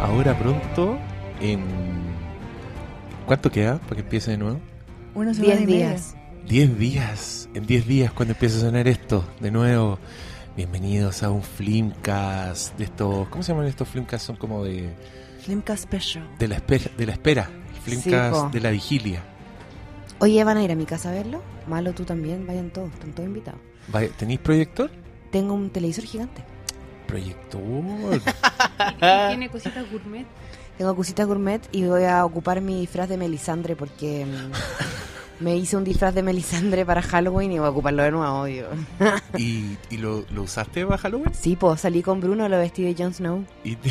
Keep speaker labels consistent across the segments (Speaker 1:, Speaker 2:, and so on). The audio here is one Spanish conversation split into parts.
Speaker 1: ahora pronto en... ¿Cuánto queda para que empiece de nuevo?
Speaker 2: Una semana
Speaker 3: 10
Speaker 2: y media.
Speaker 3: días.
Speaker 1: 10 días, en 10 días cuando empiece a sonar esto, de nuevo, bienvenidos a un Flimcast de estos, ¿cómo se llaman estos Flimcasts? Son como de,
Speaker 2: Flimcast Special.
Speaker 1: de, la, espera, de la espera, el Flimcast
Speaker 3: Sí, po.
Speaker 1: de la vigilia.
Speaker 3: Oye, ¿van a ir a mi casa a verlo? Malo, tú también, vayan todos, están todos invitados.
Speaker 1: Va- ¿Tenéis proyector?
Speaker 3: Tengo un televisor gigante.
Speaker 1: Proyector. Ah.
Speaker 4: Tiene cositas gourmet.
Speaker 3: Tengo cositas gourmet y voy a ocupar mi disfraz de Melisandre porque mm, me hice un disfraz de Melisandre para Halloween y voy a ocuparlo de nuevo, obvio.
Speaker 1: ¿Y, y lo, lo usaste para Halloween?
Speaker 3: Sí, pues salí con Bruno, lo vestí de Jon Snow.
Speaker 1: Y te-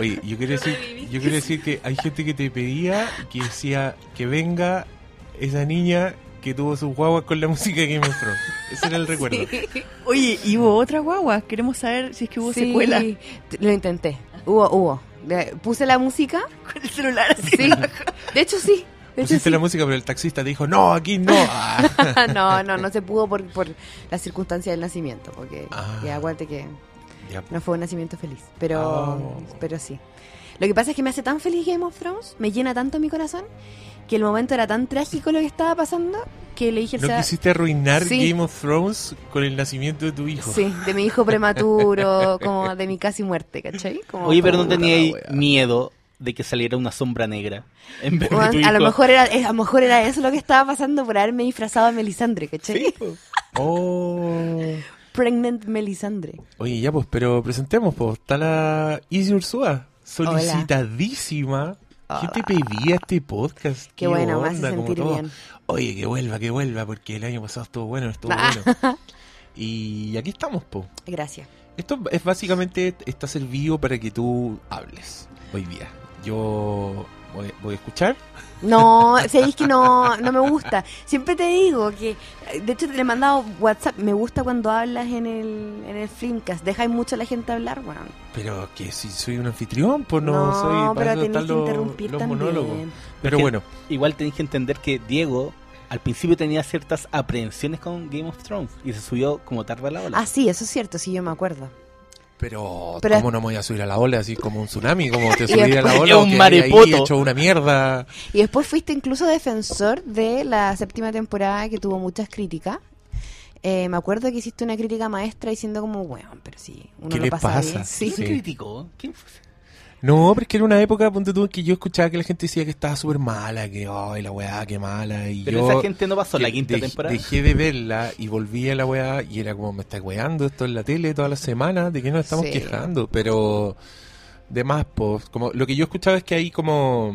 Speaker 1: Oye, yo quiero, decir, yo quiero decir que hay gente que te pedía que decía que venga esa niña que tuvo sus guaguas con la música que me mostró. Ese era el recuerdo.
Speaker 2: Oye, y hubo otra guagua. Queremos saber si es que hubo secuela
Speaker 3: Sí, Lo intenté. Hubo, hubo. Le- Puse la música.
Speaker 2: con el celular así.
Speaker 3: Sí. De hecho, sí. De hecho,
Speaker 1: Pusiste
Speaker 3: sí.
Speaker 1: la música, pero el taxista te dijo, no, aquí no. Ah.
Speaker 3: no, no, no se pudo por, por la circunstancia del nacimiento, porque
Speaker 1: Ah.
Speaker 3: ya aguante que
Speaker 1: Ya,
Speaker 3: no fue un nacimiento feliz, pero,
Speaker 1: Oh.
Speaker 3: pero sí. Lo que pasa es que me hace tan feliz Game of Thrones, me llena tanto mi corazón, que el momento era tan trágico lo que estaba pasando, que le dije al
Speaker 1: ¿No
Speaker 3: Seba-
Speaker 1: quisiste arruinar
Speaker 3: Sí.
Speaker 1: Game of Thrones con el nacimiento de tu hijo?
Speaker 3: Sí, de mi hijo prematuro, como de mi casi muerte, ¿cachai? Como
Speaker 5: Oye, pero no
Speaker 3: puta la
Speaker 5: tenía
Speaker 3: wea.
Speaker 5: miedo de que saliera una sombra negra en vez de tu
Speaker 3: Weón, a lo
Speaker 5: hijo.
Speaker 3: mejor era eh, a lo mejor era eso lo que estaba pasando por haberme disfrazado de Melisandre, ¿cachai?
Speaker 1: Oh.
Speaker 3: Pregnant Melisandre.
Speaker 1: Oye, ya pues, pero presentemos, pues, está la Izzy Ursúa, solicitadísima. ¿Qué te pedía este podcast?
Speaker 3: Qué bueno, me hace
Speaker 1: onda, como
Speaker 3: sentir
Speaker 1: todo.
Speaker 3: bien.
Speaker 1: Oye, que vuelva, que vuelva, porque el año pasado estuvo bueno, estuvo
Speaker 3: Ah.
Speaker 1: bueno. Y aquí estamos, po.
Speaker 3: Gracias.
Speaker 1: Esto es básicamente, está servido para que tú hables hoy día. Yo voy, voy a escuchar.
Speaker 3: No, sabéis que no, no me gusta. Siempre te digo que, de hecho, te le he mandado WhatsApp. Me gusta cuando hablas en el, en el Filmcast. Dejáis mucho a la gente hablar, weón.
Speaker 1: Pero que si soy un anfitrión, pues no, soy... para eso
Speaker 3: pero tenéis que
Speaker 1: están los-
Speaker 3: interrumpir
Speaker 1: los
Speaker 3: también.
Speaker 1: monólogos. Pero
Speaker 5: Porque-
Speaker 1: bueno,
Speaker 5: Igual tenés que entender que Diego al principio tenía ciertas aprehensiones con Game of Thrones y se subió como tarde a la ola.
Speaker 3: Ah, sí, eso es cierto, sí, yo me acuerdo.
Speaker 1: Pero,
Speaker 3: Pero-
Speaker 1: ¿cómo no me voy a subir a la ola? Así como un tsunami, como te
Speaker 3: Y
Speaker 1: subí a la
Speaker 3: después-
Speaker 1: ola.
Speaker 5: Un
Speaker 1: o quedaría Ahí
Speaker 5: marepoto.
Speaker 1: hecho una mierda.
Speaker 3: Y después fuiste incluso defensor de la séptima temporada que tuvo muchas críticas. Eh, me acuerdo que hiciste una crítica maestra diciendo como, weón, pero sí, uno
Speaker 1: ¿Qué
Speaker 3: lo
Speaker 1: le
Speaker 3: pasa,
Speaker 1: pasa?
Speaker 3: bien.
Speaker 1: sí.
Speaker 5: ¿Quién criticó? ¿Quién fue?
Speaker 1: No, pero es que era una época, ponte tú, en que yo escuchaba que la gente decía que estaba súper mala, que, ay, la weá, qué mala. Y
Speaker 5: Pero
Speaker 1: yo
Speaker 5: esa gente no pasó la
Speaker 1: que
Speaker 5: quinta
Speaker 1: dej-
Speaker 5: temporada.
Speaker 1: Dejé de verla y volví a la weá y era como, me está weando esto en la tele todas las semanas, de que nos estamos
Speaker 3: Sí.
Speaker 1: quejando. Pero, de más, pues, como, lo que yo escuchaba es que hay como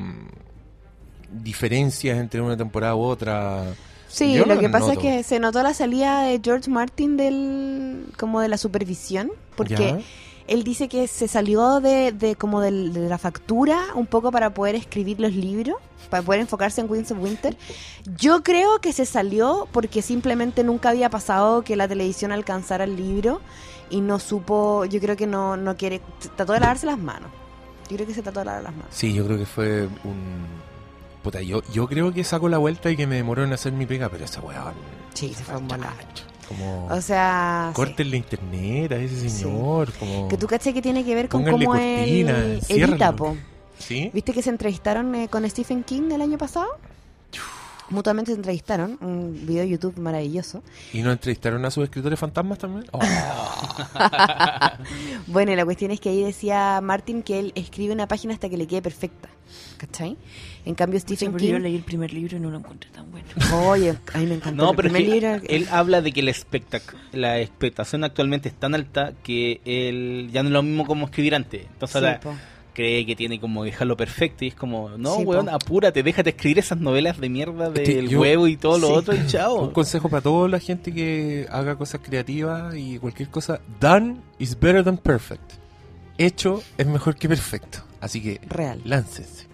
Speaker 1: mm, diferencias entre una temporada u otra.
Speaker 3: Sí,
Speaker 1: Yo
Speaker 3: lo
Speaker 1: lo
Speaker 3: que pasa
Speaker 1: noto.
Speaker 3: es que se notó la salida de George Martin del como de la supervisión, porque
Speaker 1: ¿Ya?
Speaker 3: él dice que se salió de, de como del- de, la factura un poco para poder escribir los libros, para poder enfocarse en Winds of Winter. Yo creo que se salió porque simplemente nunca había pasado que la televisión alcanzara el libro y no supo, yo creo que no, no quiere, trató de lavarse las manos. Yo creo que se trató de lavar las manos.
Speaker 1: Sí, yo creo que fue un... Puta, yo, yo creo que saco la vuelta y que me demoró en hacer mi pega, pero esa weón...
Speaker 3: Sí, se fue un volado.
Speaker 1: Como...
Speaker 3: O sea... sí.
Speaker 1: Corten la internet a ese señor, como...
Speaker 3: Que tú caché que tiene que ver con
Speaker 1: Pónganle
Speaker 3: cómo
Speaker 1: cortina,
Speaker 3: él
Speaker 1: enciérrenlo.
Speaker 3: edita, po.
Speaker 1: ¿Sí?
Speaker 3: ¿Viste que se entrevistaron eh, con Stephen King el año pasado? Mutuamente se entrevistaron, un video de YouTube maravilloso.
Speaker 1: ¿Y no entrevistaron a sus escritores fantasmas también? Oh,
Speaker 3: Bueno, la cuestión es que ahí decía Martin que él escribe una página hasta que le quede perfecta. ¿Cachai? En cambio,
Speaker 2: Pucha,
Speaker 3: Stephen
Speaker 2: pero yo
Speaker 3: King.
Speaker 2: leí el primer libro y no lo encontré tan bueno.
Speaker 3: Oye, a mí me encantó.
Speaker 5: No,
Speaker 3: el
Speaker 5: pero es
Speaker 3: primer
Speaker 5: que
Speaker 3: libro.
Speaker 5: él habla de que el espectac- la expectación actualmente es tan alta que él ya no es lo mismo como escribir antes. Entonces
Speaker 3: Sí,
Speaker 5: ahora
Speaker 3: po.
Speaker 5: cree que tiene como que dejarlo perfecto y es como, no,
Speaker 3: Sí, po.
Speaker 5: weón, apúrate, déjate escribir esas novelas de mierda
Speaker 1: Es que
Speaker 5: del
Speaker 1: yo-
Speaker 5: huevo y todo lo
Speaker 3: Sí.
Speaker 5: otro y chao.
Speaker 1: un consejo para toda la gente que haga cosas creativas y cualquier cosa. Done is better than perfect. Hecho es mejor que perfecto. Así que,
Speaker 3: Real.
Speaker 1: láncese.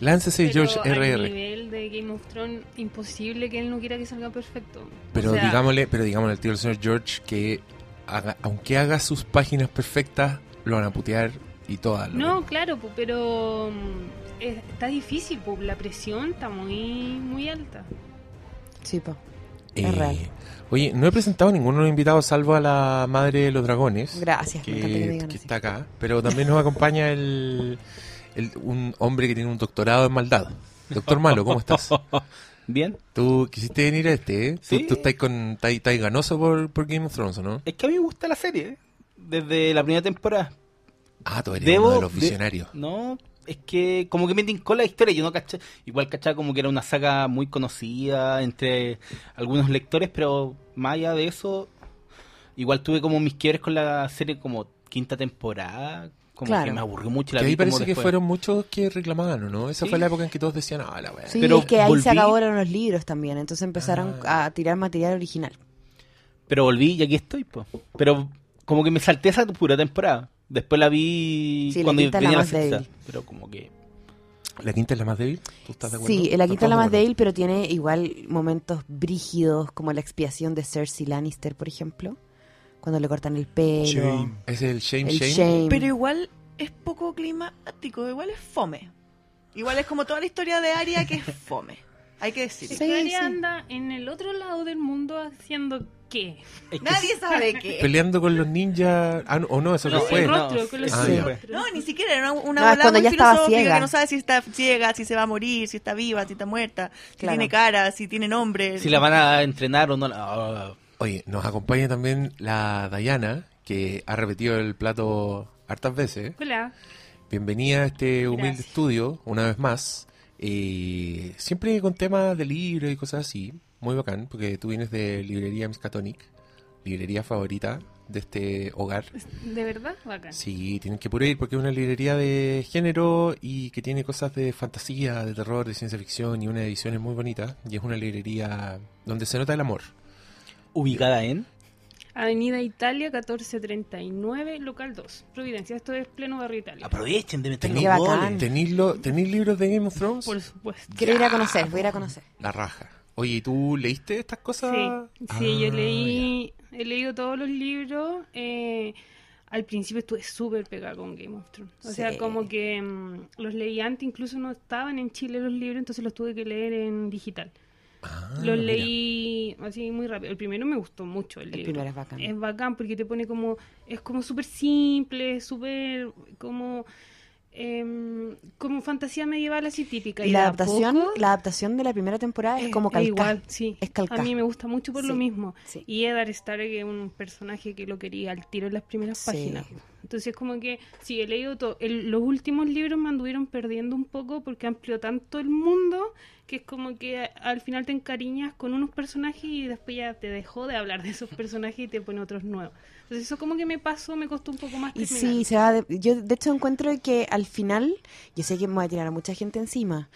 Speaker 1: Láncese,
Speaker 4: Pero
Speaker 1: George
Speaker 4: al
Speaker 1: R.R.
Speaker 4: nivel de Game of Thrones, imposible que él no quiera que salga perfecto.
Speaker 1: Pero
Speaker 4: O sea,
Speaker 1: digámosle, pero digámosle al tío del señor George que haga- aunque haga sus páginas perfectas, lo van a putear y todas. lo-
Speaker 4: No, claro, pu, pero mm, es- está difícil, pu, la presión está muy, muy alta.
Speaker 3: Sí, po. Es real.
Speaker 1: Eh, Oye, no he presentado a ninguno de los invitados salvo a la madre de los dragones.
Speaker 3: Gracias, me encanta que me
Speaker 1: que,
Speaker 3: digan
Speaker 1: que
Speaker 3: así.
Speaker 1: está acá. Pero también nos acompaña el, el- un hombre que tiene un doctorado en maldad. Doctor Malo, ¿cómo estás?
Speaker 5: Bien,
Speaker 1: Tú quisiste venir a este, ¿eh? Tú-
Speaker 5: Sí.
Speaker 1: Tú, estás, con, estás- estás ganoso por, por Game of Thrones, ¿o ¿no?
Speaker 5: es que a mí me gusta la serie, ¿eh? desde la primera temporada.
Speaker 1: Ah, tú eres
Speaker 5: Debo
Speaker 1: uno de los
Speaker 5: de-
Speaker 1: visionarios.
Speaker 5: No, es que como que me tincó la historia, yo no caché, igual cachaba como que era una saga muy conocida entre algunos lectores, pero más allá de eso, igual tuve como mis quiebres con la serie como quinta temporada, como
Speaker 3: Claro.
Speaker 5: que me aburrió mucho la
Speaker 1: Que ahí
Speaker 5: vi como
Speaker 1: parece que
Speaker 5: después.
Speaker 1: fueron muchos que reclamaban, ¿o ¿no? Esa
Speaker 5: Sí.
Speaker 1: fue la época en que todos decían, ah, la wea.
Speaker 3: Sí,
Speaker 5: Pero
Speaker 3: es que ahí
Speaker 5: volví-
Speaker 3: se acabaron los libros también, entonces empezaron
Speaker 1: Ah.
Speaker 3: a tirar material original.
Speaker 5: Pero volví y aquí estoy, pues. Pero como que me salté esa pura temporada. Después la vi
Speaker 3: Sí, la
Speaker 5: cuando
Speaker 3: quinta es la
Speaker 5: venía la,
Speaker 3: más
Speaker 5: sexta.
Speaker 3: débil.
Speaker 5: Pero como que
Speaker 1: ¿La quinta es la más débil? ¿Tú estás de acuerdo?
Speaker 3: Sí, la quinta es la
Speaker 1: Estamos
Speaker 3: más
Speaker 1: de acuerdo.
Speaker 3: débil, pero tiene igual momentos brígidos, como la expiación de Cersei Lannister, por ejemplo, cuando le cortan el pelo,
Speaker 1: Es el Shame
Speaker 3: el
Speaker 1: Shame.
Speaker 3: shame.
Speaker 2: Pero igual es poco climático, igual es fome. Igual es como toda la historia de Aria que es fome. Hay que decirlo.
Speaker 4: Es
Speaker 3: Sí,
Speaker 4: que Arya
Speaker 3: sí.
Speaker 4: anda en el otro lado del mundo haciendo qué.
Speaker 5: es que
Speaker 2: Nadie sabe qué.
Speaker 1: Peleando con los ninjas. Ah, no, o no, eso no,
Speaker 5: No,
Speaker 1: fue.
Speaker 4: el rostro, con los
Speaker 1: Ah, ya.
Speaker 4: rostros.
Speaker 2: No, ni siquiera era una, una
Speaker 3: No, es
Speaker 2: volada
Speaker 3: cuando
Speaker 2: muy
Speaker 3: ya estaba
Speaker 2: filosófica
Speaker 3: ciega.
Speaker 2: que no sabe si está ciega, si se va a morir, si está viva, si está muerta, si
Speaker 3: Claro.
Speaker 2: tiene cara, si tiene nombre.
Speaker 5: si la van a entrenar o no la... ah,
Speaker 1: Oye, nos acompaña también la Dayana, que ha repetido el plato hartas veces.
Speaker 4: Hola.
Speaker 1: Bienvenida a este humilde
Speaker 4: Gracias.
Speaker 1: estudio, una vez más. Eh, siempre con temas de libros y cosas así. Muy bacán, porque tú vienes de Librería Miskatonic, librería favorita de este hogar.
Speaker 4: ¿De verdad? Bacán.
Speaker 1: Sí, tienen que puro ir porque es una librería de género y que tiene cosas de fantasía, de terror, de ciencia ficción y una edición es muy bonita. Y es una librería donde se nota el amor.
Speaker 5: ubicada en...
Speaker 4: Avenida Italia, 1439, local 2. Providencia, esto es pleno barrio
Speaker 5: Ah,
Speaker 1: Ah,
Speaker 4: Italia.
Speaker 5: Aprovechen de meter
Speaker 1: Qué
Speaker 5: los
Speaker 3: bacán.
Speaker 5: goles.
Speaker 1: ¿Tenéis lo- tenéis libros de Game of Thrones?
Speaker 4: Por supuesto.
Speaker 3: Quiero ir a conocer, voy a ir a conocer.
Speaker 1: La raja. Oye, ¿y ¿tú leíste estas cosas?
Speaker 4: Sí,
Speaker 3: Ah.
Speaker 4: sí,
Speaker 1: Ah,
Speaker 4: yo leí, he leído todos los libros. eh, al principio estuve súper pegada con Game of Thrones. O sea,
Speaker 3: Sí.
Speaker 4: como que mm, los leí antes, incluso no estaban en Chile los libros, entonces los tuve que leer en digital.
Speaker 1: Ah,
Speaker 4: los
Speaker 1: mira.
Speaker 4: leí así muy rápido. El primero me gustó mucho el,
Speaker 3: El
Speaker 4: libro.
Speaker 3: primero es bacán.
Speaker 4: Es bacán porque te pone como, es como súper simple, súper como... em, como fantasía medieval así típica.
Speaker 3: Y la
Speaker 4: de a
Speaker 3: adaptación,
Speaker 4: poco-
Speaker 3: la adaptación de la primera temporada es como
Speaker 4: es
Speaker 3: calcá.
Speaker 4: igual, sí.
Speaker 3: Es calcá.
Speaker 4: A mí me gusta mucho por lo
Speaker 3: Sí,
Speaker 4: mismo.
Speaker 3: sí.
Speaker 4: Y Eddard Stark es un personaje que lo quería al tiro en las primeras
Speaker 3: Sí.
Speaker 4: páginas. Entonces, como que, sí, he leído todo. El- los últimos libros me anduvieron perdiendo un poco porque amplió tanto el mundo que es como que a- al final te encariñas con unos personajes y después ya te dejó de hablar de esos personajes y te pone otros nuevos. Entonces, eso como que me pasó, me costó un poco más
Speaker 3: Y
Speaker 4: terminar.
Speaker 3: sí, se va de- yo de hecho encuentro que al final, yo sé que me voy a tirar a mucha gente encima,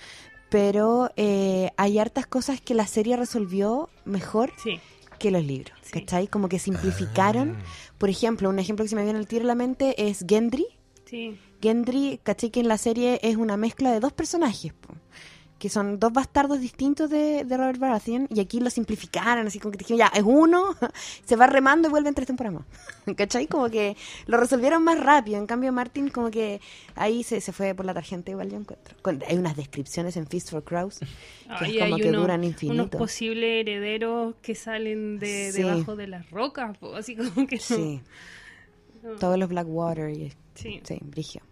Speaker 3: pero eh, hay hartas cosas que la serie resolvió mejor
Speaker 4: Sí.
Speaker 3: que los libros,
Speaker 4: Sí.
Speaker 3: ¿cachai? Como que simplificaron. Por ejemplo, un ejemplo que se me viene al tiro a la mente es Gendry.
Speaker 4: Sí,
Speaker 3: Gendry, ¿cachai? Que en la serie es una mezcla de dos personajes, po, que son dos bastardos distintos de, de Robert Baratheon, y aquí lo simplificaron, así como que dijeron, ya, es uno, se va remando y vuelve en tres temporadas más. ¿Cachai? Como que lo resolvieron más rápido, en cambio Martin como que ahí se, se fue por la tarjeta igual yo encuentro. Con- hay unas descripciones en Feast for Crows, que
Speaker 4: Ay,
Speaker 3: es como
Speaker 4: hay
Speaker 3: que
Speaker 4: unos-
Speaker 3: duran
Speaker 4: Unos
Speaker 3: infinito.
Speaker 4: posibles herederos que salen de
Speaker 3: Sí.
Speaker 4: debajo de las rocas, po, así como que no-
Speaker 3: Sí,
Speaker 4: no.
Speaker 3: todos los Blackwater, y,
Speaker 4: Sí.
Speaker 3: sí, brigio.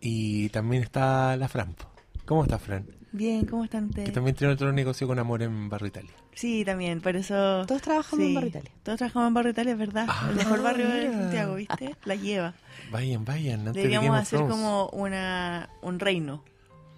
Speaker 1: Y también está la Fran. po. ¿Cómo está Fran?
Speaker 2: Bien, ¿cómo están
Speaker 1: Que
Speaker 2: ustedes?
Speaker 1: también tiene otro negocio con amor en Barrio Italia.
Speaker 2: Sí, también, por eso...
Speaker 3: Todos trabajamos en
Speaker 2: Sí,
Speaker 3: Barrio Italia.
Speaker 2: Todos trabajamos en Barrio Italia, es verdad.
Speaker 1: Ah,
Speaker 2: el mejor barrio de
Speaker 1: mira.
Speaker 2: Santiago, ¿viste? La lleva.
Speaker 1: Vayan, vayan. Antes de
Speaker 2: Deberíamos
Speaker 1: Game of
Speaker 2: hacer
Speaker 1: Thrones.
Speaker 2: como una un reino.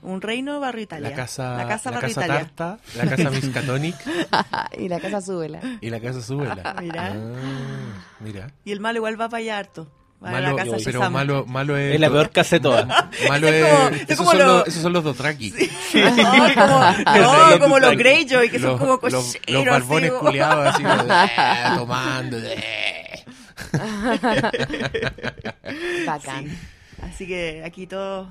Speaker 2: Un reino Barrio Italia.
Speaker 1: la casa,
Speaker 2: la casa
Speaker 1: la
Speaker 2: Barrio
Speaker 1: casa
Speaker 2: Italia.
Speaker 1: Tarta, la casa Miskatonic
Speaker 3: y la casa súbela.
Speaker 1: y la casa Súbela.
Speaker 2: Mira.
Speaker 1: Ah, mira.
Speaker 2: Y el malo igual va para allá harto. Va a
Speaker 1: Malo,
Speaker 2: la casa
Speaker 1: pero
Speaker 2: Shazam.
Speaker 1: malo, malo es.
Speaker 5: Es la peor casa de todas.
Speaker 1: Malo
Speaker 2: Ese
Speaker 1: es.
Speaker 2: es como- ese
Speaker 1: esos,
Speaker 2: como
Speaker 1: son
Speaker 2: lo-
Speaker 1: los, esos son los Dothraki.
Speaker 2: No, como, no, como los Greyjoy, que son como
Speaker 1: los,
Speaker 2: cocheros.
Speaker 1: los, los barbones
Speaker 2: así,
Speaker 1: culiados así como, eh, tomando. eh.
Speaker 3: Bacán.
Speaker 2: Así que aquí todos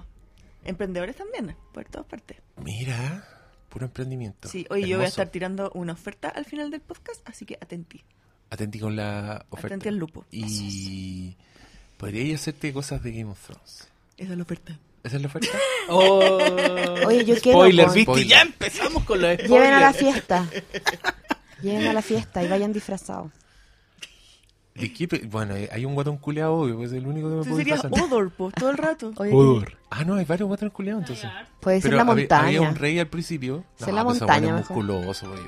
Speaker 2: emprendedores también, por todas partes.
Speaker 1: Mira, puro emprendimiento.
Speaker 2: Sí, hoy yo voy a
Speaker 1: Hermoso.
Speaker 2: estar tirando una oferta al final del podcast, así que atentí.
Speaker 1: Atenti con la oferta.
Speaker 2: Atenti al lupo.
Speaker 1: Y podría hacerte cosas de Game of Thrones.
Speaker 2: Esa es la oferta.
Speaker 1: ¿Esa es la oferta?
Speaker 5: Oh,
Speaker 3: Oye, yo quiero,
Speaker 5: spoiler,
Speaker 3: po.
Speaker 5: ¿viste?
Speaker 1: Spoiler.
Speaker 5: Ya empezamos con los spoilers.
Speaker 3: Lleven a la fiesta. Lleguen a la fiesta y vayan disfrazados.
Speaker 1: ¿De qué pe- Bueno, eh, hay un guatón culeado, obvio, pues es el único que me
Speaker 2: Tú
Speaker 1: puedo
Speaker 2: serías
Speaker 1: disfrazar.
Speaker 2: Odor, po, todo el rato.
Speaker 3: Oye,
Speaker 1: Ah, no, hay varios guatones culeados entonces.
Speaker 3: Puede ser
Speaker 1: Pero
Speaker 3: la
Speaker 1: había-
Speaker 3: montaña.
Speaker 1: Había un rey al principio.
Speaker 3: Ser la
Speaker 1: pues ese
Speaker 3: montaña
Speaker 1: weón es
Speaker 3: mejor.
Speaker 1: musculoso, weón.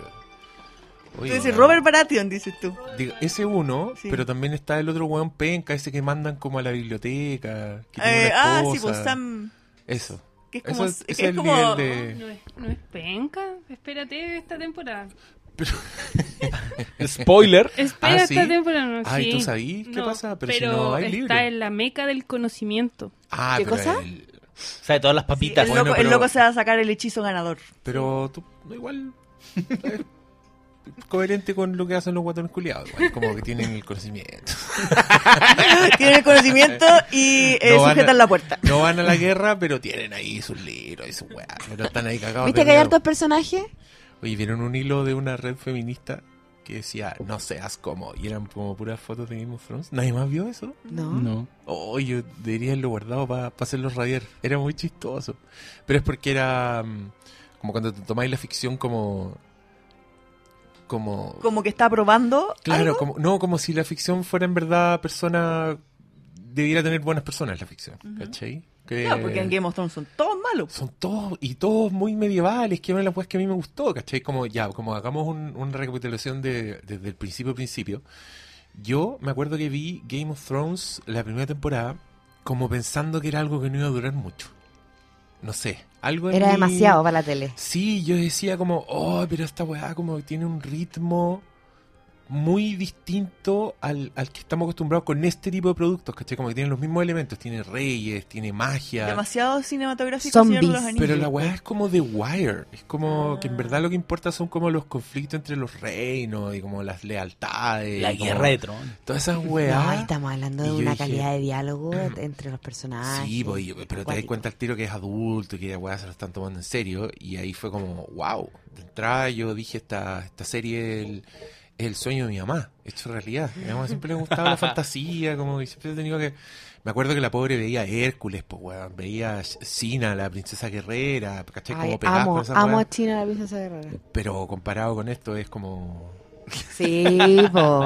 Speaker 1: Oye,
Speaker 2: Tú dices
Speaker 1: weón.
Speaker 2: Robert Baratheon, dices tú.
Speaker 1: Digo, ese uno,
Speaker 2: Sí.
Speaker 1: pero también está el otro weón penca, ese que mandan como a la biblioteca. Que tiene
Speaker 2: Eh,
Speaker 1: una
Speaker 2: ah, sí,
Speaker 1: esposa.
Speaker 2: pues Sam.
Speaker 1: Eso.
Speaker 2: Que es
Speaker 1: Eso
Speaker 2: como.
Speaker 1: es-
Speaker 2: que
Speaker 1: ese es
Speaker 2: es
Speaker 1: el
Speaker 2: como-
Speaker 1: nivel de.
Speaker 4: Ah, No es, no es penca. Espérate esta temporada.
Speaker 5: Spoiler.
Speaker 4: Espera
Speaker 1: Ah,
Speaker 4: esta
Speaker 1: ¿sí?
Speaker 4: temporada. No,
Speaker 1: Ay,
Speaker 4: sí.
Speaker 1: ¿tú sabí qué pasa? Pero si no hay
Speaker 4: está
Speaker 1: libro.
Speaker 4: en la meca del conocimiento.
Speaker 1: Ah,
Speaker 3: ¿Qué
Speaker 1: pero
Speaker 3: cosa?
Speaker 1: el-
Speaker 5: O sea, de todas las
Speaker 2: Sí,
Speaker 5: papitas.
Speaker 2: el,
Speaker 1: Bueno,
Speaker 2: loco, el
Speaker 1: pero-
Speaker 2: loco se va a sacar el hechizo ganador.
Speaker 1: Pero tú, no, igual. es coherente con lo que hacen los guatones culiados. igual, como que tienen el conocimiento.
Speaker 2: Tiene el conocimiento y eh,
Speaker 1: No van
Speaker 2: sujetan
Speaker 1: a-
Speaker 2: la puerta.
Speaker 1: No van a la guerra, pero tienen ahí sus libros y sus weas. Pero están ahí cagados.
Speaker 3: ¿Viste
Speaker 1: de
Speaker 3: que hay
Speaker 1: miedo.
Speaker 3: hartos personajes?
Speaker 1: Oye, vieron un hilo de una red feminista que decía, no seas como. Y eran como puras fotos de Game of Thrones. Nadie más vio eso.
Speaker 3: No.
Speaker 5: No.
Speaker 1: Oh, yo debería haberlo guardado para hacerlo radiar. Era muy chistoso. Pero es porque era mm, como cuando te tomáis la ficción como. Como.
Speaker 2: Como que está probando.
Speaker 1: claro, como, no, como si la ficción fuera en verdad persona. Debiera tener buenas personas la ficción. ¿Cachai? Que-
Speaker 2: Claro, Ah, porque en Game of Thrones son todos malos.
Speaker 1: son todos, y todos muy medievales, que eran las cosas que a mí me gustó, ¿cachai? Como ya, como hagamos un- una recapitulación de, desde el principio principio. Yo me acuerdo que vi Game of Thrones la primera temporada como pensando que era algo que no iba a durar mucho. No sé, algo en
Speaker 3: Era
Speaker 1: mí-
Speaker 3: demasiado para la tele.
Speaker 1: Sí, yo decía como, oh, pero esta weá como que tiene un ritmo muy distinto al, al que estamos acostumbrados con este tipo de productos, ¿cachai? Como que tienen los mismos elementos, tiene reyes, tiene magia.
Speaker 2: Demasiado cinematográfico.
Speaker 3: Zombies.
Speaker 2: Señor de los Anillos.
Speaker 1: Pero la weá es como The Wire. Es como que en
Speaker 2: Ah.
Speaker 1: verdad lo que importa son como los conflictos entre los reinos y como las lealtades.
Speaker 5: La
Speaker 1: y como
Speaker 5: guerra de Tron.
Speaker 1: Todas esas
Speaker 3: No, ahí
Speaker 1: weá.
Speaker 3: estamos hablando de
Speaker 1: Y yo
Speaker 3: una
Speaker 1: dije,
Speaker 3: calidad de diálogo entre los personajes.
Speaker 1: sí, po, y- pero te das
Speaker 3: Acuático.
Speaker 1: cuenta al tiro que es adulto y que la weá se lo están tomando en serio. Y ahí fue como, wow. De entrada yo dije, esta, esta serie el- es el sueño de mi mamá, hecho realidad. A mi mamá siempre le gustaba la fantasía, como que siempre he tenido que... Me acuerdo que la pobre veía a Hércules, pues weón, veía a Sina, la princesa guerrera, ¿cachai?
Speaker 3: Ay,
Speaker 1: Como pegada
Speaker 3: amo,
Speaker 1: con esa
Speaker 3: amo
Speaker 1: weá.
Speaker 3: a China la princesa guerrera.
Speaker 1: Pero comparado con esto es como...
Speaker 3: Sí, po.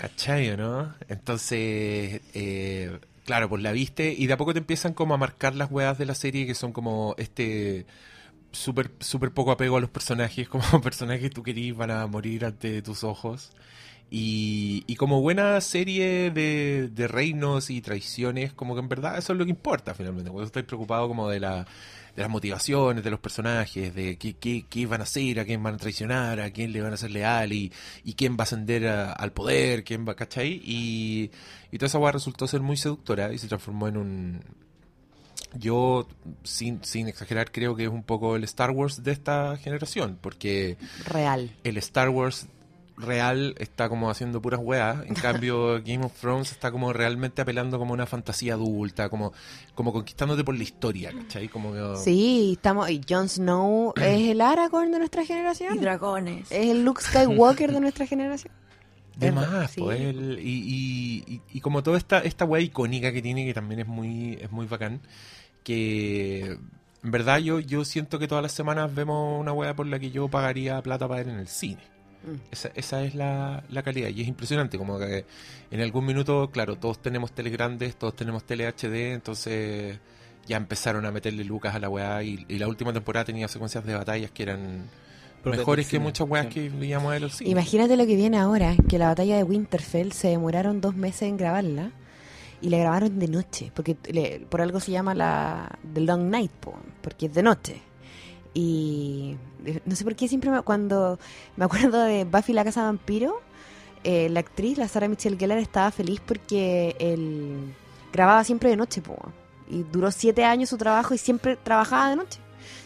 Speaker 1: ¿Cachai o no? Entonces, eh, claro, pues la viste y de a poco te empiezan como a marcar las weas de la serie que son como este súper super poco apego a los personajes, como personajes que tú querís van a morir ante tus ojos. Y, y como buena serie de, de reinos y traiciones, como que en verdad eso es lo que importa finalmente. Cuando estáis preocupado como de, la, de las motivaciones, de los personajes, de qué, qué, qué van a hacer, a quién van a traicionar, a quién le van a ser leal y, y quién va a ascender a- al poder, quién va, ¿cachai? Y, y toda esa weá resultó ser muy seductora y se transformó en un... Yo, sin, sin exagerar, creo que es un poco el Star Wars de esta generación, porque
Speaker 3: Real.
Speaker 1: el Star Wars real está como haciendo puras weas, en cambio Game of Thrones está como realmente apelando como a una fantasía adulta, como, como conquistándote por la historia, ¿cachai? Como que-
Speaker 3: Sí, estamos. Y Jon Snow es el Aragorn de nuestra generación.
Speaker 2: Y dragones.
Speaker 3: Es el Luke Skywalker de nuestra generación.
Speaker 1: De
Speaker 3: Es re-
Speaker 1: más,
Speaker 3: sí.
Speaker 1: po, el- y, y, y, y como toda esta, esta weá icónica que tiene, que también es muy, es muy bacán, que en verdad yo, yo siento que todas las semanas vemos una weá por la que yo pagaría plata para ver en el cine.
Speaker 3: Mm.
Speaker 1: Esa, esa es la, la calidad y es impresionante, como que en algún minuto, claro, todos tenemos teles grandes, todos tenemos tele HD, entonces ya empezaron a meterle lucas a la weá y, y la última temporada tenía secuencias de batallas que eran
Speaker 5: Propias
Speaker 1: mejores
Speaker 5: del
Speaker 1: que
Speaker 5: cine,
Speaker 1: muchas weas
Speaker 5: sí.
Speaker 1: que veíamos en el cine.
Speaker 3: Imagínate lo que viene ahora, que la batalla de Winterfell se demoraron dos meses en grabarla y la grabaron de noche, porque le- por algo se llama la The Long Night, po, porque es de noche. Y eh, no sé por qué siempre me- cuando me acuerdo de Buffy la casa vampiro, eh, la actriz, la Sarah Michelle Gellar, estaba feliz porque él grababa siempre de noche, po, y duró siete años su trabajo y siempre trabajaba de noche.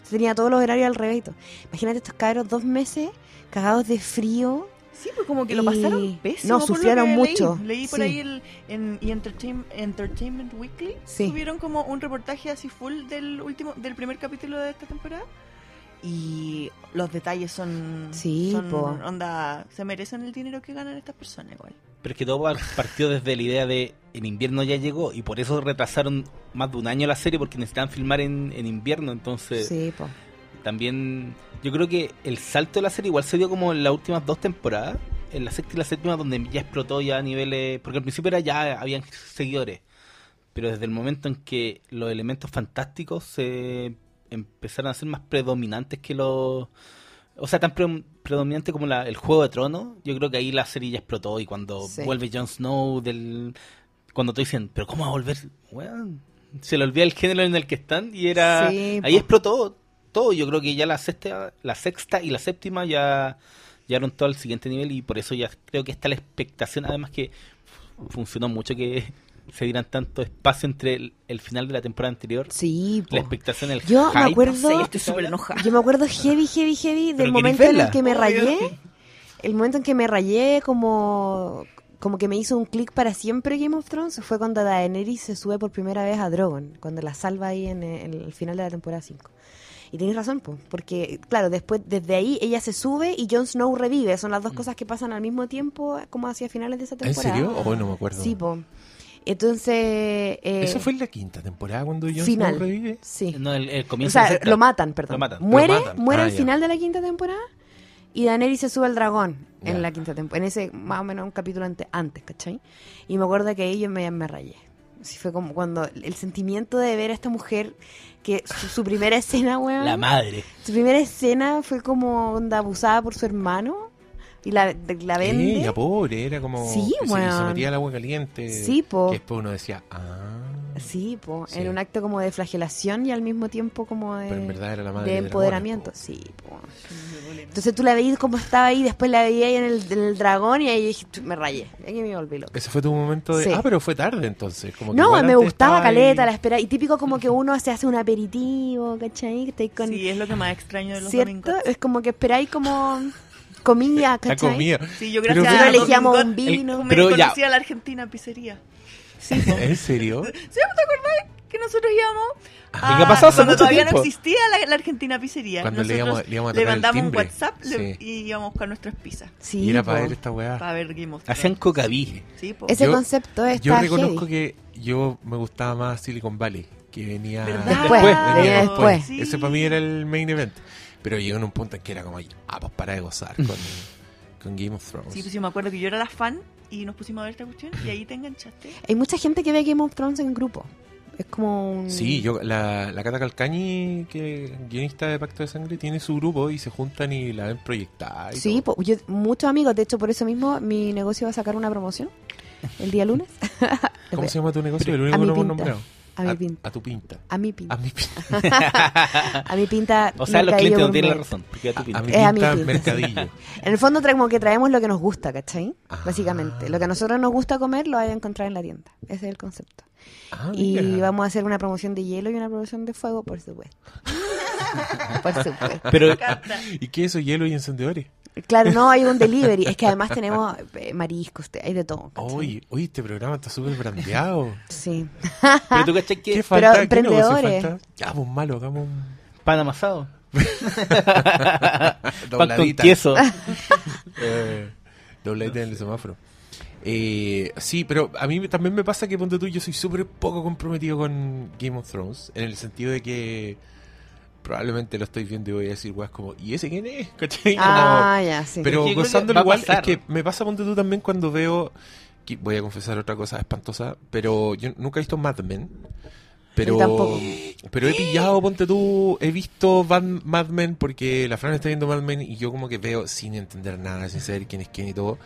Speaker 3: Se tenía todos los horarios al revés. y todo. Imagínate estos cabros dos meses cagados de frío.
Speaker 2: Sí, pues como que lo pasaron
Speaker 3: Y-
Speaker 2: pésimo.
Speaker 3: no,
Speaker 2: por lo
Speaker 3: sufrieron
Speaker 2: que
Speaker 3: mucho,
Speaker 2: Leí, Leí por
Speaker 3: sí.
Speaker 2: ahí el, en E! Entertain- Entertainment Weekly.
Speaker 3: Sí.
Speaker 2: Tuvieron como un reportaje así full del último, del primer capítulo de esta temporada. Y los detalles son.
Speaker 3: Sí,
Speaker 2: son
Speaker 3: po.
Speaker 2: onda. Se merecen el dinero que ganan estas personas, igual.
Speaker 5: Pero es que todo par- partió desde la idea de el invierno ya llegó y por eso retrasaron más de un año la serie porque necesitaban filmar en, en invierno. Entonces,
Speaker 3: Sí, po.
Speaker 5: también yo creo que el salto de la serie igual se dio como en las últimas dos temporadas, en la sexta y la séptima, donde ya explotó ya a niveles, porque al principio era ya habían seguidores, pero desde el momento en que los elementos fantásticos se empezaron a ser más predominantes que los... O sea, tan pre- predominante como la- el Juego de Tronos, yo creo que ahí la serie ya explotó y cuando
Speaker 3: Sí.
Speaker 5: vuelve Jon Snow del... Cuando te dicen, pero ¿cómo va a volver? Weón, se le olvida el género en el que están y era...
Speaker 3: Sí,
Speaker 5: ahí
Speaker 3: po.
Speaker 5: explotó todo. Yo creo que ya la sexta, la sexta y la séptima ya llegaron todo al siguiente nivel y por eso ya creo que está la expectación. Además que fu- funcionó mucho que se dieran tanto espacio entre el, el final de la temporada anterior.
Speaker 3: Sí, po.
Speaker 5: La expectación, el
Speaker 3: Yo me
Speaker 2: No sé,
Speaker 5: hype.
Speaker 2: yo
Speaker 3: acuerdo,
Speaker 2: estoy súper enojada.
Speaker 3: yo me acuerdo heavy, heavy, heavy del
Speaker 5: Pero
Speaker 3: momento
Speaker 5: queréis
Speaker 3: en el
Speaker 5: verla.
Speaker 3: que me
Speaker 2: Obvio.
Speaker 3: rayé, el momento en que me rayé como como que me hizo un clic para siempre Game of Thrones fue cuando Daenerys se sube por primera vez a Drogon, cuando la salva ahí en el, en el final de la temporada 5. Y tienes razón, po, porque claro, después desde ahí ella se sube y Jon Snow revive, son las dos cosas que pasan al mismo tiempo como hacia finales de esa
Speaker 1: Mm. ¿En
Speaker 3: temporada.
Speaker 1: serio? Oh, no me acuerdo.
Speaker 3: Sí, po. Entonces, eh,
Speaker 1: Eso fue en la quinta temporada cuando Jon
Speaker 3: final.
Speaker 1: Snow revive.
Speaker 3: Sí.
Speaker 5: No, el, el
Speaker 3: O
Speaker 5: comienzo de la
Speaker 3: sea,
Speaker 5: sexta.
Speaker 3: lo matan, perdón.
Speaker 5: Lo matan.
Speaker 3: Muere,
Speaker 1: Lo matan.
Speaker 3: muere
Speaker 1: Ah,
Speaker 3: al
Speaker 1: ya.
Speaker 3: final de la quinta temporada y Daenerys se sube al dragón
Speaker 1: Ya.
Speaker 3: en la quinta temporada, en ese más o menos un capítulo ante- antes, ¿cachai? Y me acuerdo que ahí yo me, me rayé. Así fue como cuando el sentimiento de ver a esta mujer que su, su primera escena, weón,
Speaker 5: La madre.
Speaker 3: su primera escena fue como onda abusada por su hermano y la, de- la vende.
Speaker 1: Ella, pobre, era como.
Speaker 3: Sí,
Speaker 1: se- Se,
Speaker 3: weón.
Speaker 1: metía al agua caliente.
Speaker 3: Sí, po.
Speaker 1: pues, Que después uno decía, ah.
Speaker 3: Sí, po,
Speaker 1: Sí.
Speaker 3: en un acto como de flagelación y al mismo tiempo como de,
Speaker 1: Pero en verdad era la madre
Speaker 3: de
Speaker 1: de
Speaker 3: empoderamiento. Sí, po. Entonces tú la veías como estaba ahí, después la veías ahí en el, en el dragón y ahí dije, "Chu, me rayé. Y aquí me volví loca.
Speaker 1: Ese fue tu momento de.
Speaker 3: Sí.
Speaker 1: Ah, pero fue tarde entonces. Como que
Speaker 3: No,
Speaker 1: igual
Speaker 3: me
Speaker 1: antes
Speaker 3: gustaba
Speaker 1: estaba ahí.
Speaker 3: caleta, la espera. Y típico como que uno se hace un aperitivo, ¿cachai? Que estáis con.
Speaker 2: Sí, es lo que más extraño de los
Speaker 3: ¿Cierto?
Speaker 2: domingos.
Speaker 3: Es como que esperáis como comida,
Speaker 1: La
Speaker 3: ¿cachai?
Speaker 1: comida.
Speaker 2: Sí, yo
Speaker 1: Pero
Speaker 2: gracias
Speaker 3: Nosotros
Speaker 2: a los
Speaker 3: elegíamos un
Speaker 2: domingos
Speaker 3: vino.
Speaker 2: me
Speaker 5: Pero ya.
Speaker 2: conocí a la Argentina pizzería. Sí, po.
Speaker 1: ¿En serio?
Speaker 2: que nosotros íbamos
Speaker 1: Ah,
Speaker 3: Ah,
Speaker 5: ¿Y qué ha pasado hace
Speaker 2: cuando
Speaker 5: mucho
Speaker 2: todavía no
Speaker 5: tiempo?
Speaker 2: existía la, la Argentina pizzería.
Speaker 1: Cuando le
Speaker 2: Nosotros
Speaker 1: íbamos- le íbamos a
Speaker 2: le
Speaker 1: tocar el
Speaker 2: mandamos un
Speaker 1: timbre.
Speaker 2: WhatsApp le-
Speaker 1: Sí. Ah.
Speaker 2: y íbamos a buscar nuestras pizzas
Speaker 3: Sí,
Speaker 1: y era
Speaker 3: po.
Speaker 1: para ver esta weá.
Speaker 2: para ver Game of Thrones.
Speaker 5: Hacían cocaví.
Speaker 2: Sí, po.
Speaker 3: Ese
Speaker 1: Yo-
Speaker 3: concepto está
Speaker 1: Yo reconozco
Speaker 3: heavy.
Speaker 1: que yo me gustaba más Silicon Valley, que venía
Speaker 2: ¿Verdad?
Speaker 3: Después,
Speaker 1: venía
Speaker 3: venía
Speaker 1: después.
Speaker 2: después.
Speaker 1: Ese para mí era el main event. Pero llegó en un punto en que era como, ah, pues para de gozar
Speaker 3: Mm.
Speaker 1: con, con Game of Thrones.
Speaker 2: Sí, pues yo me acuerdo que yo era la fan y nos pusimos a ver esta cuestión y ahí te enganchaste.
Speaker 3: Hay mucha gente que ve Game of Thrones en grupo. Es como un.
Speaker 1: Sí, yo, la, la Cata Calcañi, que es guionista de Pacto de Sangre, tiene su grupo y se juntan y la ven proyectada. y
Speaker 3: Sí, pues,
Speaker 1: todo.
Speaker 3: po- yo- muchos amigos. De hecho, por eso mismo mi negocio va a sacar una promoción el día lunes.
Speaker 1: ¿Cómo se llama tu negocio? El
Speaker 3: a
Speaker 1: único que
Speaker 3: mi
Speaker 1: no hemos
Speaker 3: pinta.
Speaker 1: nombrado.
Speaker 3: A mi pinta.
Speaker 1: tu pinta.
Speaker 3: A mi
Speaker 1: A
Speaker 3: pinta.
Speaker 1: mi pinta.
Speaker 3: A mi pinta.
Speaker 5: O sea, los
Speaker 3: mercadillo
Speaker 5: clientes no
Speaker 3: gourmet.
Speaker 5: tienen la razón. porque ya tú
Speaker 1: A
Speaker 5: pintas.
Speaker 1: mi
Speaker 3: Es a mi
Speaker 1: pinta,
Speaker 3: pinta.
Speaker 1: mercadillo.
Speaker 3: En el fondo, tra- como que traemos lo que nos gusta, ¿cachai?
Speaker 1: Ah.
Speaker 3: Básicamente. Lo que a nosotros nos gusta comer lo vais a encontrar en la tienda. Ese es el concepto.
Speaker 1: Ah,
Speaker 3: y
Speaker 1: mira.
Speaker 3: vamos a hacer una promoción de hielo y una promoción de fuego, por supuesto. por supuesto.
Speaker 5: Pero
Speaker 1: ¿Y qué es eso? ¿Hielo y encendedores?
Speaker 3: Claro, no hay un delivery. Es que además tenemos eh, mariscos, te- hay de todo. ¿cachai?
Speaker 1: Oye, oye, este programa está súper brandeado.
Speaker 3: Sí.
Speaker 5: Pero tú cachas
Speaker 1: ¿Qué
Speaker 5: que
Speaker 1: falta?
Speaker 3: Pero
Speaker 1: ¿Qué negocio
Speaker 3: emprendedores.
Speaker 1: falta? Ya, pues malo, hagamos un...
Speaker 5: pan amasado, pan con
Speaker 1: dobladita.
Speaker 5: queso.
Speaker 1: Eh, dobladita en el semáforo. Eh, sí, pero a mí también me pasa que, ponte tú, yo soy súper poco comprometido con Game of Thrones. En el sentido de que probablemente lo estoy viendo y voy a decir, weas, como, ¿y ese quién es? ¿Cachai? Como-
Speaker 3: Ah, ya, sí.
Speaker 1: Pero
Speaker 5: Es que yo creo que
Speaker 1: gozándolo
Speaker 5: va a
Speaker 1: igual, es
Speaker 5: pasar.
Speaker 1: que me pasa, ponte tú también cuando veo. que- voy a confesar otra cosa espantosa, pero yo nunca he visto Mad Men. Pero,
Speaker 3: Yo tampoco.
Speaker 1: pero he pillado, ponte tú, he visto Van- Mad Men porque la Fran está viendo Mad Men y yo como que veo sin entender nada, sin saber quién es quién y todo.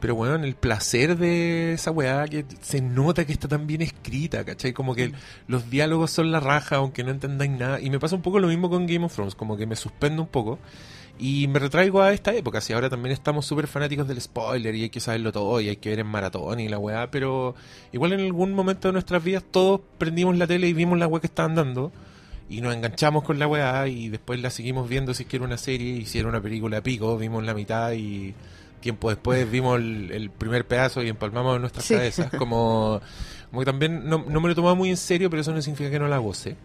Speaker 1: Pero bueno, el placer de esa weá que se nota que está tan bien escrita, ¿cachai? Como que los diálogos son la raja, aunque no entendáis nada. Y me pasa un poco lo mismo con Game of Thrones, como que me suspendo un poco. Y me retraigo a esta época, si ahora también estamos súper fanáticos del spoiler y hay que saberlo todo y hay que ver en maratón y la weá, pero igual en algún momento de nuestras vidas todos prendimos la tele y vimos la weá que estaban dando y nos enganchamos con la weá y después la seguimos viendo si es que era una serie, y si era una película pico, vimos la mitad y tiempo después vimos el, el primer pedazo y empalmamos en nuestras
Speaker 3: Sí.
Speaker 1: cabezas. Como, como que también no, no me lo tomaba muy en serio, pero eso no significa que no la goce.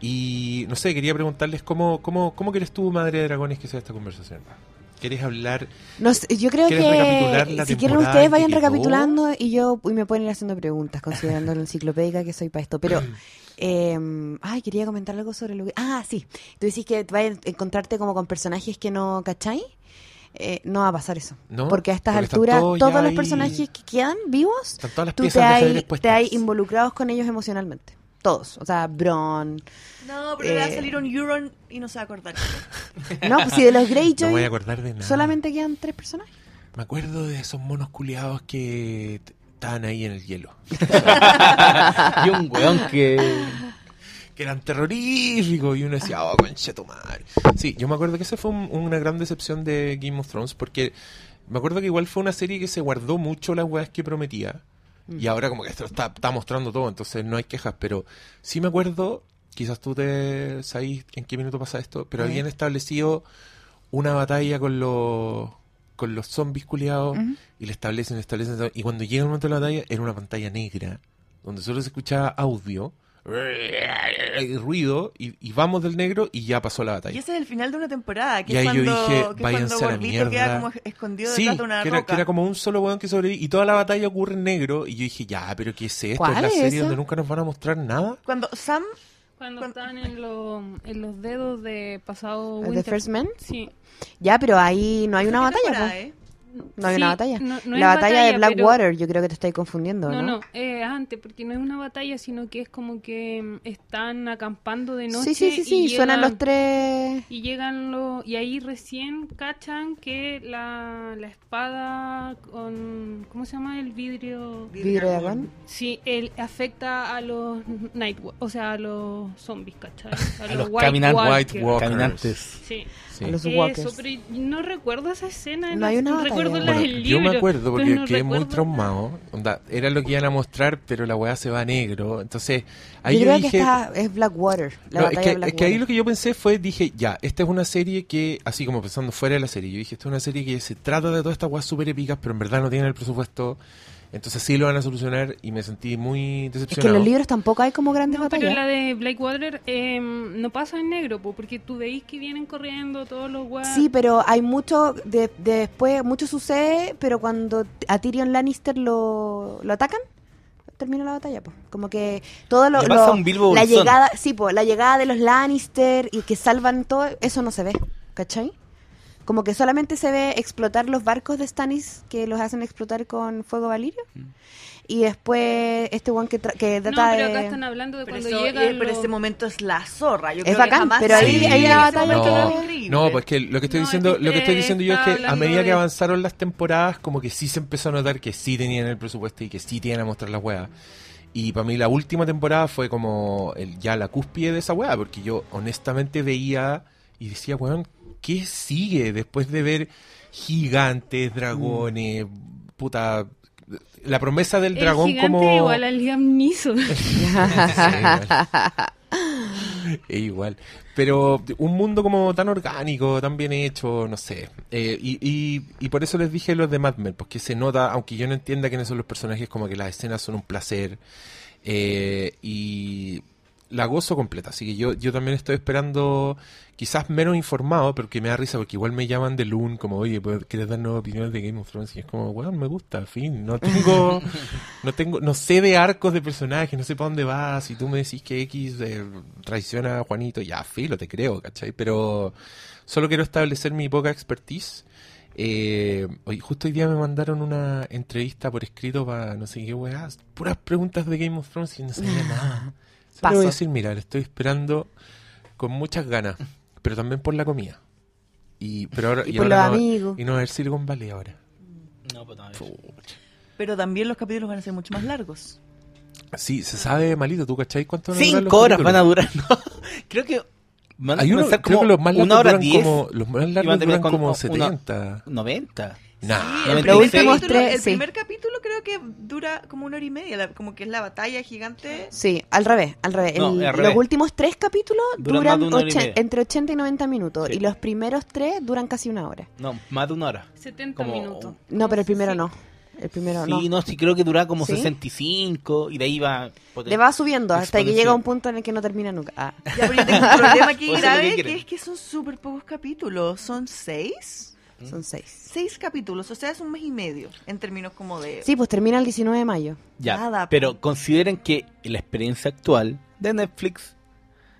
Speaker 1: Y no sé, quería preguntarles cómo, cómo, cómo querés tú, Madre de Dragones, que sea esta conversación. ¿Querés hablar?
Speaker 3: No sé, yo creo
Speaker 1: ¿Quieres recapitular
Speaker 3: que
Speaker 1: la
Speaker 3: si quieren
Speaker 1: temporada
Speaker 3: ustedes
Speaker 1: en
Speaker 3: vayan
Speaker 1: que quedó?
Speaker 3: recapitulando y yo y me pueden ir haciendo preguntas, considerando lo enciclopédica que soy para esto. Pero Eh, ay, quería comentar algo sobre lo que... Ah, sí. Tú decís que vas a encontrarte como con personajes que no cacháis. Eh, no va a pasar eso.
Speaker 1: ¿No?
Speaker 3: Porque a estas
Speaker 1: Porque están
Speaker 3: alturas
Speaker 1: todos
Speaker 3: todos,
Speaker 1: ya
Speaker 3: los
Speaker 1: ahí-
Speaker 3: personajes que quedan vivos,
Speaker 1: Están todas las
Speaker 3: tú
Speaker 1: piezas
Speaker 3: te
Speaker 1: de
Speaker 3: hay,
Speaker 1: ajedrez
Speaker 3: te
Speaker 1: puestas.
Speaker 3: hay involucrados con ellos emocionalmente. Todos. O sea, Bron.
Speaker 2: No, pero le va a
Speaker 3: Eh.
Speaker 2: salir un Euron y no se va a acordar.
Speaker 3: No, pues si de
Speaker 1: No
Speaker 3: los
Speaker 1: voy a
Speaker 3: Greyjoy
Speaker 1: acordar de nada.
Speaker 3: solamente quedan tres personajes.
Speaker 1: Me acuerdo de esos monos culiados que t- estaban ahí en el hielo.
Speaker 5: y un weón que.
Speaker 1: Que eran terroríficos y uno decía, oh, concha tu madre. Sí, yo me acuerdo que esa fue un- una gran decepción de Game of Thrones porque me acuerdo que igual fue una serie que se guardó mucho las weas que prometía. Y ahora como que esto está, está mostrando todo, entonces no hay quejas, pero sí me acuerdo, quizás tú te sabís en qué minuto pasa esto, pero habían establecido una batalla con los con los zombies culiados y le establecen, le establecen y cuando llega el momento de la batalla era una pantalla negra donde solo se escuchaba audio y ruido y, y vamos del negro y ya pasó la
Speaker 2: Y
Speaker 1: batalla.
Speaker 2: ese es el final de una temporada, que
Speaker 1: Y
Speaker 2: es
Speaker 1: ahí yo
Speaker 2: cuando,
Speaker 1: dije,
Speaker 2: que es cuando
Speaker 1: váyanse a la
Speaker 2: Gordito
Speaker 1: mierda.
Speaker 2: queda como escondido
Speaker 1: Sí,
Speaker 2: detrás de una
Speaker 1: que
Speaker 2: roca.
Speaker 1: era, que era como un solo weón que sobrevive y toda la batalla ocurre en negro y yo dije, ya, pero ¿qué es esto? ¿Es
Speaker 3: ¿Cuál
Speaker 1: la
Speaker 3: es
Speaker 1: serie
Speaker 3: esa?
Speaker 1: donde nunca nos van a mostrar nada?
Speaker 2: Cuando Sam,
Speaker 4: Cuando
Speaker 2: Cuan-
Speaker 4: estaban en, lo- en los dedos de pasado
Speaker 3: ¿De
Speaker 4: Winter.
Speaker 3: First Men?
Speaker 4: Sí.
Speaker 3: Ya, pero ahí no hay una
Speaker 2: ¿qué
Speaker 3: batalla.
Speaker 2: temporada,
Speaker 3: po.
Speaker 2: eh?
Speaker 3: No hay
Speaker 4: Sí,
Speaker 3: una batalla.
Speaker 4: no- no
Speaker 3: la
Speaker 4: es
Speaker 3: batalla, de
Speaker 4: batalla,
Speaker 3: Blackwater, yo creo que te estoy confundiendo, ¿no?
Speaker 4: No, no, eh, antes, porque no es una batalla, sino que es como que mm, están acampando de noche.
Speaker 3: sí, sí, sí,
Speaker 4: y
Speaker 3: sí, suenan
Speaker 4: llegan-
Speaker 3: los tres.
Speaker 4: Y llegan los. Y ahí recién cachan que la, la espada con. ¿Cómo se llama? El vidrio.
Speaker 3: Vidrio de dragón.
Speaker 4: Sí, él afecta a los Night. wa- O sea, a los zombies, ¿cachai? A,
Speaker 5: los caminan-
Speaker 4: Walkers.
Speaker 1: White Walkers.
Speaker 5: Caminantes.
Speaker 4: Sí.
Speaker 1: Sí.
Speaker 3: A los
Speaker 4: Eso,
Speaker 3: walkers.
Speaker 4: pero no recuerdo esa escena.
Speaker 3: No hay una batalla.
Speaker 4: recuerdo la
Speaker 1: Bueno,
Speaker 4: del
Speaker 1: yo me
Speaker 4: libro,
Speaker 1: acuerdo
Speaker 4: pero
Speaker 1: porque
Speaker 4: no
Speaker 1: quedé muy
Speaker 4: recuerdo-
Speaker 1: traumado. Onda, era lo que iban a mostrar, pero la weá se va a negro. Entonces, ahí
Speaker 3: yo
Speaker 1: yo,
Speaker 3: creo
Speaker 1: dije.
Speaker 3: que esta es Blackwater, la
Speaker 1: No, es,
Speaker 3: batalla
Speaker 1: que,
Speaker 3: de
Speaker 1: es
Speaker 3: Blackwater.
Speaker 1: que ahí lo que yo pensé fue, dije, ya, esta es una serie que, así como pensando fuera de la serie, yo dije, esta es una serie que se trata de todas estas weas súper épicas, pero en verdad no tienen el presupuesto, entonces sí lo van a solucionar y me sentí muy
Speaker 3: Es que en
Speaker 1: decepcionado.
Speaker 3: los libros tampoco hay como grandes
Speaker 4: No, pero
Speaker 3: batallas.
Speaker 4: la de Blackwater eh, no pasa en negro, po, porque tú veis que vienen corriendo todos los guas.
Speaker 3: Sí, pero hay mucho, de, de después mucho sucede, pero cuando a Tyrion Lannister lo, lo atacan, termina la batalla, pues. Como que todo lo,
Speaker 5: Le pasa
Speaker 3: lo-
Speaker 5: un Bilbo
Speaker 3: la
Speaker 5: Bolsón.
Speaker 3: llegada, sí, pues, la llegada de los Lannister y que salvan todo, eso no se ve, ¿cachai? Como que solamente se ve explotar los barcos de Stannis que los hacen explotar con fuego valirio. Y después este one que, tra- que
Speaker 4: Mm. no,
Speaker 3: trata
Speaker 4: pero
Speaker 3: de...
Speaker 4: acá están hablando de
Speaker 2: Pero,
Speaker 4: cuando
Speaker 2: eso-
Speaker 4: llega.
Speaker 2: eh, pero ese momento es la zorra. Yo creo que
Speaker 3: bacán,
Speaker 2: jamás
Speaker 3: pero ahí-
Speaker 1: Sí,
Speaker 2: se-
Speaker 3: ahí
Speaker 2: ese
Speaker 3: la batalla
Speaker 2: momento
Speaker 1: no,
Speaker 2: es increíble.
Speaker 1: No, pues que lo que estoy
Speaker 4: No,
Speaker 1: diciendo,
Speaker 4: es que
Speaker 1: lo que estoy
Speaker 4: usted
Speaker 1: diciendo yo es
Speaker 4: está
Speaker 1: que a
Speaker 4: hablando
Speaker 1: medida que
Speaker 4: de-
Speaker 1: avanzaron las temporadas, como que sí se empezó a notar que sí tenían el presupuesto y que sí tenían a mostrar las weas. Y para mí la última temporada fue como el- ya la cúspide de esa wea, porque yo honestamente veía y decía, weón, ¿qué sigue después de ver gigantes, dragones, puta... La promesa del
Speaker 4: el
Speaker 1: dragón
Speaker 4: Mm. gigante
Speaker 1: como...
Speaker 4: igual al Liam Neeson.
Speaker 1: Es igual. Pero un mundo como tan orgánico, tan bien hecho, no sé. Eh, y, y- y por eso les dije los de Mad Men, porque se nota, aunque yo no entienda quiénes son los personajes, como que las escenas son un placer. Eh, y la gozo completa. Así que yo, yo también estoy esperando, quizás menos informado, pero que me da risa, porque igual me llaman de Loon, como, oye, pues, ¿quieres darnos opiniones de Game of Thrones? Y es como, weón, me gusta, en fin. No tengo, no tengo, no sé de arcos de personajes, no sé para dónde vas. Si tú me decís que X eh, traiciona a Juanito, ya, filo, te creo, ¿cachai? Pero solo quiero establecer mi poca expertise. Eh, hoy, justo hoy día me mandaron una entrevista por escrito para no sé qué weas, puras preguntas de Game of Thrones y no sabía nada. Solo
Speaker 3: Paso.
Speaker 1: voy a decir, mira, le estoy esperando con muchas ganas, pero también por la comida. Y, pero ahora,
Speaker 3: Y
Speaker 1: y
Speaker 3: por
Speaker 1: ahora
Speaker 3: los
Speaker 1: no-
Speaker 3: amigos.
Speaker 1: Y no va a ver Silicon Valley ahora.
Speaker 5: No, pues no, es-
Speaker 2: Pero también los capítulos van a ser mucho más largos.
Speaker 1: Sí, se sabe malito, ¿tú cachai cuánto van a durar los
Speaker 5: Cinco horas
Speaker 1: capítulos?
Speaker 5: van a durar, ¿no? Creo que. Van a
Speaker 1: Hay uno,
Speaker 5: comenzar
Speaker 1: creo que los más largos
Speaker 5: una hora
Speaker 1: duran
Speaker 5: diez.
Speaker 1: como, los más
Speaker 5: y van
Speaker 1: largos
Speaker 5: a terminar
Speaker 1: duran
Speaker 5: con
Speaker 1: como
Speaker 5: una-
Speaker 1: 70.
Speaker 5: 90.
Speaker 1: Nah.
Speaker 5: No,
Speaker 2: el,
Speaker 5: el
Speaker 2: primer
Speaker 5: último
Speaker 2: capítulo,
Speaker 3: tres,
Speaker 2: el
Speaker 3: sí.
Speaker 2: primer capítulo creo que dura como una hora y media, la- como que es la batalla gigante.
Speaker 3: Sí, al revés, al revés.
Speaker 5: No,
Speaker 3: El-
Speaker 5: al revés.
Speaker 3: Los últimos tres capítulos
Speaker 5: Duran
Speaker 3: duran,
Speaker 5: más de una hora y
Speaker 3: ochen-
Speaker 5: media.
Speaker 3: entre 80 y 90 minutos
Speaker 5: Sí.
Speaker 3: y los primeros tres duran casi una hora.
Speaker 5: No, más de una hora.
Speaker 4: 70
Speaker 5: Como-
Speaker 4: minutos.
Speaker 3: No, pero el primero
Speaker 4: Sí.
Speaker 3: no. El primero
Speaker 5: Sí,
Speaker 3: no.
Speaker 5: no, sí, creo que duraba como
Speaker 3: ¿Sí?
Speaker 5: 65 y de ahí va. poten-
Speaker 3: Le va subiendo hasta que
Speaker 5: Exponencial.
Speaker 3: llega a un punto en el que no termina nunca. Ah.
Speaker 2: Ya, pero yo tengo un problema aquí
Speaker 5: Puede ser lo que
Speaker 2: grave,
Speaker 5: quieran.
Speaker 2: que es que son súper pocos capítulos. ¿Son seis?
Speaker 3: Son seis.
Speaker 2: Seis capítulos, o sea, es un mes y medio en términos como de...
Speaker 3: Sí, pues termina el 19 de mayo.
Speaker 5: Ya,
Speaker 2: Nada,
Speaker 5: pero consideren que la experiencia actual de Netflix,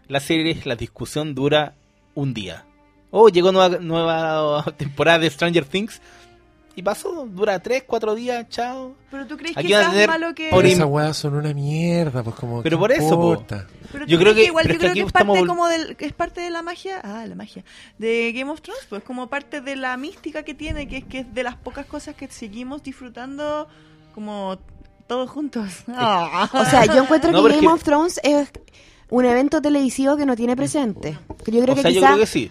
Speaker 5: las series, la discusión dura un día. Oh, llegó nueva, nueva temporada de Stranger Things y pasó, dura tres, cuatro días, chao.
Speaker 2: Pero tú crees que
Speaker 5: Aquí van a
Speaker 2: es
Speaker 5: tener
Speaker 2: malo que...
Speaker 5: por
Speaker 1: Pero
Speaker 5: im-
Speaker 1: esas weas son una mierda, pues como.
Speaker 5: Pero
Speaker 1: ¿qué
Speaker 5: por eso, po.
Speaker 1: importa?
Speaker 2: Pero
Speaker 5: Yo
Speaker 2: yo
Speaker 5: creo
Speaker 2: creo
Speaker 5: que-
Speaker 2: que igual yo
Speaker 5: pero es que
Speaker 2: creo
Speaker 5: aquí
Speaker 2: que es
Speaker 5: estamos
Speaker 2: parte
Speaker 5: vol-
Speaker 2: como del que es parte de la magia, ah, la magia de Game of Thrones, pues como parte de la mística que tiene, que es que es de las pocas cosas que seguimos disfrutando como todos juntos. Ah.
Speaker 3: O sea, yo encuentro
Speaker 5: No,
Speaker 3: que
Speaker 5: pero
Speaker 3: Game
Speaker 5: es que- Mm.
Speaker 3: of Thrones es un evento televisivo que no tiene presente. Yo creo
Speaker 5: o sea,
Speaker 3: que
Speaker 5: yo
Speaker 3: quizás...
Speaker 5: creo que sí.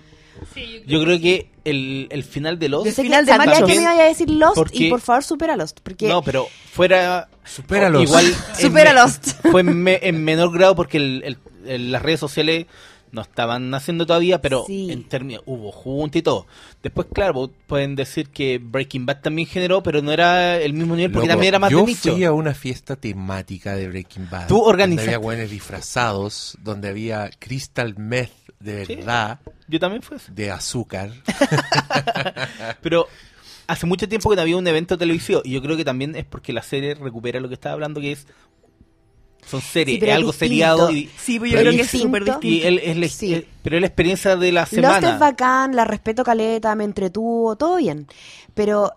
Speaker 5: Yo creo que el, el final de Lost...
Speaker 2: Yo sé-
Speaker 3: final
Speaker 2: final
Speaker 3: de
Speaker 2: de
Speaker 3: sabía
Speaker 2: mayo.
Speaker 3: que me iba a decir Lost
Speaker 5: Porque-
Speaker 3: y por favor supera Lost. Porque
Speaker 5: No, pero fuera...
Speaker 1: Supéralos.
Speaker 5: Igual... en
Speaker 3: supera
Speaker 5: me-
Speaker 3: Lost.
Speaker 5: Fue en, me- en menor grado porque el- el- el- las redes sociales no estaban haciendo todavía, pero
Speaker 3: Sí.
Speaker 5: en términos hubo junta y todo. Después, claro, vos pueden decir que Breaking Bad también generó, pero no era el mismo nivel porque
Speaker 1: Loco,
Speaker 5: también era más de
Speaker 1: yo
Speaker 5: nicho.
Speaker 1: fui a una fiesta temática de Breaking Bad.
Speaker 5: Tú organizaste.
Speaker 1: Donde había buenos disfrazados, donde había crystal meth de
Speaker 5: Sí.
Speaker 1: verdad,
Speaker 5: Yo también fui. a eso.
Speaker 1: de azúcar.
Speaker 5: Pero hace mucho tiempo que no había un evento televisivo y yo creo que también es porque la serie recupera lo que estaba hablando, que es son series,
Speaker 3: Sí, pero
Speaker 5: es
Speaker 3: es
Speaker 5: algo
Speaker 3: distinto.
Speaker 5: seriado y,
Speaker 2: sí, pues yo
Speaker 5: pero
Speaker 2: creo que es
Speaker 3: distinto.
Speaker 2: súper distinto.
Speaker 5: y el- es la-
Speaker 3: Sí.
Speaker 5: eh, pero es la experiencia de la
Speaker 3: Lost
Speaker 5: semana.
Speaker 3: es bacán, la respeto caleta, me entretuvo, todo bien. Pero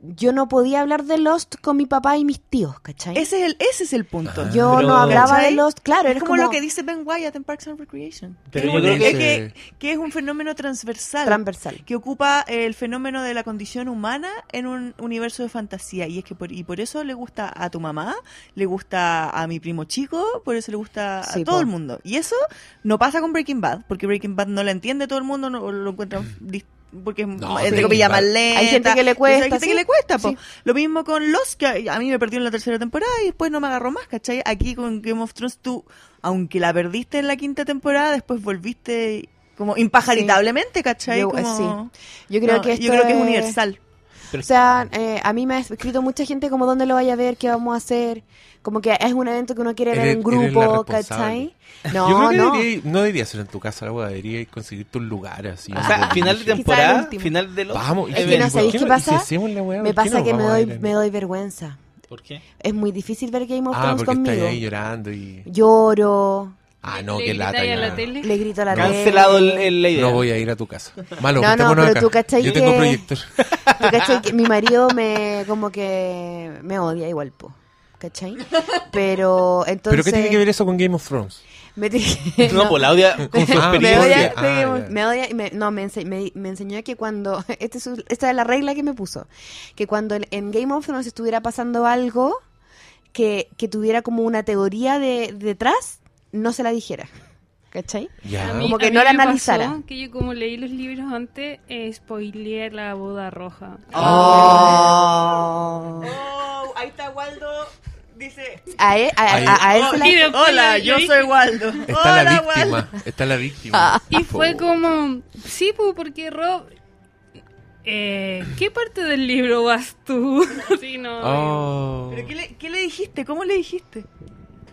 Speaker 3: yo no podía hablar de Lost con mi papá y mis tíos, ¿cachai?
Speaker 2: Ese es el ese es el punto.
Speaker 1: Ah.
Speaker 3: yo
Speaker 5: pero-
Speaker 3: no hablaba
Speaker 2: ¿Cachai?
Speaker 3: de Lost, claro,
Speaker 2: es
Speaker 3: era
Speaker 2: como, lo que dice Ben Wyatt en Parks and Recreation.
Speaker 5: Pero
Speaker 2: que,
Speaker 5: yo creo
Speaker 2: que,
Speaker 1: que-
Speaker 2: que- que es un fenómeno transversal
Speaker 3: transversal.
Speaker 2: que ocupa el fenómeno de la condición humana en un universo de fantasía y es que por, y por eso le gusta a tu mamá, le gusta a mi primo chico, por eso le gusta
Speaker 3: Sí,
Speaker 2: a todo
Speaker 3: po.
Speaker 2: el mundo. Y eso no pasa con Breaking Bad, porque Breaking Bad no la entiende todo el mundo, no, lo
Speaker 3: Mm.
Speaker 2: encuentra dis- porque es,
Speaker 1: No,
Speaker 2: entre
Speaker 1: Breaking
Speaker 2: comillas
Speaker 1: Bad.
Speaker 2: más lenta.
Speaker 3: Hay gente que le cuesta,
Speaker 2: Hay gente que
Speaker 3: sí.
Speaker 2: le cuesta, po.
Speaker 3: Sí.
Speaker 2: Lo mismo con Los que a mí me perdió en la tercera temporada y después no me agarró más, ¿cachai? Aquí con Game of Thrones tú, aunque la perdiste en la quinta temporada, después volviste como impajaritablemente, ¿cachai?
Speaker 3: Yo- eh,
Speaker 2: Como-
Speaker 3: sí. Yo creo
Speaker 2: no,
Speaker 3: que esto
Speaker 2: yo creo que es universal.
Speaker 5: Pero-
Speaker 3: O sea, eh, a mí me ha escrito mucha gente como dónde lo vaya a ver, qué vamos a hacer. Como que es un evento que uno quiere ver
Speaker 1: Eres-
Speaker 3: en
Speaker 1: eres la
Speaker 3: grupo,
Speaker 1: responsable.
Speaker 3: ¿cachai?
Speaker 1: Yo
Speaker 3: No,
Speaker 1: creo que
Speaker 3: no.
Speaker 1: debería, no debería ser en tu casa la wea, debería conseguirte un lugar así.
Speaker 5: O sea,
Speaker 1: algo
Speaker 5: final de
Speaker 1: brígido.
Speaker 3: Quizá el
Speaker 5: temporada,
Speaker 3: último.
Speaker 5: final de Lost.
Speaker 1: Ah, Vamos,
Speaker 3: Es que
Speaker 1: Evelyn,
Speaker 3: no
Speaker 1: ¿por
Speaker 3: sabéis qué
Speaker 1: no- y
Speaker 3: pasa?
Speaker 1: si hacemos la wea,
Speaker 3: Me
Speaker 1: ¿por qué
Speaker 3: pasa
Speaker 1: nos
Speaker 3: que me
Speaker 1: vamos a
Speaker 3: doy,
Speaker 1: ir en-
Speaker 3: me doy vergüenza.
Speaker 5: ¿Por qué?
Speaker 3: Es muy difícil ver Game of
Speaker 1: Ah,
Speaker 3: Thrones
Speaker 1: porque estáis ahí
Speaker 3: conmigo.
Speaker 1: llorando y.
Speaker 3: Lloro,
Speaker 1: Ah, no,
Speaker 4: Le
Speaker 1: que lata.
Speaker 4: gritáis a
Speaker 1: ya.
Speaker 4: la tele.
Speaker 3: le grito a la
Speaker 5: Cancelado el,
Speaker 3: tele.
Speaker 5: el- la idea.
Speaker 1: No voy a ir a tu casa. Malo,
Speaker 3: No, no,
Speaker 1: juntémonos
Speaker 3: pero
Speaker 1: acá.
Speaker 3: tú cachai
Speaker 1: Yo tengo
Speaker 3: que-
Speaker 1: proyector.
Speaker 3: Tú, ¿cachai? Que mi marido me como que me odia igual, po. ¿Cachai? Pero entonces
Speaker 1: ¿Pero qué tiene que ver eso con Game of Thrones?
Speaker 3: me tiene-
Speaker 5: No,
Speaker 3: no.
Speaker 5: por la odia con su
Speaker 1: Ah,
Speaker 3: me
Speaker 5: experiencia.
Speaker 3: odia,
Speaker 1: Ah,
Speaker 3: me-
Speaker 1: ya.
Speaker 3: me odia y me- no, me, ense- me- me enseñó que cuando, este es su- esta es la regla que me puso, que cuando en, en Game of Thrones estuviera pasando algo que, que tuviera como una teoría de, detrás, no se la dijera, ¿cachai?
Speaker 1: Ya.
Speaker 4: A mí-
Speaker 3: Como que
Speaker 4: a mí
Speaker 3: no la
Speaker 4: me pasó
Speaker 3: analizara.
Speaker 4: Que yo como leí los libros antes, eh, spoileé la boda roja.
Speaker 3: Ah.
Speaker 2: Oh, ahí está Waldo. Dice. "Oh,
Speaker 3: A él, a, a-
Speaker 1: Ahí.
Speaker 3: a él se la...
Speaker 4: Y después
Speaker 2: Hola,
Speaker 4: le-
Speaker 2: yo
Speaker 4: le
Speaker 2: soy
Speaker 4: dije-
Speaker 2: Waldo.
Speaker 1: Está la
Speaker 2: Hola, Ah.
Speaker 1: víctima.
Speaker 2: Waldo.
Speaker 1: Está la víctima.
Speaker 4: Y fue
Speaker 1: Oh.
Speaker 4: como, sí, pu, porque Rob, eh, ¿qué parte del libro vas tú? sí, no,
Speaker 1: Oh.
Speaker 2: ¿Pero qué le, qué le dijiste? ¿Cómo le dijiste?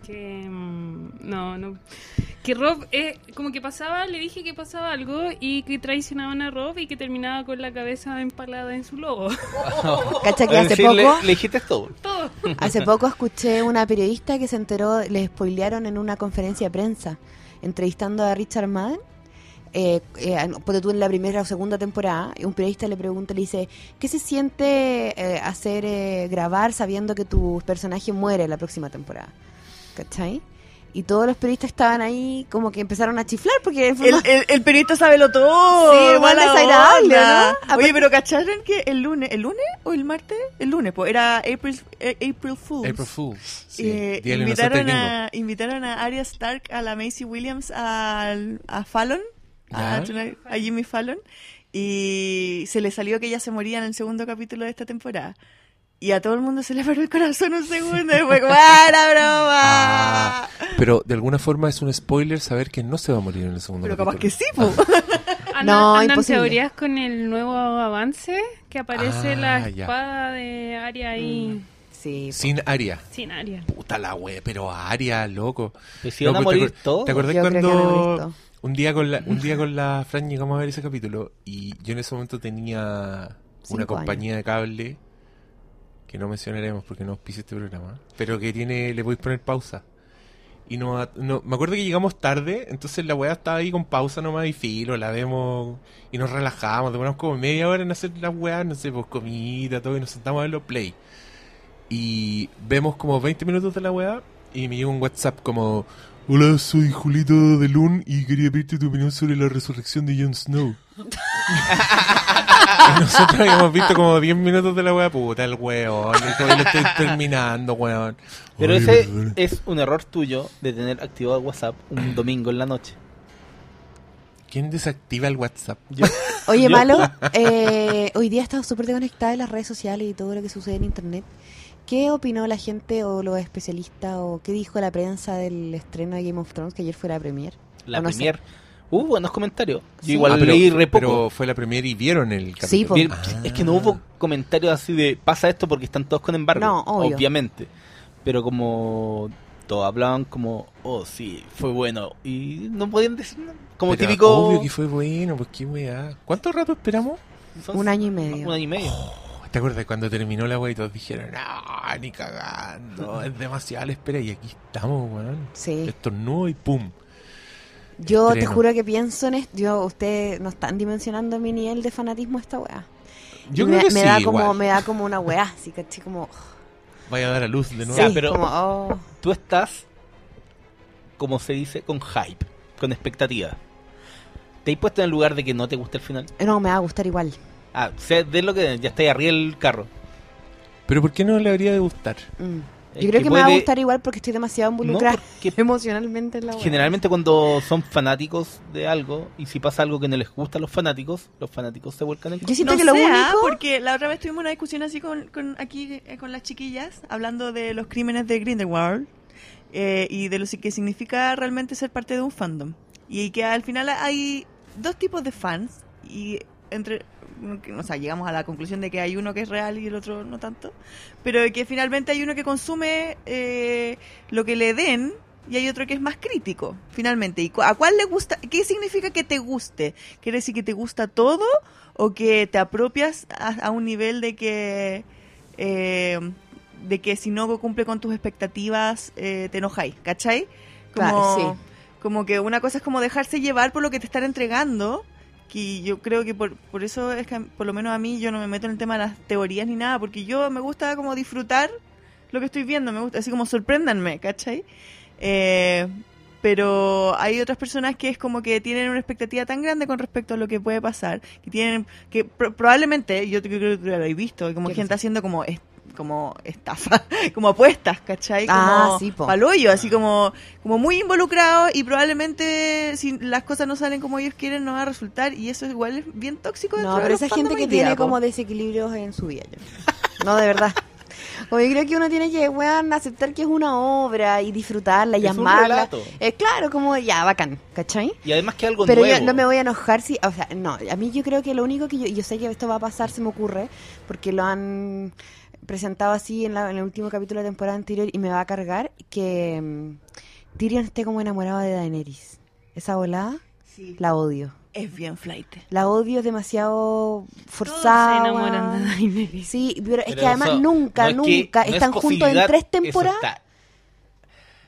Speaker 4: que, mm, no, no. Que Rob, eh, como que pasaba, le dije que pasaba algo y que traicionaban a Rob y que terminaba con la cabeza empalada en su lobo.
Speaker 3: ¿Cachai? Que
Speaker 5: Es
Speaker 3: hace
Speaker 5: decir, le-
Speaker 3: poco...
Speaker 5: Le, dijiste pues. todo.
Speaker 4: Todo.
Speaker 3: Hace poco escuché una periodista que se enteró, le spoilearon en una conferencia de prensa, entrevistando a Richard Madden. Eh, eh, no, ponte tú en la primera o segunda temporada, y un periodista le pregunta, le dice, ¿qué se siente eh, hacer eh, grabar sabiendo que tu personaje muere la próxima temporada? ¿Cachai? Y todos los periodistas estaban ahí como que empezaron a chiflar porque en
Speaker 2: El,
Speaker 3: forma-
Speaker 2: el, el periodista sabelo todo.
Speaker 3: Sí, igual
Speaker 2: mala
Speaker 3: desagradable,
Speaker 2: onda.
Speaker 3: ¿no?
Speaker 2: Oye, pero ¿cacharon que el lunes, el lunes o el martes? El lunes, pues era April, eh, April Fools.
Speaker 1: April Fools. Sí.
Speaker 2: Eh,
Speaker 1: Día del
Speaker 2: invitaron,
Speaker 1: Inocente
Speaker 2: a, invitaron a Arya Stark, a la Macy Williams, al- a Fallon, a,
Speaker 1: Ya.
Speaker 2: Tonight- a Jimmy Fallon, y se le salió que ella se moría en el segundo capítulo de esta temporada. Y a todo el mundo se le paró el corazón un segundo y fue como, ¡ah, la broma!
Speaker 1: Ah, pero de alguna forma es un spoiler saber que no se va a morir en el segundo
Speaker 2: Pero capaz que
Speaker 1: capítulo. Ah,
Speaker 2: sí, po.
Speaker 4: Andan,
Speaker 3: No,
Speaker 4: andan
Speaker 3: imposible.
Speaker 4: teorías con el nuevo avance que aparece
Speaker 1: Ah, ya.
Speaker 4: la
Speaker 3: Mm.
Speaker 4: espada de Aria ahí.
Speaker 3: Sí.
Speaker 1: Sin Aria.
Speaker 4: Sin Aria.
Speaker 1: Puta la wea, pero Aria, loco.
Speaker 5: Pues si van a
Speaker 1: Loco,
Speaker 5: morir
Speaker 1: acuer-
Speaker 5: todos.
Speaker 1: ¿Te acordás
Speaker 3: Yo creo que van a morir
Speaker 1: cuando
Speaker 3: todos.
Speaker 1: un día con la, un día con la Fran llegamos a ver ese capítulo y yo en ese momento tenía
Speaker 3: Cinco
Speaker 1: una compañía de cable que no mencionaremos porque no auspicia este programa, pero que tiene, le podéis poner pausa. Y no, no, me acuerdo que llegamos tarde, entonces la weá estaba ahí con pausa nomás y filo, la vemos y nos relajamos, demoramos como media hora en hacer la weá, no sé, pues comida, todo, y nos sentamos a ver los play. Y vemos como 20 minutos de la weá y me llega un WhatsApp como, hola, soy Julito de Lun y quería pedirte tu opinión sobre la resurrección de Jon Snow. Y Nosotros habíamos visto como 10 minutos de la weá, puta, el weón, y todavía lo estoy terminando, weón.
Speaker 5: Pero
Speaker 1: Ay,
Speaker 5: ese
Speaker 1: perdón.
Speaker 5: es un error tuyo de tener activado el WhatsApp un domingo en la noche.
Speaker 1: ¿Quién desactiva el WhatsApp?
Speaker 5: Yo-
Speaker 3: Oye,
Speaker 5: yo-
Speaker 3: Malo, eh, hoy día he estado súper desconectada de las redes sociales y todo lo que sucede en Internet. ¿Qué opinó la gente o los especialistas o qué dijo la prensa del estreno de Game of Thrones que ayer fue la premier?
Speaker 5: La
Speaker 3: o no sé.
Speaker 5: premier. Hubo buenos comentarios. Yo
Speaker 3: Sí.
Speaker 5: igual
Speaker 1: Ah, pero,
Speaker 5: leí re poco.
Speaker 1: pero fue la primera y vieron el capítulo.
Speaker 3: Sí, po.
Speaker 5: Bien,
Speaker 1: Ah.
Speaker 5: Es que no hubo comentarios así de pasa esto porque están todos con embargo.
Speaker 3: No, obvio.
Speaker 5: Obviamente. Pero como todos hablaban como, oh sí, fue bueno. Y no podían decir nada. Como
Speaker 1: Pero
Speaker 5: típico...
Speaker 1: Obvio que fue bueno, pues qué weá. ¿Cuánto rato esperamos?
Speaker 5: son-
Speaker 3: Un año y medio. Oh.
Speaker 5: Un año y medio.
Speaker 1: ¿Te acuerdas cuando terminó la weá y todos dijeron, ah, ni cagando, es demasiada la espera y aquí estamos, weón.
Speaker 3: Sí.
Speaker 1: Estornudo y pum.
Speaker 3: Yo te
Speaker 1: estreno.
Speaker 3: juro que pienso en esto. Yo, ustedes no están dimensionando mi nivel de fanatismo a esta weá.
Speaker 1: Yo
Speaker 3: me,
Speaker 1: creo que
Speaker 3: me
Speaker 1: sí,
Speaker 3: da como,
Speaker 1: igual.
Speaker 3: me da como una weá, así caché como.
Speaker 1: Vaya a dar a luz de nuevo.
Speaker 5: Ya,
Speaker 3: sí,
Speaker 5: pero-
Speaker 3: como, oh.
Speaker 5: Tú estás, como se dice, con hype, con expectativa. ¿Te has puesto en el lugar de que no te gusta el final?
Speaker 3: No, me va a gustar igual.
Speaker 5: Ah, o sea, de lo que ya está ahí arriba el carro.
Speaker 1: Pero ¿por qué no le habría de gustar?
Speaker 3: Mm. Yo
Speaker 5: Es
Speaker 3: creo que, me va a
Speaker 5: puede-
Speaker 3: gustar igual porque estoy demasiado
Speaker 5: No,
Speaker 3: involucrada
Speaker 5: porque
Speaker 3: emocionalmente en la weá.
Speaker 5: Generalmente cuando son fanáticos de algo y si pasa algo que no les gusta a los fanáticos, los fanáticos se vuelcan en
Speaker 3: Yo siento
Speaker 2: no
Speaker 3: que lo
Speaker 2: sé, ah,
Speaker 3: único.
Speaker 2: porque la otra vez tuvimos una discusión así con, con aquí eh, con las chiquillas hablando de los crímenes de Grindelwald eh, y de lo que significa realmente ser parte de un fandom y que al final hay dos tipos de fans y entre mm, o sea, llegamos a la conclusión de que hay uno que es real y el otro no tanto, pero que finalmente hay uno que consume eh, lo que le den y hay otro que es más crítico, finalmente. ¿Y cu- a cuál le gusta? ¿Qué significa que te guste? ¿Quiere decir que te gusta todo o que te apropias a, a un nivel de que eh, de que si no cumple con tus expectativas eh, te enojáis, ¿cachai? Como,
Speaker 3: Claro, sí.
Speaker 2: como que una cosa es como dejarse llevar por lo que te están entregando, que yo creo que por, por eso es que por lo menos a mí yo no me meto en el tema de las teorías ni nada, porque yo me gusta como disfrutar lo que estoy viendo, me gusta así como sorpréndanme, ¿cachai? Eh, pero hay otras personas que es como que tienen una expectativa tan grande con respecto a lo que puede pasar, que tienen, que pro- probablemente, yo te- creo que lo habéis visto, hay como
Speaker 3: ¿Qué
Speaker 2: gente
Speaker 3: cosa?
Speaker 2: haciendo como est- como estafa, como apuestas, ¿cachai? Como
Speaker 3: Ah, sí, po.
Speaker 2: palollo, así como, como muy involucrado y probablemente si las cosas no salen como ellos quieren no va a resultar y eso igual es bien tóxico. dentro
Speaker 3: No,
Speaker 2: de
Speaker 3: pero
Speaker 2: los
Speaker 3: esa gente
Speaker 2: fandom
Speaker 3: que
Speaker 2: hoy día,
Speaker 3: tiene
Speaker 2: po.
Speaker 3: como desequilibrios en su vida. yo creo. No, de verdad. Como yo creo que uno tiene que, weón, aceptar que es una obra y disfrutarla y
Speaker 5: Es un
Speaker 3: amarla.
Speaker 5: relato.
Speaker 3: Eh, claro, como ya, bacán, ¿cachai?
Speaker 5: Y además que algo
Speaker 3: Pero
Speaker 5: nuevo.
Speaker 3: yo no me voy a enojar si, o sea, no, a mí yo creo que lo único que yo, yo sé que esto va a pasar, se me ocurre, porque lo han presentado así en, la- en el último capítulo de la temporada anterior y me va a cargar que mm, Tyrion esté como enamorado de Daenerys. Esa volada
Speaker 2: Sí.
Speaker 3: la odio.
Speaker 2: Es bien flight.
Speaker 3: La odio es demasiado
Speaker 4: Todos
Speaker 3: forzada.
Speaker 4: se enamoran de Daenerys.
Speaker 3: Sí, pero es
Speaker 5: Pero
Speaker 3: que además
Speaker 5: eso
Speaker 3: nunca,
Speaker 5: no es que-
Speaker 3: nunca
Speaker 5: no es
Speaker 3: están juntos en
Speaker 5: posibilidad,
Speaker 3: tres
Speaker 5: eso
Speaker 3: temporadas.
Speaker 5: está.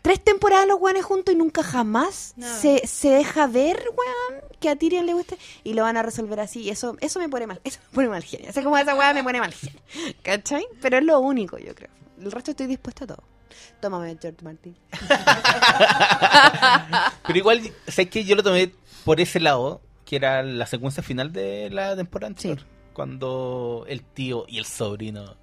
Speaker 3: Tres temporadas los weones juntos y nunca jamás
Speaker 4: No.
Speaker 3: se, se deja ver, weón, que a Tyrion le guste y lo van a resolver así. Y eso, eso me pone mal, eso me pone mal genio. O sea, como esa weá me pone mal genio. ¿Cachai? Pero es lo único, yo creo. El resto estoy dispuesta a todo. Tómame, George Martin.
Speaker 5: Pero igual, ¿sabes que Yo lo tomé por ese lado, que era la secuencia final de la temporada anterior.
Speaker 3: Sí.
Speaker 5: Cuando el tío y el sobrino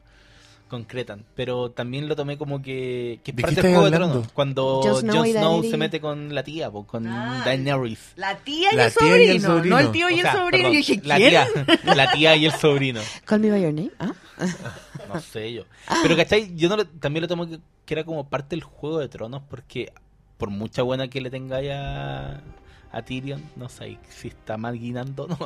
Speaker 5: concretan. Pero también lo tomé como que, que es
Speaker 1: ¿De
Speaker 5: parte
Speaker 1: qué estáis
Speaker 5: del juego de
Speaker 1: hablando?
Speaker 5: tronos. Cuando
Speaker 3: Jon
Speaker 5: Jon
Speaker 3: Snow
Speaker 5: Snow,
Speaker 3: y Daenerys.
Speaker 5: se mete con la tía, po, con
Speaker 2: Ah,
Speaker 5: Daenerys.
Speaker 2: La tía y
Speaker 1: La
Speaker 2: el
Speaker 1: tía y el
Speaker 2: sobrino,
Speaker 1: sobrino.
Speaker 2: no el tío y
Speaker 5: O
Speaker 2: el
Speaker 5: sea,
Speaker 2: sobrino.
Speaker 5: perdón,
Speaker 2: yo dije,
Speaker 5: la
Speaker 2: ¿quién?
Speaker 5: tía, la tía y el sobrino.
Speaker 3: Call me by your name. ¿Ah?
Speaker 5: No sé yo. Pero, ¿cachai? Yo no lo- también lo tomo que, que era como parte del juego de tronos, porque por mucha buena que le tengáis a, a Tyrion, no sé si está maquinando no.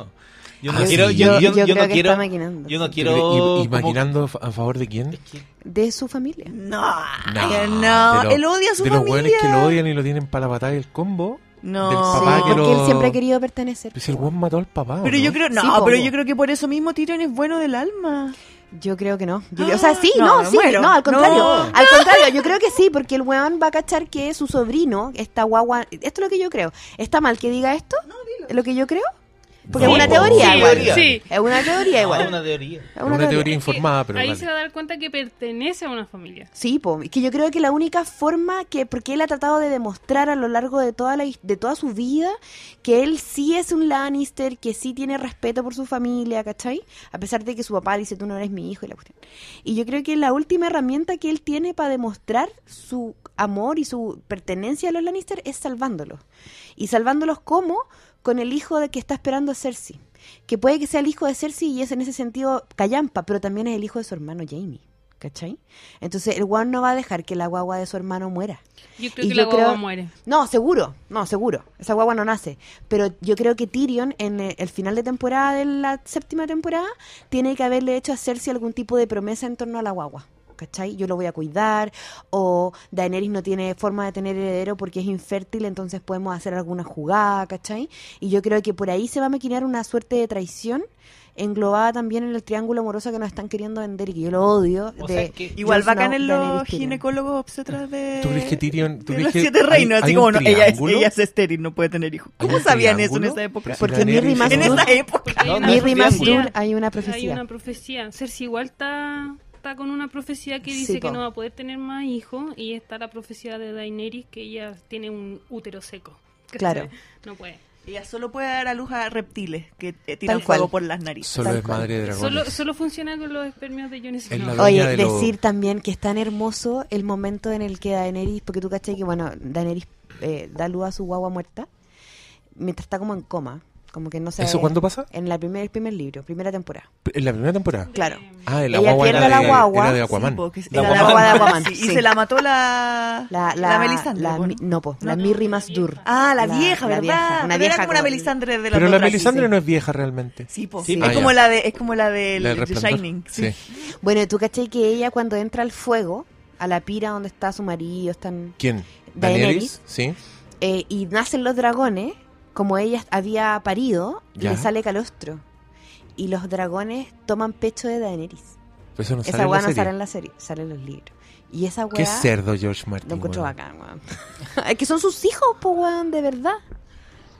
Speaker 5: Yo
Speaker 1: Ah,
Speaker 5: no
Speaker 1: sí.
Speaker 5: quiero, yo,
Speaker 1: Yo-
Speaker 3: yo
Speaker 5: yo- yo
Speaker 3: creo
Speaker 5: no
Speaker 3: que
Speaker 5: quiero,
Speaker 3: está maquinando,
Speaker 5: yo no
Speaker 3: sí.
Speaker 5: quiero,
Speaker 1: ¿Y, y
Speaker 5: como-
Speaker 1: maquinando a favor de quién?
Speaker 3: de su familia.
Speaker 2: No,
Speaker 1: de
Speaker 2: no,
Speaker 1: los-
Speaker 2: él odia a su
Speaker 1: De los
Speaker 2: familia.
Speaker 1: hueones que lo odian y lo tienen para la batalla del combo.
Speaker 2: No.
Speaker 1: del
Speaker 3: Sí,
Speaker 1: papá que
Speaker 3: porque
Speaker 1: lo-
Speaker 3: él siempre ha querido pertenecer.
Speaker 1: Pues el hueón mató al papá.
Speaker 2: Pero
Speaker 1: ¿no?
Speaker 2: yo creo, no,
Speaker 3: Sí, po.
Speaker 2: pero yo creo que por eso mismo Tyrion es bueno del alma.
Speaker 3: Yo creo que no. Yo
Speaker 2: Ah,
Speaker 3: creo- o sea, sí,
Speaker 2: no,
Speaker 3: no,
Speaker 2: me
Speaker 3: sí,
Speaker 2: muero.
Speaker 3: no, al contrario.
Speaker 2: No.
Speaker 3: Al contrario, yo creo que sí, porque el weón va a cachar que su sobrino, esta guagua, esto es lo que yo creo. ¿Está mal que diga esto? ¿Es lo que yo creo? Porque
Speaker 1: No,
Speaker 3: es una
Speaker 1: po.
Speaker 3: teoría
Speaker 4: Sí,
Speaker 3: igual.
Speaker 4: sí.
Speaker 3: Es una teoría
Speaker 5: Ah,
Speaker 3: igual.
Speaker 5: una teoría.
Speaker 3: Es
Speaker 1: Es una, teoría informada, pero
Speaker 4: ahí
Speaker 1: vale.
Speaker 4: se va a dar cuenta que pertenece a una familia.
Speaker 3: Sí, po, es que yo creo que la única forma que, porque él ha tratado de demostrar a lo largo de toda, la, his- de toda su vida que él sí es un Lannister, que sí tiene respeto por su familia, ¿cachai? A pesar de que su papá dice, tú no eres mi hijo y la cuestión. Y yo creo que la última herramienta que él tiene para demostrar su amor y su pertenencia a los Lannister es salvándolos. ¿Y salvándolos cómo? Con el hijo de que está esperando a Cersei. Que puede que sea el hijo de Cersei y es en ese sentido callampa, pero también es el hijo de su hermano Jamie. ¿Cachai? Entonces el guan no va a dejar que la guagua de su hermano muera.
Speaker 4: Yo creo
Speaker 3: Y yo
Speaker 4: que la guagua
Speaker 3: creo-
Speaker 4: muere.
Speaker 3: No, seguro, no, seguro. Esa guagua no nace. Pero yo creo que Tyrion, en eh, el el final de temporada de la séptima temporada, tiene que haberle hecho a Cersei algún tipo de promesa en torno a la guagua. ¿Cachai? Yo lo voy a cuidar. O Daenerys no tiene forma de tener heredero porque es infértil, entonces podemos hacer alguna jugada, ¿cachai? Y yo creo que por ahí se va a maquinar una suerte de traición englobada también en el triángulo amoroso que nos están queriendo vender y que yo lo odio.
Speaker 5: O
Speaker 3: de
Speaker 5: sea, es que-
Speaker 2: Igual
Speaker 3: Jon
Speaker 2: bacán
Speaker 3: Snow,
Speaker 2: en
Speaker 3: Daenerys
Speaker 2: los
Speaker 3: Tyrion.
Speaker 2: ginecólogos obstetras de,
Speaker 1: ¿Tú crees que Tyrion- tú
Speaker 2: de
Speaker 1: crees
Speaker 2: los
Speaker 1: que
Speaker 2: siete
Speaker 1: hay-
Speaker 2: reinos?
Speaker 1: hay
Speaker 2: así
Speaker 1: un
Speaker 2: como no, ella es,
Speaker 1: triángulo?
Speaker 2: ella es estéril, no puede tener hijos. ¿Cómo
Speaker 1: ¿Hay un
Speaker 2: sabían eso en
Speaker 1: triángulo?
Speaker 2: esa época?
Speaker 1: Pero si
Speaker 3: Porque en
Speaker 1: Daenerys
Speaker 3: Mirri
Speaker 1: es
Speaker 3: más
Speaker 2: en
Speaker 1: una-
Speaker 3: Azul-
Speaker 2: esa época.
Speaker 4: Hay
Speaker 5: No,
Speaker 4: una
Speaker 5: no es
Speaker 3: Mirri más
Speaker 4: profecía.
Speaker 3: Azul, hay una profecía.
Speaker 4: Hay una profecía. Cersei igual está, está con una profecía que
Speaker 3: Sí,
Speaker 4: dice
Speaker 3: po.
Speaker 4: que no va a poder tener más hijos y está la profecía de Daenerys que ella tiene un útero seco. ¿cachai?
Speaker 3: Claro.
Speaker 4: No puede.
Speaker 2: Ella solo puede dar a luz a reptiles que eh, tiran
Speaker 3: Tal cual.
Speaker 2: fuego por las narices.
Speaker 1: Solo
Speaker 3: Tal
Speaker 1: es
Speaker 3: cual.
Speaker 1: madre de dragones.
Speaker 4: Solo, solo funciona con los espermios de Jon
Speaker 1: Es la
Speaker 4: Snow.
Speaker 1: dueña
Speaker 3: Oye,
Speaker 1: de lo-
Speaker 3: decir también que es tan hermoso el momento en el que Daenerys, porque tú cachai que, bueno, Daenerys eh, da luz a su guagua muerta mientras está como en coma, como que no se
Speaker 1: ¿Eso cuándo pasa?
Speaker 3: En la primer, el primer libro, primera temporada.
Speaker 1: ¿En la primera temporada?
Speaker 3: Oh, Claro.
Speaker 4: Eh,
Speaker 1: Ah, en la
Speaker 3: Ella
Speaker 1: guagua era
Speaker 3: pierde
Speaker 1: de,
Speaker 3: la guagua.
Speaker 1: era de
Speaker 3: Sí,
Speaker 1: Aquaman.
Speaker 2: Sí, porque-
Speaker 5: La
Speaker 2: era
Speaker 5: guagua de
Speaker 3: Aquaman,
Speaker 2: Sí,
Speaker 3: sí.
Speaker 2: Y se la mató la,
Speaker 3: La, la,
Speaker 2: Melisandre. pues,
Speaker 3: la-
Speaker 2: ¿no?
Speaker 3: no, po, la
Speaker 2: No,
Speaker 3: Mirri Masdur.
Speaker 2: Ah, la, vieja,
Speaker 3: la
Speaker 2: ¿verdad?
Speaker 3: vieja, una
Speaker 2: Pero
Speaker 3: vieja
Speaker 2: era como una
Speaker 3: con-
Speaker 2: Melisandre de la
Speaker 1: Pero la Melisandre no es vieja realmente.
Speaker 2: Sí, po.
Speaker 5: Sí,
Speaker 2: es,
Speaker 1: po. Ah,
Speaker 2: como
Speaker 1: ya.
Speaker 2: la de, es como la del
Speaker 1: La del
Speaker 2: The
Speaker 1: Resplandor.
Speaker 2: Shining.
Speaker 1: Sí.
Speaker 3: Bueno, tú cachai que ella cuando entra al fuego, a la pira donde está su marido, están
Speaker 1: ¿Quién? Daenerys.
Speaker 3: Daenerys.
Speaker 1: Sí.
Speaker 3: eh, y nacen los dragones, como ella había parido, y
Speaker 1: Ya.
Speaker 3: le sale calostro. Y los dragones toman pecho de Daenerys.
Speaker 1: Pero Pues eso no sale
Speaker 3: Esa
Speaker 1: en la
Speaker 3: weá no
Speaker 1: serie.
Speaker 3: sale en la serie, sale en los libros. Y esa weá
Speaker 1: Qué cerdo George Martin.
Speaker 3: lo encuentro
Speaker 1: weón.
Speaker 3: bacán, weón. es que son sus hijos, po, weón, de verdad.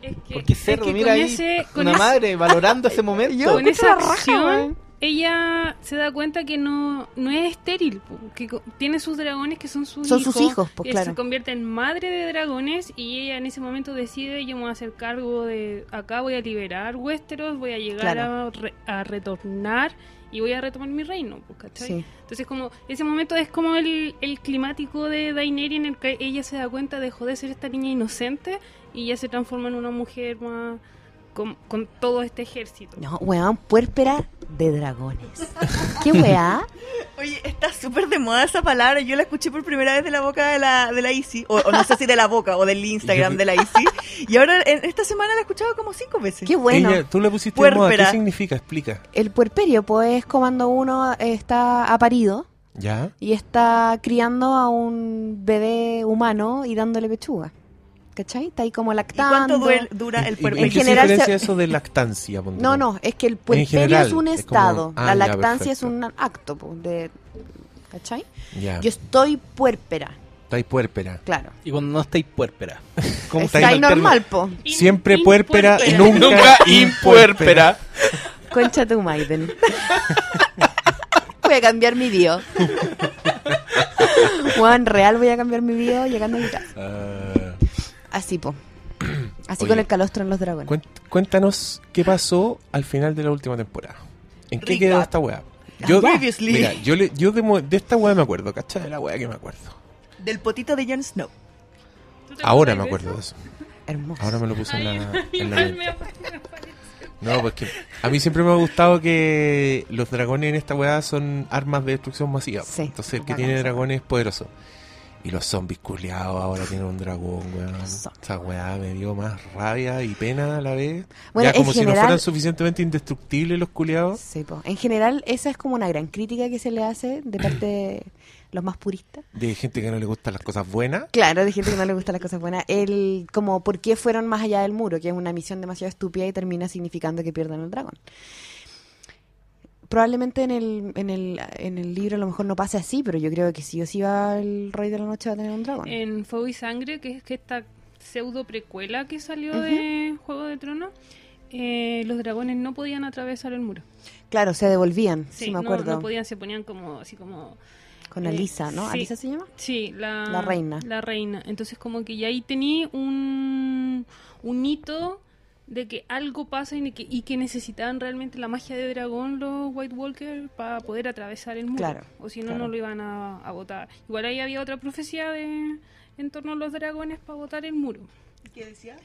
Speaker 4: Es que-
Speaker 5: Porque
Speaker 4: es
Speaker 5: cerdo,
Speaker 4: que
Speaker 5: mira
Speaker 4: con
Speaker 5: ahí,
Speaker 4: ese- con
Speaker 5: una
Speaker 4: ese-
Speaker 5: madre valorando ese momento.
Speaker 3: Yo-
Speaker 4: con
Speaker 3: escucho la
Speaker 4: esa
Speaker 3: raja,
Speaker 4: acción,
Speaker 3: weón.
Speaker 4: ella se da cuenta que no, no es estéril, po, que co- tiene sus dragones que son sus
Speaker 3: Son
Speaker 4: hijos.
Speaker 3: sus hijos, po,
Speaker 4: que
Speaker 3: claro.
Speaker 4: Se convierte en madre de dragones y ella en ese momento decide, yo me voy a hacer cargo de acá, voy a liberar Westeros, voy a llegar
Speaker 3: Claro.
Speaker 4: a, re- a retornar y voy a retomar mi reino, po, ¿cachai?
Speaker 3: Sí.
Speaker 4: Entonces como ese momento es como el, el climático de Daenerys en el que ella se da cuenta, dejó de ser esta niña inocente y ya se transforma en una mujer más con, con todo este ejército.
Speaker 3: No, weón, puérpera de dragones. ¿Qué weá?
Speaker 2: Oye, está súper de moda esa palabra. Yo la escuché por primera vez de la boca de la, de la Isi. O, o no sé si de la boca o del Instagram de la Isi. Y ahora en- esta semana la he escuchado como cinco veces.
Speaker 3: Qué bueno.
Speaker 1: Ella, tú la pusiste en
Speaker 2: Puérpera.
Speaker 1: moda. ¿Qué significa? Explica.
Speaker 3: El puerperio, pues, es cuando uno está aparido
Speaker 1: ¿Ya?
Speaker 3: y está criando a un bebé humano y dándole pechuga. ¿Cachai? Está ahí como
Speaker 2: ¿Y
Speaker 3: lactando.
Speaker 2: cuánto duel- dura el
Speaker 1: ¿Y- y-
Speaker 2: puerperio?
Speaker 1: ¿En qué
Speaker 3: En
Speaker 1: se
Speaker 3: general se-
Speaker 1: diferencia eso de lactancia? ponte
Speaker 3: No,
Speaker 1: tú?
Speaker 3: no, es que el puerperio
Speaker 1: general,
Speaker 3: es un
Speaker 1: es como-
Speaker 3: estado,
Speaker 1: Ah,
Speaker 3: la
Speaker 1: ya,
Speaker 3: lactancia es
Speaker 1: perfecto.
Speaker 3: un acto po, de ¿cachai?
Speaker 1: Ya.
Speaker 3: Yo estoy puérpera,
Speaker 1: Estáis puérpera.
Speaker 3: claro.
Speaker 5: Y cuando no estáis puérpera. ¿Cómo
Speaker 3: Está
Speaker 5: estáis
Speaker 3: ahí
Speaker 5: alterna?
Speaker 3: normal, po.
Speaker 4: In-
Speaker 1: Siempre
Speaker 4: in
Speaker 1: puérpera,
Speaker 4: puérpera.
Speaker 1: nunca impuérpera.
Speaker 3: Concha tu Maiden. voy a cambiar mi bio. Juan Real voy a cambiar mi bio llegando a mi casa.
Speaker 1: Ah.
Speaker 3: Así po. Así
Speaker 1: Oye.
Speaker 3: con el calostro en los dragones.
Speaker 1: Cuent- Cuéntanos qué pasó al final de la última temporada. ¿En qué
Speaker 2: Recap.
Speaker 1: quedó esta weá? Yo,
Speaker 2: Previously.
Speaker 1: mira, yo, le- yo de, mo- de esta weá me acuerdo, ¿cachai? De la weá que me acuerdo.
Speaker 2: Del potito de Jon Snow.
Speaker 4: ¿Tú te
Speaker 1: Ahora me
Speaker 4: acuerdas
Speaker 1: acuerdo de eso.
Speaker 3: Hermoso.
Speaker 1: Ahora me lo puse en
Speaker 4: Ay,
Speaker 1: la, en la
Speaker 4: igual
Speaker 1: mente.
Speaker 4: me aparece.
Speaker 1: No, porque a mí siempre me ha gustado que los dragones en esta weá son armas de destrucción masiva. pues.
Speaker 3: Sí,
Speaker 1: Entonces el que
Speaker 3: bacán
Speaker 1: tiene
Speaker 3: esa
Speaker 1: dragones es poderoso. Y los zombies culeados ahora tienen un dragón, weón.
Speaker 3: zombies.
Speaker 1: Esa weá me dio más rabia y pena a la vez.
Speaker 3: Bueno,
Speaker 1: ya como
Speaker 3: en
Speaker 1: si no
Speaker 3: general-
Speaker 1: fueran suficientemente indestructibles los culeados.
Speaker 3: Sí, po. En general, esa es como una gran crítica que se le hace de parte de los más puristas.
Speaker 1: De gente que no le gustan las cosas buenas.
Speaker 3: Claro, de gente que no le gustan las cosas buenas. El, como, ¿por qué fueron más allá del muro? Que es una misión demasiado estúpida y termina significando que pierdan el dragón. Probablemente en el, en el, en el libro a lo mejor no pase así, pero yo creo que sí o sí va el Rey de la Noche va a tener un dragón.
Speaker 4: En Fuego y Sangre, que es que esta pseudo precuela que salió
Speaker 3: Ujú.
Speaker 4: de Juego de Tronos, eh, los dragones no podían atravesar el muro.
Speaker 3: Claro, se devolvían,
Speaker 4: Sí,
Speaker 3: si me
Speaker 4: no-
Speaker 3: acuerdo.
Speaker 4: No, podían, se ponían como así como...
Speaker 3: Con
Speaker 4: eh,
Speaker 3: Alisa, ¿no?
Speaker 4: sí.
Speaker 3: ¿Alisa se llama?
Speaker 4: Sí, la,
Speaker 3: La reina.
Speaker 4: La reina. Entonces como que ya ahí tenía un, un hito de que algo pasa y que, y que necesitaban realmente la magia de dragón los White Walker para poder atravesar el muro.
Speaker 3: Claro,
Speaker 4: o si no,
Speaker 3: claro.
Speaker 4: no lo iban a, a votar. Igual ahí había otra profecía de, en torno a los dragones para votar el muro.
Speaker 2: ¿Qué decía?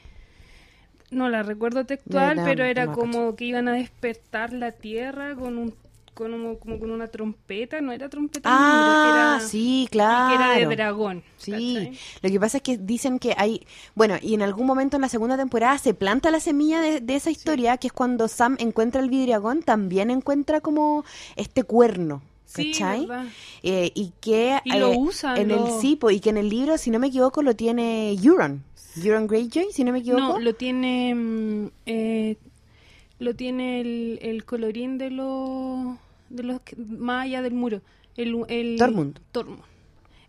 Speaker 4: No la recuerdo textual,
Speaker 3: Era-
Speaker 4: pero era
Speaker 3: no,
Speaker 4: como que iban a despertar la tierra con un con un- como con una trompeta, no era trompeta, no,
Speaker 3: Ah,
Speaker 4: era-
Speaker 3: sí,
Speaker 4: y
Speaker 3: claro.
Speaker 4: que era de dragón.
Speaker 3: Sí,
Speaker 4: ¿cachai?
Speaker 3: lo que pasa es que dicen que hay, bueno, y en algún momento en la segunda temporada se planta la semilla de, de esa historia, que es cuando Sam encuentra el vidriagón, también encuentra como este cuerno,
Speaker 4: Sí,
Speaker 3: ¿cachai?
Speaker 4: ¿verdad?
Speaker 3: Eh, y que
Speaker 4: Y lo
Speaker 3: eh,
Speaker 4: usan,
Speaker 3: en
Speaker 4: lo-
Speaker 3: el cipo y que en el libro, si no me equivoco, lo tiene Euron, Euron Greyjoy, si no me equivoco.
Speaker 4: No, lo tiene mm, eh, lo tiene el, el colorín de los de los que- más allá del muro, el, el
Speaker 3: Tormund.
Speaker 4: Tormund.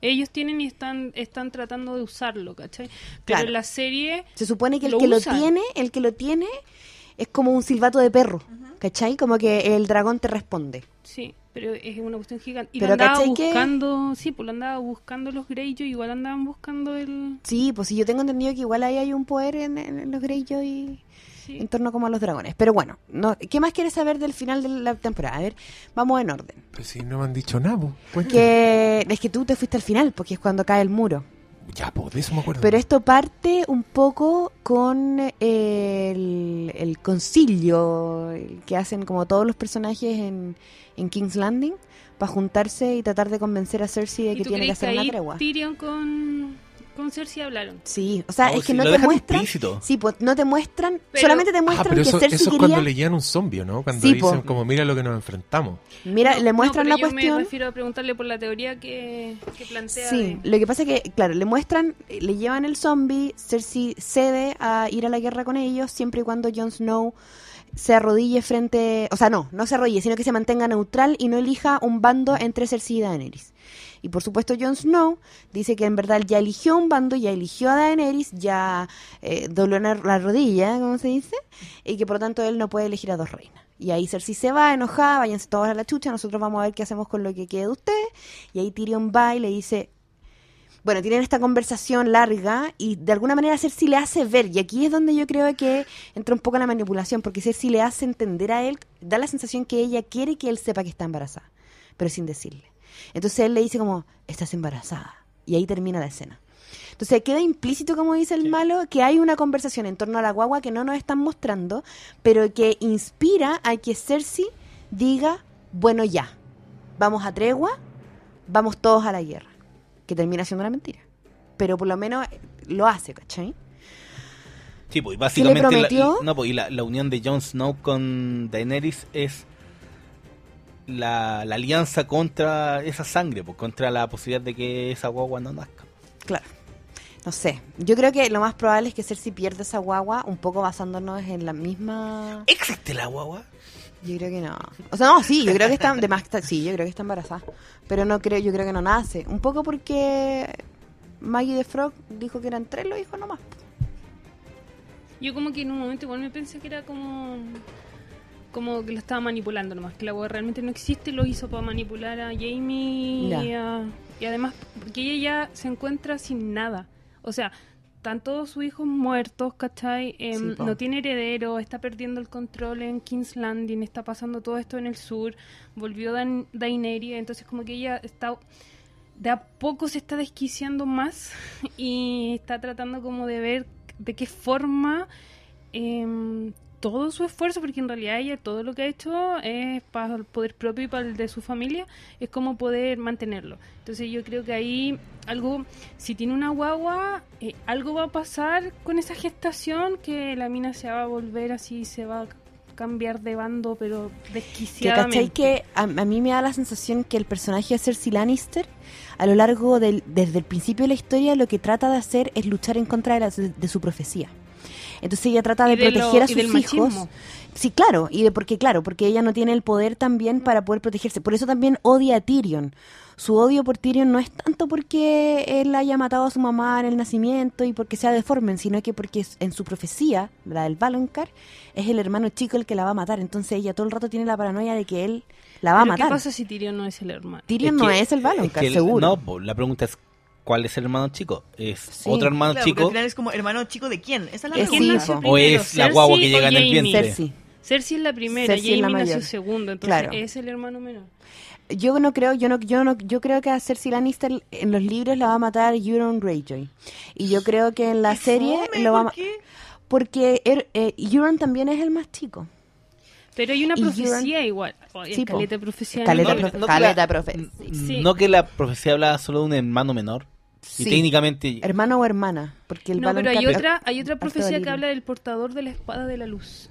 Speaker 4: Ellos tienen y están están tratando de usarlo, ¿cachai? Pero
Speaker 3: Claro.
Speaker 4: en la serie
Speaker 3: Se supone que el
Speaker 4: Lo
Speaker 3: que
Speaker 4: usan.
Speaker 3: lo tiene, el que lo tiene es como un silbato de perro, ¿cachai? Como que el dragón te responde.
Speaker 4: Sí, pero es una cuestión gigante. Y
Speaker 3: Pero
Speaker 4: lo andaba
Speaker 3: ¿cachai que-
Speaker 4: buscando, sí, pues lo andaba buscando los Greyjoy, igual andaban buscando el...
Speaker 3: Sí, pues sí, yo tengo entendido que igual ahí hay un poder en, en- en los Greyjoy
Speaker 4: sí.
Speaker 3: en torno como a los dragones. Pero bueno, no, ¿qué más quieres saber del final de la temporada? A ver, vamos en orden.
Speaker 1: Pero si no me han dicho nada, po. Cuéntame.
Speaker 3: Que es que tú te fuiste al final, porque es cuando cae el muro.
Speaker 1: Ya, po, de eso me acuerdo.
Speaker 3: Pero esto parte un poco con eh, el, el concilio el que hacen como todos los personajes en, en King's Landing para juntarse y tratar de convencer a Cersei de
Speaker 4: ¿Y
Speaker 3: que
Speaker 4: tú
Speaker 3: tiene que
Speaker 4: crees
Speaker 3: hacer una
Speaker 4: ahí
Speaker 3: tregua.
Speaker 4: Tyrion con, con Cersei hablaron.
Speaker 3: Sí, o sea,
Speaker 5: Oh,
Speaker 3: es que
Speaker 5: sí,
Speaker 3: no
Speaker 5: lo
Speaker 3: te
Speaker 5: dejan
Speaker 3: muestran...
Speaker 5: explícito.
Speaker 3: Sí, pues no te muestran,
Speaker 4: Pero-
Speaker 3: solamente te
Speaker 1: Ah,
Speaker 3: muestran
Speaker 1: pero
Speaker 3: que
Speaker 1: eso,
Speaker 3: Cersei
Speaker 1: eso es
Speaker 3: quería...
Speaker 1: cuando leían un zombie, ¿no? Cuando
Speaker 3: Sí, po.
Speaker 1: dicen como, mira lo que nos enfrentamos.
Speaker 3: Mira,
Speaker 4: No,
Speaker 3: le
Speaker 4: no,
Speaker 3: muestran
Speaker 4: pero
Speaker 3: la cuestión.
Speaker 4: Yo me refiero a preguntarle por la teoría que, que plantea.
Speaker 3: Sí,
Speaker 4: de-
Speaker 3: lo que pasa es que, claro, le muestran, le llevan el zombie, Cersei cede a ir a la guerra con ellos siempre y cuando Jon Snow se arrodille frente, o sea, no, no se arrodille, sino que se mantenga neutral y no elija un bando entre Cersei y Daenerys. Y por supuesto Jon Snow dice que en verdad ya eligió un bando, ya eligió a Daenerys, ya eh, dobló la la rodilla, como se dice, y que por lo tanto él no puede elegir a dos reinas. Y ahí Cersei se va, enojada, váyanse todos a la chucha, nosotros vamos a ver qué hacemos con lo que quede de ustedes. Y ahí Tyrion va y le dice, bueno, tienen esta conversación larga y de alguna manera Cersei le hace ver, y aquí es donde yo creo que entra un poco la manipulación, porque Cersei le hace entender a él, da la sensación que ella quiere que él sepa que está embarazada, pero sin decirle. Entonces él le dice como, estás embarazada, y ahí termina la escena. Entonces queda implícito, como dice el malo, que hay una conversación en torno a la guagua que no nos están mostrando, pero que inspira a que Cersei diga, bueno ya, vamos a tregua, vamos todos a la guerra que termina siendo una mentira. Pero por lo menos eh, lo hace, ¿cachai?
Speaker 5: Sí, pues, y básicamente la-
Speaker 3: prometió?
Speaker 5: no, pues, y la, la unión de Jon Snow con Daenerys es la, la alianza contra esa sangre, pues, contra la posibilidad de que esa guagua no nazca.
Speaker 3: Claro. No sé. Yo creo que lo más probable es que Cersei pierda esa guagua un poco basándonos en la misma...
Speaker 5: ¿Existe la guagua?
Speaker 3: Yo creo que no. O sea, no, sí, yo creo que está... De más, que está- sí, yo creo que está embarazada. Pero no creo, yo creo que no nace. Un poco porque Maggie de Frog dijo que eran tres los hijos nomás.
Speaker 4: Yo como que en un momento igual me pensé que era como como que lo estaba manipulando nomás, que la web realmente no existe, lo hizo para manipular a Jamie
Speaker 3: Ya.
Speaker 4: y, a- y además porque ella ya se encuentra sin nada. O sea, están todos sus hijos muertos, ¿cachai? Em,
Speaker 3: Sí, po.
Speaker 4: no tiene heredero, está perdiendo el control en King's Landing, está pasando todo esto en el sur, volvió Dan Daenerys, entonces como que ella está de a poco se está desquiciando más y está tratando como de ver de qué forma em, todo su esfuerzo, porque en realidad ella todo lo que ha hecho es para el poder propio y para el de su familia, es como poder mantenerlo. Entonces yo creo que ahí algo, si tiene una guagua, eh, algo va a pasar con esa gestación que la mina se va a volver así, se va a cambiar de bando, pero
Speaker 3: Que cachai
Speaker 4: desquiciadamente.
Speaker 3: que a, a mí me da la sensación que el personaje de Cersei Lannister, a lo largo del, desde el principio de la historia, lo que trata de hacer es luchar en contra de, la- de su profecía. Entonces ella trata de
Speaker 4: Y de lo-
Speaker 3: proteger a
Speaker 4: y
Speaker 3: sus
Speaker 4: del
Speaker 3: hijos.
Speaker 4: machismo.
Speaker 3: Sí, claro, y de porque claro, porque ella no tiene el poder también para poder protegerse. Por eso también odia a Tyrion. Su odio por Tyrion no es tanto porque él haya matado a su mamá en el nacimiento y porque sea deforme, sino que porque es- en su profecía, la del Valonqar, es el hermano chico el que la va a matar. Entonces ella todo el rato tiene la paranoia de que él la va a
Speaker 4: Pero ¿Qué
Speaker 3: matar.
Speaker 4: pasa si Tyrion no es el hermano?
Speaker 3: Tyrion no
Speaker 5: que-
Speaker 3: es el Valonqar,
Speaker 5: que el-
Speaker 3: seguro.
Speaker 5: No, po, la pregunta es, ¿cuál es el hermano chico? ¿Es
Speaker 3: Sí,
Speaker 5: otro
Speaker 1: Ah,
Speaker 5: hermano
Speaker 2: Claro, porque
Speaker 5: chico
Speaker 2: al final es como hermano chico de quién. Esa es la
Speaker 3: Eh,
Speaker 2: pregunta.
Speaker 4: ¿Quién
Speaker 3: sí,
Speaker 4: nació
Speaker 3: po.
Speaker 5: o
Speaker 4: primero,
Speaker 5: es la guagua que
Speaker 4: Cersei o
Speaker 5: llega en el
Speaker 4: Jaime?
Speaker 5: vientre?
Speaker 3: Cersei.
Speaker 4: Cersei es la primera,
Speaker 3: Cersei es
Speaker 4: Jamie
Speaker 3: la
Speaker 4: nació
Speaker 3: mayor.
Speaker 4: segundo, entonces
Speaker 3: Claro.
Speaker 4: es el hermano menor.
Speaker 3: Yo no creo, yo no, yo no, yo creo que a Cersei Lannister en los libros la va a matar Euron Greyjoy. Y yo creo que en la
Speaker 2: Qué
Speaker 3: serie
Speaker 2: fome,
Speaker 3: lo va a ma-
Speaker 2: ¿por qué?
Speaker 3: porque er- eh, Euron también es el más chico.
Speaker 4: Pero hay una
Speaker 3: Y
Speaker 4: profecía igual. Oye,
Speaker 3: Sí, po.
Speaker 4: caleta de profecía. en
Speaker 3: Caleta
Speaker 4: el
Speaker 3: profe-
Speaker 4: libro.
Speaker 5: que
Speaker 3: caleta
Speaker 5: la-
Speaker 3: profe-
Speaker 5: n-
Speaker 4: sí.
Speaker 5: No que la profecía hablaba solo de un hermano menor.
Speaker 3: Sí.
Speaker 5: Y técnicamente...
Speaker 3: Hermano o hermana, porque el
Speaker 4: No, pero
Speaker 3: Valonqar-
Speaker 4: hay otra, hay otra
Speaker 3: harto
Speaker 4: profecía que
Speaker 3: valirio.
Speaker 4: habla del portador de la espada de la luz.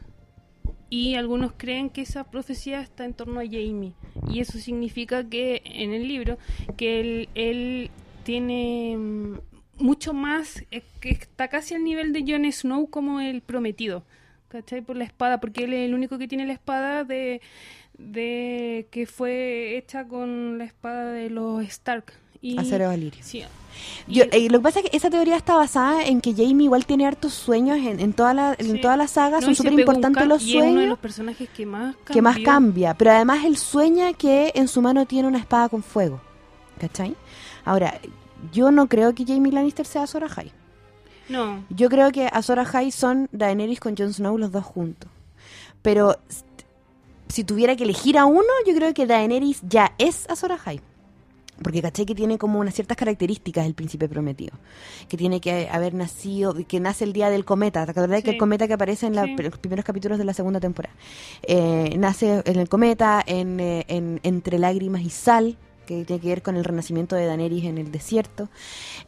Speaker 4: Y algunos creen que esa profecía está en torno a Jamie. Y eso significa que en el libro, que él, él tiene mm, mucho más, eh, que está casi al nivel de Jon Snow como el prometido. ¿Cachai? Por la espada, porque él es el único que tiene la espada de, de que fue hecha con la espada de los Stark. Y,
Speaker 3: Acero Valirio.
Speaker 4: Sí.
Speaker 3: Yo-
Speaker 4: Y-
Speaker 3: eh, lo que pasa es que esa teoría está basada en que Jamie igual tiene hartos sueños en, en toda la, en
Speaker 4: Sí.
Speaker 3: toda la saga,
Speaker 4: No,
Speaker 3: Ah, son
Speaker 4: y se
Speaker 3: súper
Speaker 4: pegó un
Speaker 3: importantes
Speaker 4: cam-
Speaker 3: los
Speaker 4: Y es uno de
Speaker 3: sueños
Speaker 4: los personajes que más cambió.
Speaker 3: que más cambia, pero además él sueña que en su mano tiene una espada con fuego, ¿cachai? Ahora, yo no creo que Jamie Lannister sea Azor Ahai.
Speaker 4: No,
Speaker 3: Yo creo que Azor Ahai son Daenerys con Jon Snow los dos juntos. Pero s- si tuviera que elegir a uno, yo creo que Daenerys ya es Azor Ahai. Porque caché que tiene como unas ciertas características el príncipe prometido. Que tiene que haber nacido, que nace el día del cometa. ¿Te acuerdas
Speaker 4: Sí.
Speaker 3: que el cometa que aparece en la-
Speaker 4: Sí.
Speaker 3: los primeros capítulos de la segunda temporada? Eh, nace en el cometa, en, eh, en Entre lágrimas y sal, que tiene que ver con el renacimiento de Daenerys en el desierto.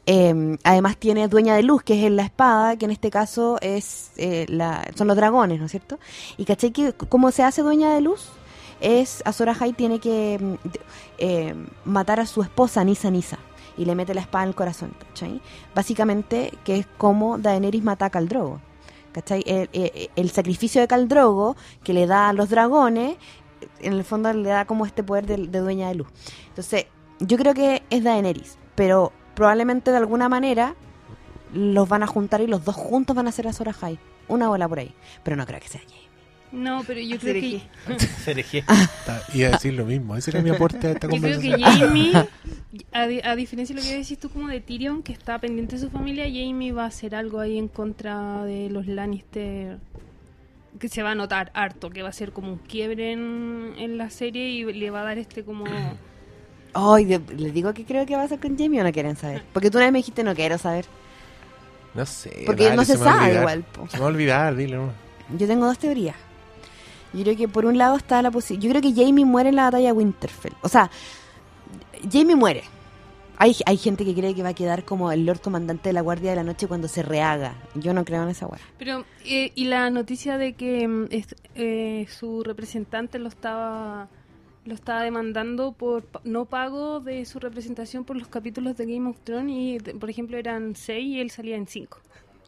Speaker 3: Eh, además tiene Dueña de Luz, que es la espada, que en este caso es eh, la, son los dragones, ¿no es cierto? Y caché que c- como se hace Dueña de Luz, es Azor Ahai tiene que mm, de- eh, matar a su esposa Nisa Nisa y le mete la espada en el corazón, ¿cachai? Básicamente que es como Daenerys mata a Khal Drogo, ¿cachai? El, el- el sacrificio de Khal Drogo que le da a los dragones, en el fondo le da como este poder de, de Dueña de Luz. Entonces, yo creo que es Daenerys, pero probablemente de alguna manera los van a juntar y los dos juntos van a ser Azor Ahai. Una bola por ahí. Pero no creo que sea Jaime.
Speaker 4: no, pero yo creo
Speaker 2: Hacer
Speaker 4: que,
Speaker 2: eje.
Speaker 5: Cereje.
Speaker 3: Ah,
Speaker 1: Ta- Iba Ah, a decir lo mismo. Ese era mi aporte a esta
Speaker 4: yo creo que
Speaker 1: conversación.
Speaker 4: Jamie, a, di- a diferencia de lo que decís tú como de Tyrion, que está pendiente de su familia, Jamie va a hacer algo ahí en contra de los Lannister que se va a notar harto, que va a ser como un quiebre en, en la serie y le va a dar este como...
Speaker 3: Ay, de- les digo que creo que va a ser con Jamie o no quieren saber. Porque tú una vez me dijiste no quiero saber.
Speaker 1: No sé.
Speaker 3: Porque no se
Speaker 1: me va a
Speaker 3: sabe
Speaker 1: olvidar.
Speaker 3: igual, po.
Speaker 1: Se me va a olvidar, dile. no.
Speaker 3: Yo tengo dos teorías. Yo creo que por un lado está la posibilidad. Yo creo que Jamie muere en la batalla de Winterfell. O sea, Jamie muere. Hay, hay gente que cree que va a quedar como el Lord Comandante de la Guardia de la Noche cuando se rehaga. Yo no creo en esa guardia.
Speaker 4: Pero, eh, y la noticia de que mm, es- eh, su representante lo estaba lo estaba demandando por pa- no pago de su representación por los capítulos de Game of Thrones y, de- por ejemplo, eran seis y él salía en cinco.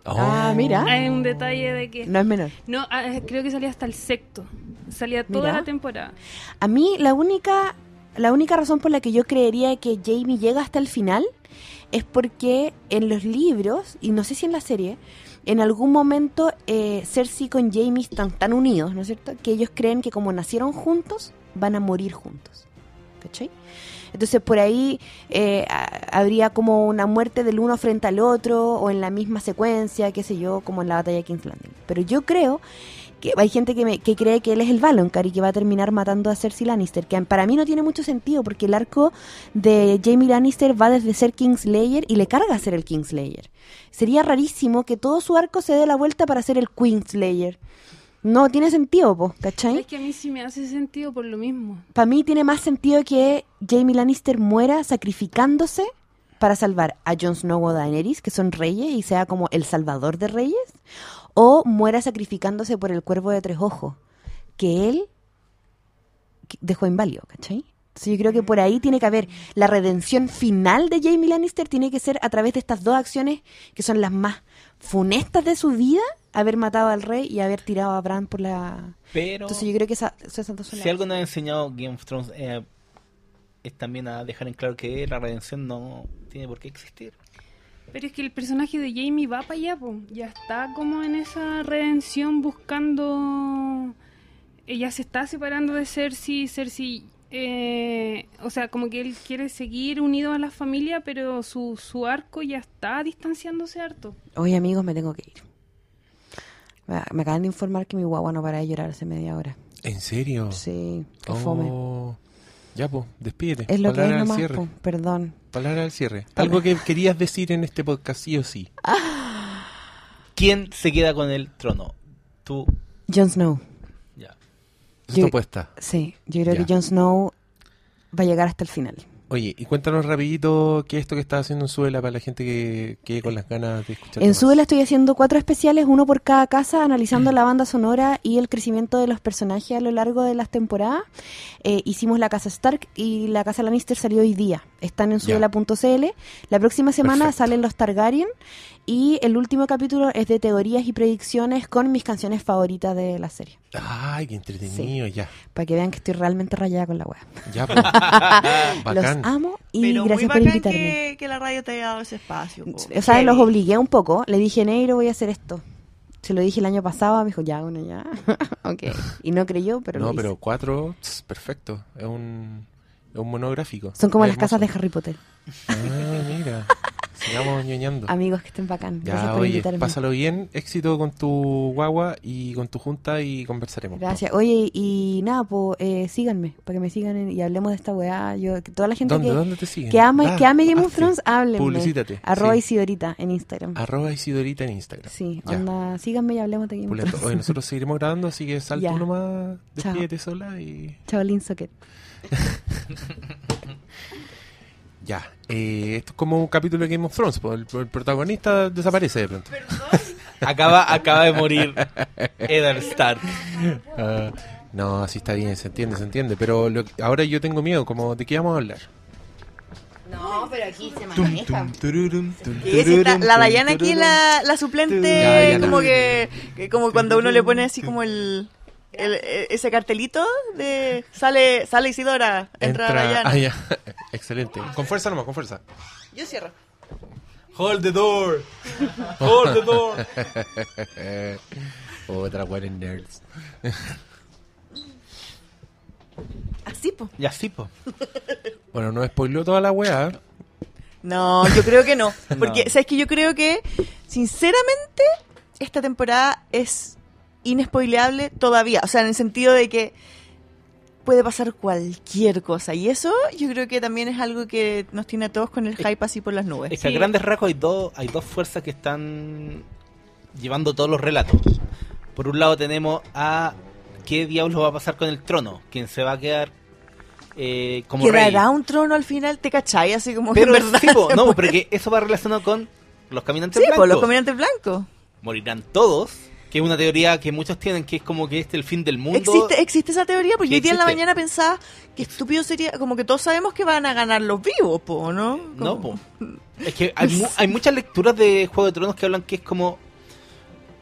Speaker 3: Ah, mira.
Speaker 4: Hay un detalle de que...
Speaker 3: No es menor.
Speaker 4: No, ah, eh, creo que salía hasta el sexto. Salía toda
Speaker 3: Mira.
Speaker 4: la temporada.
Speaker 3: A mí la única la única razón por la que yo creería que Jamie llega hasta el final es porque en los libros y no sé si en la serie en algún momento eh, Cersei con Jamie están tan unidos, ¿no es cierto? Que ellos creen que como nacieron juntos van a morir juntos, ¿cachai? Entonces por ahí eh, a- habría como una muerte del uno frente al otro o en la misma secuencia, qué sé yo, como en la batalla de King's Landing. Pero yo creo que hay gente que, me- que cree que él es el Valonqar y que va a terminar matando a Cersei Lannister, que para mí no tiene mucho sentido porque el arco de Jaime Lannister va desde ser Kingslayer y le carga a ser el Kingslayer. Sería rarísimo que todo su arco se dé la vuelta para ser el Queenslayer. No tiene sentido, po, ¿cachai?
Speaker 4: Es que a mí sí me hace sentido por lo mismo.
Speaker 3: Para mí tiene más sentido que Jamie Lannister muera sacrificándose para salvar a Jon Snow o Daenerys, que son reyes, y sea como el salvador de reyes, o muera sacrificándose por el cuervo de tres ojos, que él que- dejó inválido, ¿cachai? Entonces yo creo que por ahí tiene que haber la redención final de Jamie Lannister, tiene que ser a través de estas dos acciones que son las más funestas de su vida, haber matado al rey y haber tirado a Bran por la...
Speaker 5: Pero
Speaker 3: Entonces yo creo que esa- esas dos son
Speaker 5: si
Speaker 3: las-
Speaker 5: algo nos ha enseñado Game of Thrones eh, es también a dejar en claro que la redención no tiene por qué existir.
Speaker 4: Pero es que el personaje de Jamie va para allá, po. ya está como en esa redención buscando. Ella se está separando de Cersei, Cersei. eh, o sea, como que él quiere seguir unido a la familia, pero su, su arco ya está distanciándose harto.
Speaker 3: Oye, amigos, me tengo que ir. Me me acaban de informar que mi guagua no para de llorar hace media hora.
Speaker 1: ¿En serio?
Speaker 3: Sí, qué fome.
Speaker 1: Ah. Oh. Ya, pues, despídete.
Speaker 3: Es lo que es
Speaker 1: Palabra al
Speaker 3: nomás,
Speaker 1: cierre.
Speaker 3: po, perdón.
Speaker 1: Palabra al cierre. Algo que querías decir en este podcast, sí o sí.
Speaker 5: ¿Quién se queda con el trono? Tú,
Speaker 3: Jon Snow,
Speaker 5: ya.
Speaker 1: Esa es
Speaker 3: Yo-
Speaker 1: tu apuesta.
Speaker 3: sí. Yo creo
Speaker 1: Ya.
Speaker 3: que Jon Snow va a llegar hasta el final.
Speaker 1: Oye, y cuéntanos rapidito qué es esto que estás haciendo en Suela para la gente que quede con las ganas de escuchar.
Speaker 3: En Subela estoy haciendo cuatro especiales, uno por cada casa, analizando la banda sonora y el crecimiento de los personajes a lo largo de las temporadas. Eh, hicimos la casa Stark y la casa Lannister salió hoy día. Están en
Speaker 1: Ya.
Speaker 3: subela.cl. La próxima semana
Speaker 1: Perfecto.
Speaker 3: salen los Targaryen y el último capítulo es de teorías y predicciones con mis canciones favoritas de la serie.
Speaker 1: Ay, qué entretenido, ya.
Speaker 3: Para que vean que estoy realmente rayada con la web.
Speaker 1: Ya, pues. Bacán.
Speaker 3: Los amo y
Speaker 2: Pero muy
Speaker 3: gracias por
Speaker 2: bacán
Speaker 3: invitarme.
Speaker 2: que, que la radio te haya dado ese espacio. po.
Speaker 3: O sea,
Speaker 2: Heavy.
Speaker 3: los obligué un poco. Le dije, Neiro, voy a hacer esto. Se lo dije el año pasado, me dijo, ya, bueno, ya. ok. Y no creyó, pero
Speaker 1: no,
Speaker 3: lo hice.
Speaker 1: pero cuatro, tss, perfecto. Es un, es un monográfico.
Speaker 3: Son como
Speaker 1: Es
Speaker 3: las casas de
Speaker 1: hermoso.
Speaker 3: Harry Potter.
Speaker 1: Ah, mira. Sigamos ñoñando.
Speaker 3: Amigos que estén bacán. Gracias
Speaker 1: Ya,
Speaker 3: por
Speaker 1: oye,
Speaker 3: invitarme.
Speaker 1: pásalo bien. Éxito con tu guagua y con tu junta y conversaremos.
Speaker 3: Gracias. Oye, y nada, pues eh, síganme, para que me sigan en- y hablemos de esta weá. Yo, que toda la gente
Speaker 1: ¿Dónde,
Speaker 3: que,
Speaker 1: dónde te siguen?
Speaker 3: que ama,
Speaker 1: Da,
Speaker 3: que ame Game of
Speaker 1: hazte.
Speaker 3: Thrones, háblenme.
Speaker 1: Publicítate,
Speaker 3: Arroba
Speaker 1: sí.
Speaker 3: Isidorita en Instagram.
Speaker 1: Arroba Isidorita en Instagram.
Speaker 3: sí,
Speaker 1: Ya,
Speaker 3: onda, síganme y hablemos de Game of
Speaker 1: pulento.
Speaker 3: Thrones.
Speaker 1: Oye, nosotros seguiremos grabando, así que sal
Speaker 3: Ya.
Speaker 1: tú nomás,
Speaker 3: Chao.
Speaker 1: despídete sola y
Speaker 3: Chavalín Socket.
Speaker 1: ya. Eh, esto es como un capítulo de Game of Thrones, po, el, el protagonista desaparece de pronto.
Speaker 5: Acaba, acaba de morir Eddard Stark.
Speaker 1: Ah, no, así está bien, se entiende, se entiende. Pero lo- ahora yo tengo miedo, como, ¿de qué vamos a hablar?
Speaker 3: No, pero aquí se
Speaker 2: Y esa está- la Dayana aquí, la, la suplente,
Speaker 1: Ya, Dayana.
Speaker 2: como que, que como cuando uno le pone así como el, el- e- ese cartelito de sale sale Isidora, entra, Dayana.
Speaker 1: ah, ya. Excelente. Con fuerza nomás, con fuerza.
Speaker 2: Yo cierro.
Speaker 5: Hold the door. Hold the door.
Speaker 1: Eh, Otra Warren Nerds.
Speaker 2: Así, po.
Speaker 5: Y así, po.
Speaker 1: Bueno, no spoiló toda la weá.
Speaker 2: No, yo creo que no. Porque,
Speaker 5: No.
Speaker 2: ¿sabes que Yo creo que, sinceramente, esta temporada es inespoileable todavía. O sea, en el sentido de que puede pasar cualquier cosa. Y eso yo creo que también es algo que nos tiene a todos con el hype así por las nubes.
Speaker 5: Es que a
Speaker 4: Sí.
Speaker 5: grandes rasgos hay dos, hay dos fuerzas que están llevando todos los relatos. Por un lado tenemos a qué diablos va a pasar con el trono, quién se va a quedar eh, como rey.
Speaker 2: ¿Quedará un trono al final? ¿Te cachai? Así como
Speaker 5: Pero
Speaker 2: en verdad.
Speaker 5: sí, po,
Speaker 2: se
Speaker 5: no,
Speaker 2: muere.
Speaker 5: porque eso va relacionado con los caminantes
Speaker 2: Sí, po,
Speaker 5: blancos.
Speaker 2: los caminantes blancos.
Speaker 5: Morirán todos, que es una teoría que muchos tienen, que es como que este es el fin del mundo.
Speaker 2: ¿Existe, existe esa teoría, porque
Speaker 5: Sí,
Speaker 2: hoy día en la
Speaker 5: existe.
Speaker 2: mañana pensaba que estúpido sería, como que todos sabemos que van a ganar los vivos, po, ¿no?
Speaker 5: No,
Speaker 2: Como-
Speaker 5: po. es que hay, mu- hay muchas lecturas de Juego de Tronos que hablan que es como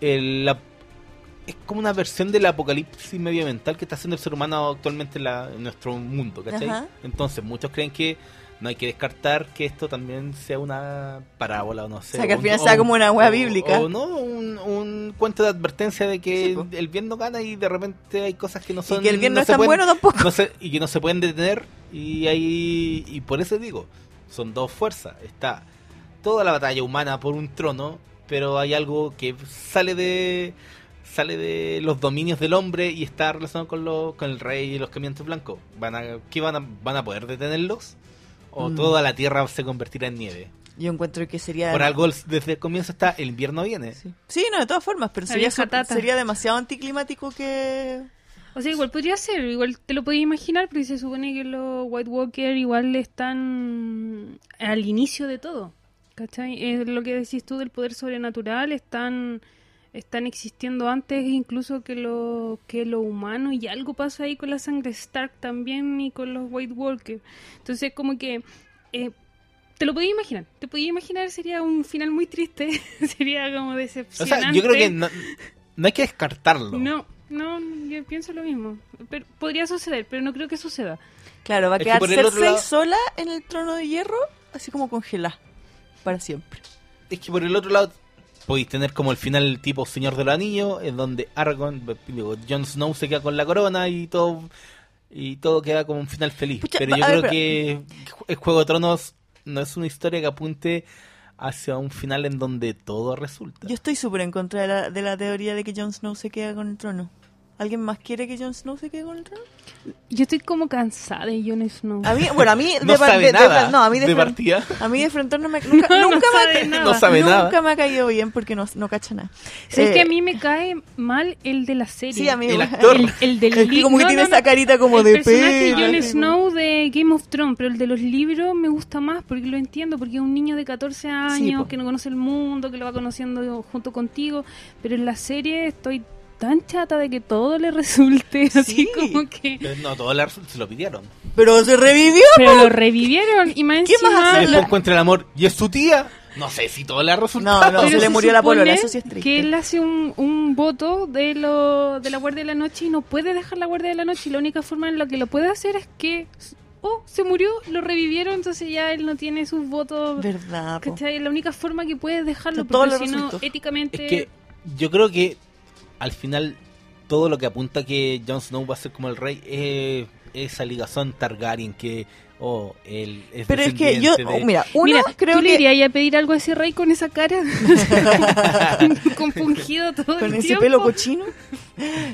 Speaker 5: el ap- es como una versión del apocalipsis medioambiental que está haciendo el ser humano actualmente en, la- en nuestro mundo, ¿cachai?
Speaker 2: Ajá.
Speaker 5: Entonces, muchos creen que no hay que descartar que esto también sea una parábola o no sé.
Speaker 2: O sea, que al
Speaker 5: un-
Speaker 2: final sea como una wea bíblica.
Speaker 5: O no, un, un cuento de advertencia de que
Speaker 2: Sí, po.
Speaker 5: el bien no gana y de repente hay cosas que no
Speaker 2: Y
Speaker 5: son...
Speaker 2: que el bien no, es
Speaker 5: se
Speaker 2: tan
Speaker 5: pueden-
Speaker 2: bueno tampoco.
Speaker 5: no se- y que no se pueden detener y ahí y por eso digo son dos fuerzas está toda la batalla humana por un trono pero hay algo que sale de sale de los dominios del hombre y está relacionado con lo- con el rey y los caminantes blancos van a qué van a, van a poder detenerlos o
Speaker 3: Mm.
Speaker 5: toda la tierra se convertirá en nieve
Speaker 2: Yo encuentro que sería...
Speaker 5: Por algo el- desde el comienzo está el invierno viene.
Speaker 2: Sí. Sí, no, de todas formas, pero
Speaker 4: La
Speaker 2: sería,
Speaker 4: vieja
Speaker 2: so-
Speaker 4: tata.
Speaker 2: sería demasiado anticlimático que...
Speaker 4: O sea, igual podría ser, igual te lo podías imaginar, pero se supone que los White Walker igual están al inicio de todo. ¿Cachai? Es lo que decís tú del poder sobrenatural, están, están existiendo antes incluso que lo, que lo humano y algo pasa ahí con la sangre Stark también y con los White Walker. Entonces como que eh, te lo podías imaginar, te podías imaginar, sería un final muy triste, sería como
Speaker 5: O
Speaker 4: decepcionante.
Speaker 5: sea, yo creo que no, no hay que descartarlo.
Speaker 4: No, no, yo pienso lo mismo. Pero podría suceder, pero no creo que suceda.
Speaker 2: Claro, va a
Speaker 5: Es que
Speaker 2: quedar
Speaker 5: por el otro
Speaker 2: Cersei
Speaker 5: lado-
Speaker 2: sola en el trono de hierro, así como congelada, para siempre.
Speaker 5: Es que por el otro lado podéis tener como el final tipo Señor del Anillo, en donde Argon, digo, Jon Snow se queda con la corona y todo y todo queda como un final feliz.
Speaker 2: Pucha,
Speaker 5: pero yo
Speaker 2: a ver,
Speaker 5: creo que el Juego de Tronos no es una historia que apunte hacia un final en donde todo resulta.
Speaker 2: Yo estoy súper en contra de la, de la teoría de que Jon Snow se queda con el trono. ¿Alguien más quiere que Jon Snow se quede con el trono?
Speaker 4: Yo estoy como cansada de Jon Snow.
Speaker 2: A mí, bueno, a mí
Speaker 5: no
Speaker 2: de, par-
Speaker 5: sabe
Speaker 2: de- de-
Speaker 5: nada
Speaker 2: no, a mí de,
Speaker 5: de
Speaker 2: fron-
Speaker 5: partida.
Speaker 2: a mí de frontón no me, nunca,
Speaker 4: No, no
Speaker 2: nunca me ha
Speaker 4: sabe
Speaker 2: ca-
Speaker 4: nada.
Speaker 5: No sabe
Speaker 2: nunca
Speaker 5: nada.
Speaker 2: me ha caído bien porque no, no cacha nada.
Speaker 4: Si es
Speaker 2: Eh,
Speaker 4: que a mí me cae mal el de la serie.
Speaker 2: Sí, a mí
Speaker 5: El
Speaker 2: igual.
Speaker 5: actor.
Speaker 4: El, el del
Speaker 2: Es que
Speaker 4: li-
Speaker 2: como que
Speaker 4: no,
Speaker 2: tiene
Speaker 4: no, no.
Speaker 2: esa carita como
Speaker 4: el
Speaker 2: de
Speaker 4: personaje
Speaker 2: pena.
Speaker 4: Jon Snow de Game of Thrones, pero el de los libros me gusta más porque lo entiendo, porque es un niño de 14 años
Speaker 2: po.
Speaker 4: que no conoce el mundo, que lo va conociendo junto contigo, pero en la serie estoy tan chata de que todo le resulte así
Speaker 2: Sí.
Speaker 4: como que
Speaker 5: Pero No, todo la- se lo pidieron.
Speaker 2: Pero se revivió.
Speaker 4: pero lo revivieron y más
Speaker 2: ¿Qué vas a
Speaker 4: encima-
Speaker 2: hacer?
Speaker 5: Después
Speaker 2: la-
Speaker 5: encuentra el amor y es su tía. No sé si todo la resulta.
Speaker 2: No, no,
Speaker 4: Pero
Speaker 2: se le
Speaker 4: se
Speaker 2: murió la
Speaker 4: supone
Speaker 2: polola, eso sí es triste.
Speaker 4: Que él hace un, un voto de lo de la guardia de la noche y no puede dejar la guardia de la noche. Y la única forma en la que lo puede hacer es que oh, se murió, lo revivieron, entonces ya él no tiene sus votos.
Speaker 2: ¿Verdad? po?
Speaker 4: ¿Cachai? Es la única forma que puede dejarlo,
Speaker 2: De todos
Speaker 4: porque
Speaker 2: los
Speaker 4: si no,
Speaker 2: resultados.
Speaker 5: Es
Speaker 4: éticamente
Speaker 5: que yo creo que al final todo lo que apunta que Jon Snow va a ser como el rey es esa ligazón Targaryen que oh, él es
Speaker 2: Pero es que yo, oh,
Speaker 5: descendiente de-
Speaker 2: mira, uno
Speaker 4: Mira,
Speaker 2: creo
Speaker 4: ¿tú le
Speaker 2: que
Speaker 4: irías a pedir algo a ese rey con esa cara? Compungido todo
Speaker 2: con
Speaker 4: el
Speaker 2: ese
Speaker 4: tiempo.
Speaker 2: pelo cochino.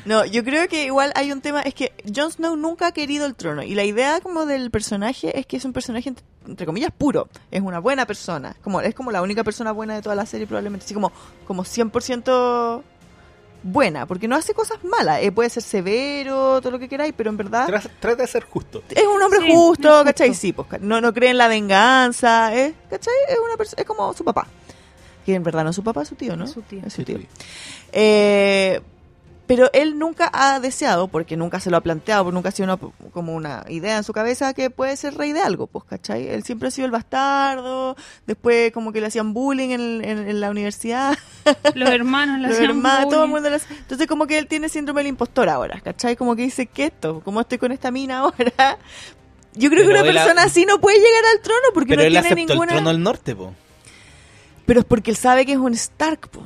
Speaker 2: No, yo creo que igual hay un tema, es que Jon Snow nunca ha querido el trono y la idea como del personaje es que es un personaje entre, entre comillas puro, es una buena persona, como es como la única persona buena de toda la serie probablemente, así como como 100% buena, porque no hace cosas malas, eh, puede ser severo, todo lo que queráis, pero en verdad
Speaker 5: Tra- trata de ser justo.
Speaker 2: es un hombre
Speaker 4: Sí,
Speaker 2: justo,
Speaker 4: es justo.
Speaker 2: ¿cachai? Sí, pues, ca- no, no cree en la venganza, ¿eh? ¿cachai? Es, una perso- es como su papá. Que en verdad no es su papá, es su tío, ¿no?
Speaker 4: Es su tío.
Speaker 2: Es su tío. Eh, pero él nunca ha deseado, porque nunca se lo ha planteado, porque nunca ha sido una- como una idea en su cabeza que puede ser rey de algo, pues, ¿cachai? Él siempre ha sido el bastardo, después como que le hacían bullying en, en- en la universidad,
Speaker 4: Los hermanos, la
Speaker 2: los
Speaker 4: hacían
Speaker 2: hermanos, todo el
Speaker 4: bullying.
Speaker 2: mundo le hace- Entonces como que él tiene síndrome del impostor ahora, ¿cachai? Como que dice, ¿qué es esto? ¿Cómo estoy con esta mina ahora? Yo creo
Speaker 5: Pero
Speaker 2: que una
Speaker 5: él ha-
Speaker 2: persona así no puede llegar al trono porque
Speaker 5: Pero
Speaker 2: no
Speaker 5: él
Speaker 2: tiene
Speaker 5: aceptó el
Speaker 2: ninguna...
Speaker 5: trono del norte, po.
Speaker 2: Pero es porque él sabe que es un Stark, po.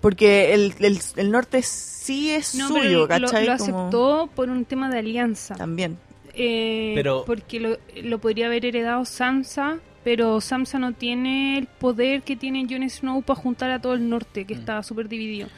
Speaker 2: Porque el, el- el norte sí es
Speaker 4: No, pero
Speaker 2: suyo,
Speaker 4: lo-
Speaker 2: ¿cachai?
Speaker 4: Lo,
Speaker 2: Como-
Speaker 4: aceptó por un tema de alianza.
Speaker 2: También.
Speaker 4: Eh,
Speaker 5: Pero-
Speaker 4: Porque lo, lo podría haber heredado Sansa, pero Sansa no tiene el poder que tiene Jon Snow para juntar a todo el norte, que está súper dividido.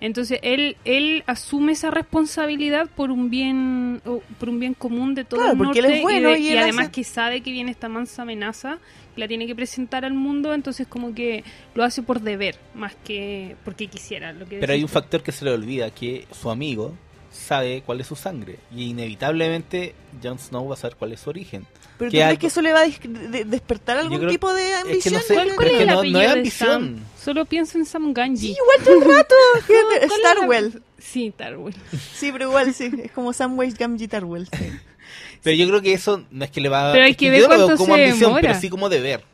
Speaker 4: Entonces él, él asume esa responsabilidad por un bien o por un bien común de todo
Speaker 2: Claro,
Speaker 4: el
Speaker 2: porque
Speaker 4: norte
Speaker 2: él es bueno
Speaker 4: de-
Speaker 2: y él
Speaker 4: además
Speaker 2: hace-
Speaker 4: que sabe que viene esta mansa amenaza que la tiene que presentar al mundo, entonces como que lo hace por deber más que porque quisiera. Lo que
Speaker 5: Pero hay
Speaker 4: decís tú.
Speaker 5: un factor que se le olvida, que su amigo sabe cuál es su sangre. Y inevitablemente Jon Snow va a saber cuál es su origen.
Speaker 2: Pero tú
Speaker 5: Que
Speaker 2: crees
Speaker 5: algo-
Speaker 2: que eso le va a dis- de- despertar algún
Speaker 5: creo-
Speaker 2: tipo de
Speaker 5: que no
Speaker 2: ambición.
Speaker 5: sé,
Speaker 2: en
Speaker 4: ¿Cuál,
Speaker 2: él?
Speaker 4: cuál
Speaker 5: Pero
Speaker 4: es
Speaker 5: que
Speaker 4: el
Speaker 5: no- no
Speaker 4: apellido
Speaker 5: es
Speaker 4: de
Speaker 5: ambición.
Speaker 4: Sam? Solo pienso en Sam Ganji.
Speaker 2: Igual todo el rato.
Speaker 4: ¿Cuál
Speaker 2: gente,
Speaker 4: es la-
Speaker 2: Starwell.
Speaker 4: Sí, Starwell.
Speaker 2: Sí, pero igual sí. Es como Samwise Gamgee Tarwell. sí.
Speaker 5: Pero yo creo que eso no es que le va a...
Speaker 4: Pero hay
Speaker 5: es
Speaker 4: que ver
Speaker 5: yo no lo veo
Speaker 4: cuánto
Speaker 5: como
Speaker 4: se
Speaker 5: ambición,
Speaker 4: demora.
Speaker 5: pero sí como deber.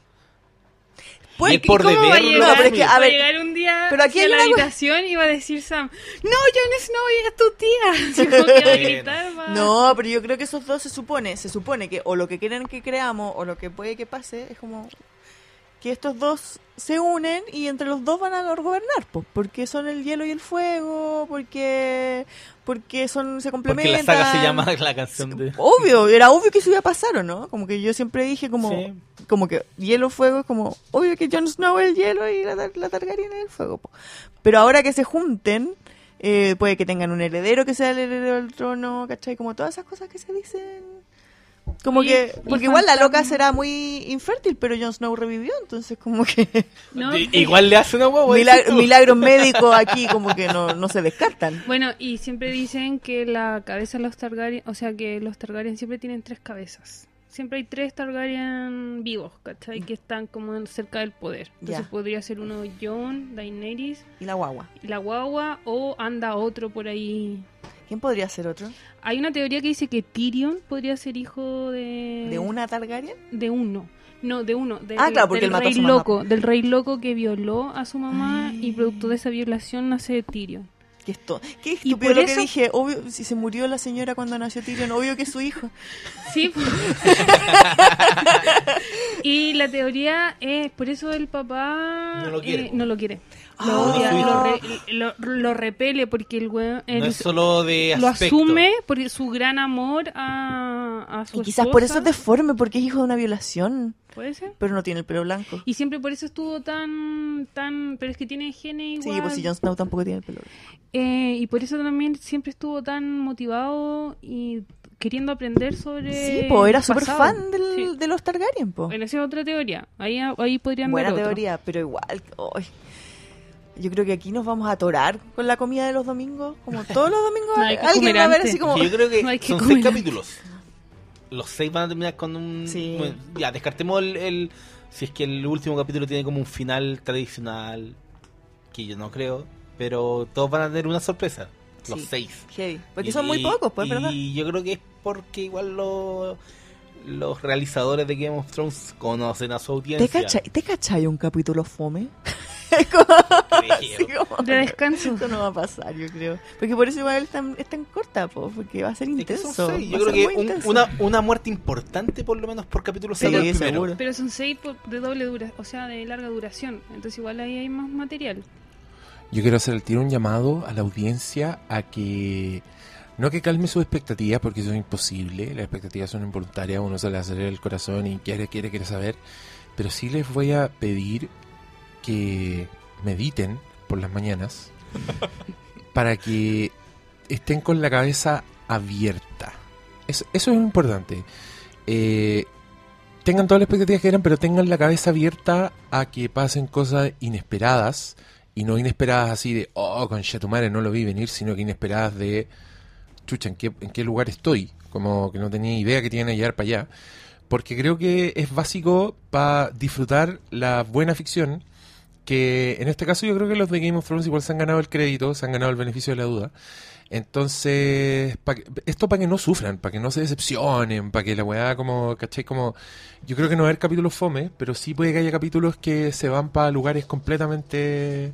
Speaker 2: Pues,
Speaker 5: Y él por
Speaker 4: ¿Cómo va a
Speaker 5: deber
Speaker 4: llegar,
Speaker 2: No, pero es que, a
Speaker 4: va
Speaker 2: ver,
Speaker 4: llegar un día
Speaker 2: pero aquí
Speaker 4: hacia
Speaker 2: hay
Speaker 4: la
Speaker 2: una cosa-
Speaker 4: habitación y va a decir Sam, no, Jon Snow, ella es tu tía. Así como que va a gritar, va-
Speaker 2: No, pero yo creo que esos dos se supone, se supone que o lo que quieren que creamos o lo que puede que pase es como que estos dos se unen y entre los dos van a gobernar, pues, porque son el hielo y el fuego, porque porque son se
Speaker 5: Porque la
Speaker 2: complementan.
Speaker 5: saga se llama la canción de...
Speaker 2: Obvio, era obvio que eso iba a pasar, ¿o no? Como que yo siempre dije como
Speaker 5: Sí.
Speaker 2: como que hielo, fuego, es como obvio que Jon Snow es el hielo y la, tar- la Targaryen es el fuego. po. Pero ahora que se junten, eh, puede que tengan un heredero que sea el heredero del trono, ¿cachai? Como todas esas cosas que se dicen. Como
Speaker 4: Y-
Speaker 2: que,
Speaker 4: y
Speaker 2: porque igual la loca
Speaker 4: fantasma.
Speaker 2: será muy infértil, pero Jon Snow revivió, entonces como que
Speaker 4: No,
Speaker 5: I-
Speaker 4: porque-
Speaker 5: Igual le hace una huevo.
Speaker 2: milagro- milagros médicos aquí como que no, no se descartan.
Speaker 4: Bueno, y siempre dicen que la cabeza de los Targaryen, o sea, que los Targaryen siempre tienen tres cabezas. Siempre hay tres Targaryen vivos, ¿cachai? Que están como en- cerca del poder. Entonces
Speaker 2: Ya.
Speaker 4: podría ser uno Jon, Daenerys,
Speaker 2: Y la guagua.
Speaker 4: la guagua o anda otro por ahí.
Speaker 2: ¿Quién podría ser otro?
Speaker 4: Hay una teoría que dice que Tyrion podría ser hijo de...
Speaker 2: ¿De una Targaryen?
Speaker 4: De uno. No, de uno. Del,
Speaker 2: Ah, claro, porque
Speaker 4: del
Speaker 2: él mató a
Speaker 4: rey
Speaker 2: su mamá.
Speaker 4: loco. Del rey loco que violó a su mamá y producto de esa violación nace Tyrion.
Speaker 2: Que esto, qué
Speaker 4: Y
Speaker 2: estúpido
Speaker 4: por
Speaker 2: lo que
Speaker 4: eso-
Speaker 2: dije. Obvio, si se murió la señora cuando nació Tyrion, obvio que es su hijo.
Speaker 4: Sí. pues. y la teoría es, por eso el papá
Speaker 5: No lo quiere.
Speaker 4: eh, no lo, quiere. Lo
Speaker 2: Ah.
Speaker 4: odia, lo, re- lo- lo repele porque el weón el-
Speaker 5: No es solo de
Speaker 4: lo
Speaker 5: aspecto.
Speaker 4: asume por su gran amor a, a su
Speaker 2: Y quizás por eso
Speaker 4: esposa.
Speaker 2: es deforme, porque es hijo de una violación,
Speaker 4: ¿Puede ser?
Speaker 2: pero no tiene el pelo blanco.
Speaker 4: Y siempre por eso estuvo tan, tan, pero es que tiene genes igual.
Speaker 2: Sí, pues si Jon Snow tampoco tiene el pelo blanco.
Speaker 4: Eh, y por eso también siempre estuvo tan motivado y queriendo aprender sobre.
Speaker 2: Sí, po, era
Speaker 4: el
Speaker 2: súper
Speaker 4: Eh, pasado.
Speaker 2: fan del-
Speaker 4: Sí.
Speaker 2: de los Targaryen, po.
Speaker 4: Bueno, esa es otra teoría. Ahí, ahí podrían
Speaker 2: Buena
Speaker 4: ver otra.
Speaker 2: teoría, pero igual. ay. yo creo que aquí nos vamos a atorar con la comida de los domingos. Como todos los domingos,
Speaker 4: No, hay que
Speaker 2: alguien
Speaker 4: comer
Speaker 2: va a ver
Speaker 4: antes.
Speaker 2: así como.
Speaker 5: Que yo creo que,
Speaker 4: No hay que
Speaker 5: son
Speaker 4: comer
Speaker 5: seis
Speaker 4: antes.
Speaker 5: capítulos. Los seis van a terminar con un.
Speaker 2: Sí.
Speaker 5: bueno, ya, descartemos el, el- Si es que el último capítulo tiene como un final tradicional. Que yo no creo. Pero todos van a tener una sorpresa. Los
Speaker 2: Sí.
Speaker 5: seis.
Speaker 2: Heavy. Porque
Speaker 5: Y-
Speaker 2: son muy pocos, pues,
Speaker 5: y
Speaker 2: ¿verdad?
Speaker 5: yo creo que es porque igual los los realizadores de Game of Thrones conocen a su audiencia.
Speaker 2: ¿Te cachai, ¿Te cachai un capítulo fome?
Speaker 5: Creo.
Speaker 2: Sí, como-
Speaker 4: De descanso.
Speaker 2: Esto no va a pasar, yo creo. Porque por eso igual es tan, es tan corta, po, porque va a ser
Speaker 5: Es que son
Speaker 2: intenso.
Speaker 5: seis.
Speaker 2: va
Speaker 5: Yo
Speaker 2: a
Speaker 5: creo
Speaker 2: ser
Speaker 5: que
Speaker 2: muy
Speaker 5: un-
Speaker 2: intenso.
Speaker 5: una, una muerte importante por lo menos por capítulo
Speaker 2: Sí,
Speaker 5: sale el primero.
Speaker 2: seguro.
Speaker 4: Pero son seis por- de doble dura, o sea, de larga duración. Entonces igual ahí hay más material.
Speaker 1: Yo quiero hacer el tiro un llamado a la audiencia a que no que calme sus expectativas porque eso es imposible, las expectativas son involuntarias, uno se le acelera el corazón y quiere, quiere, quiere saber, pero sí les voy a pedir que mediten por las mañanas para que estén con la cabeza abierta. Es- eso es lo importante. Eh, tengan todas las expectativas que eran, pero tengan la cabeza abierta a que pasen cosas inesperadas y no inesperadas así de, oh, con tu madre no lo vi venir, sino que inesperadas de, chucha, ¿en qué, en qué lugar estoy? Como que no tenía idea que tienen a llegar para allá. Porque creo que es básico para disfrutar la buena ficción, que en este caso yo creo que los de Game of Thrones igual se han ganado el crédito, se han ganado el beneficio de la duda. Entonces, pa que- esto para que no sufran, para que no se decepcionen, para que la weá como, ¿cachai? Como, yo creo que no va a haber capítulos fome, pero sí puede que haya capítulos que se van para lugares completamente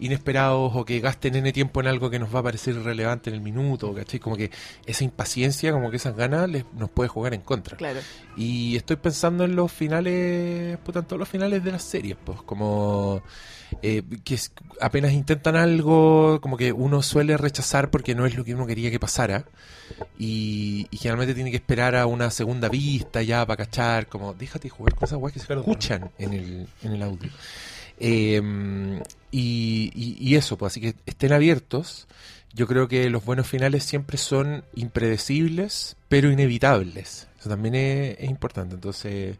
Speaker 1: inesperados o que gasten en tiempo en algo que nos va a parecer irrelevante en el minuto, ¿cachai? Como que esa impaciencia, como que esas ganas les- nos puede jugar en contra.
Speaker 2: Claro.
Speaker 1: Y estoy pensando en los finales, puta, en todos los finales de las series, pues, como eh, que es- apenas intentan algo, como que uno suele rechazar porque no es lo que uno quería que pasara. Y, y generalmente tiene que esperar a una segunda vista ya para cachar, como déjate jugar con esas guays que se escuchan en el, en el audio. Eh, y, y- y eso, pues, así que estén abiertos. Yo creo que los buenos finales siempre son impredecibles, pero inevitables. Eso también es, es importante. Entonces,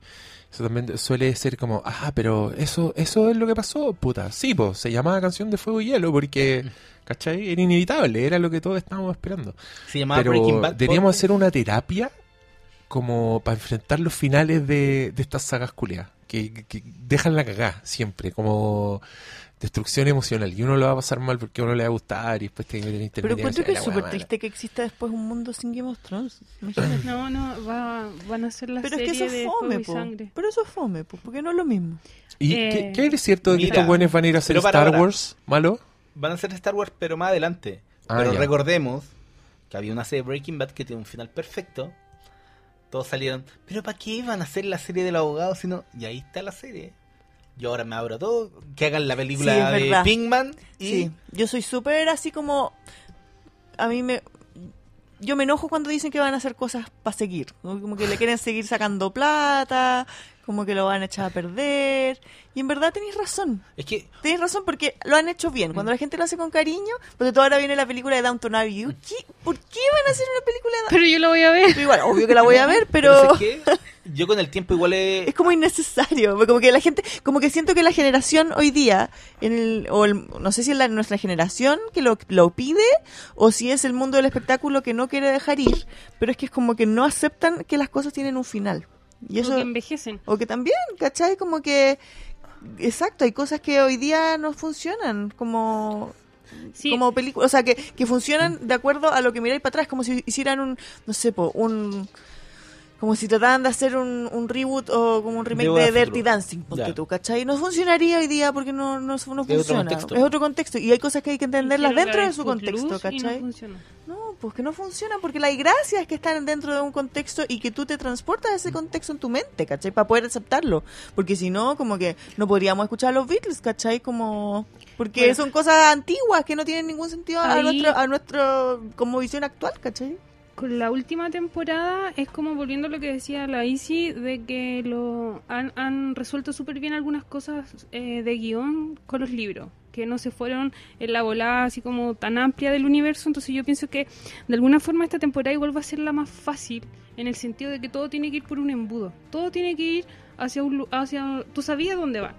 Speaker 1: eso también suele ser como, ah, pero eso, eso es lo que pasó, puta. Sí, pues, se llamaba Canción de Fuego y Hielo porque, ¿cachai? Era inevitable, era lo que todos estábamos esperando.
Speaker 5: Se llamaba Breaking
Speaker 1: Pero
Speaker 5: Bad.
Speaker 1: deberíamos
Speaker 5: por-
Speaker 1: hacer una terapia como para enfrentar los finales de, de estas sagas culeadas, que, que- que dejan la cagada siempre, como destrucción emocional. Y uno lo va a pasar mal porque a uno le va a gustar y después tiene que tener
Speaker 2: Pero encuentro
Speaker 1: intermediarios,
Speaker 2: que es
Speaker 1: la wea
Speaker 2: súper
Speaker 1: mala.
Speaker 2: triste que exista después un mundo sin Game of Thrones. Imagínate.
Speaker 4: No, no, va, van a ser la
Speaker 2: Pero es
Speaker 4: serie
Speaker 2: que eso
Speaker 4: de
Speaker 2: es
Speaker 4: fuego
Speaker 2: fome,
Speaker 4: y
Speaker 2: po.
Speaker 4: sangre.
Speaker 2: Pero eso es fome, po, porque no es lo mismo.
Speaker 1: ¿Y
Speaker 4: Eh,
Speaker 1: qué, qué es cierto de que
Speaker 5: mira,
Speaker 1: estos buenos van a ir a hacer
Speaker 5: pero para,
Speaker 1: Star
Speaker 5: para.
Speaker 1: Wars? ¿Malo?
Speaker 5: Van a ser Star Wars, pero más adelante.
Speaker 1: Ah,
Speaker 5: pero
Speaker 1: ya.
Speaker 5: recordemos que había una serie de Breaking Bad que tiene un final perfecto. Todos salieron, pero ¿para qué van a hacer la serie del abogado si no? Y ahí está la serie. Yo ahora me abro todo, que hagan la película
Speaker 2: Sí, es
Speaker 5: de
Speaker 2: verdad.
Speaker 5: Pinkman y
Speaker 2: Sí, yo soy súper así como... A mí me... Yo me enojo cuando dicen que van a hacer cosas para seguir. ¿no? Como que le quieren seguir sacando plata, como que lo van a echar a perder. Y en verdad tenéis razón.
Speaker 5: es que
Speaker 2: Tenéis razón porque lo han hecho bien. Cuando la gente lo hace con cariño, porque toda ahora viene la película de Downton Abbey. ¿Qué, ¿Por qué van a hacer una película de
Speaker 4: Pero yo lo voy a ver.
Speaker 2: Pero igual, obvio que la voy a ver, pero
Speaker 5: Pero, ¿sabes qué? Yo con el tiempo igual he-
Speaker 2: es como innecesario. Como que la gente, como que siento que la generación hoy día, en el, o el- no sé si es la, nuestra generación que lo, lo pide, o si es el mundo del espectáculo que no quiere dejar ir, pero es que es como que no aceptan que las cosas tienen un final. Y eso,
Speaker 4: Porque envejecen.
Speaker 2: o que también, ¿cachai? Como que, exacto, hay cosas que hoy día no funcionan, como
Speaker 4: Sí,
Speaker 2: como películas, o sea, que, que funcionan de acuerdo a lo que miráis para atrás, como si hicieran un, no sé, po, un... Como si trataran de hacer un, un reboot o como un remake
Speaker 5: Debo
Speaker 2: de
Speaker 5: hacerlo.
Speaker 2: Dirty Dancing, ponte
Speaker 5: Ya.
Speaker 2: tú, ¿cachai? No funcionaría hoy día porque no, no, no funciona.
Speaker 5: contexto.
Speaker 2: es otro contexto. Y hay cosas que hay que entenderlas
Speaker 4: hicieron
Speaker 2: dentro
Speaker 4: la
Speaker 2: de su
Speaker 4: Footloose
Speaker 2: contexto,
Speaker 4: y no
Speaker 2: ¿cachai?
Speaker 4: funcionó.
Speaker 2: No, pues que no funciona, porque la gracia es que están dentro de un contexto y que tú te transportas a ese contexto en tu mente, ¿cachai? Para poder aceptarlo. Porque si no, como que no podríamos escuchar a los Beatles, ¿cachai? Como... Porque
Speaker 4: Bueno.
Speaker 2: son cosas antiguas que no tienen ningún sentido a
Speaker 4: Ahí-
Speaker 2: nuestro, a nuestro como visión actual, ¿cachai?
Speaker 4: con la última temporada es como volviendo a lo que decía la Isi de que lo han, han resuelto súper bien algunas cosas eh, de guión con los libros que no se fueron en la volada así como tan amplia del universo entonces yo pienso que de alguna forma esta temporada igual va a ser la más fácil en el sentido de que todo tiene que ir por un embudo todo tiene que ir hacia un lu- hacia tú sabías dónde va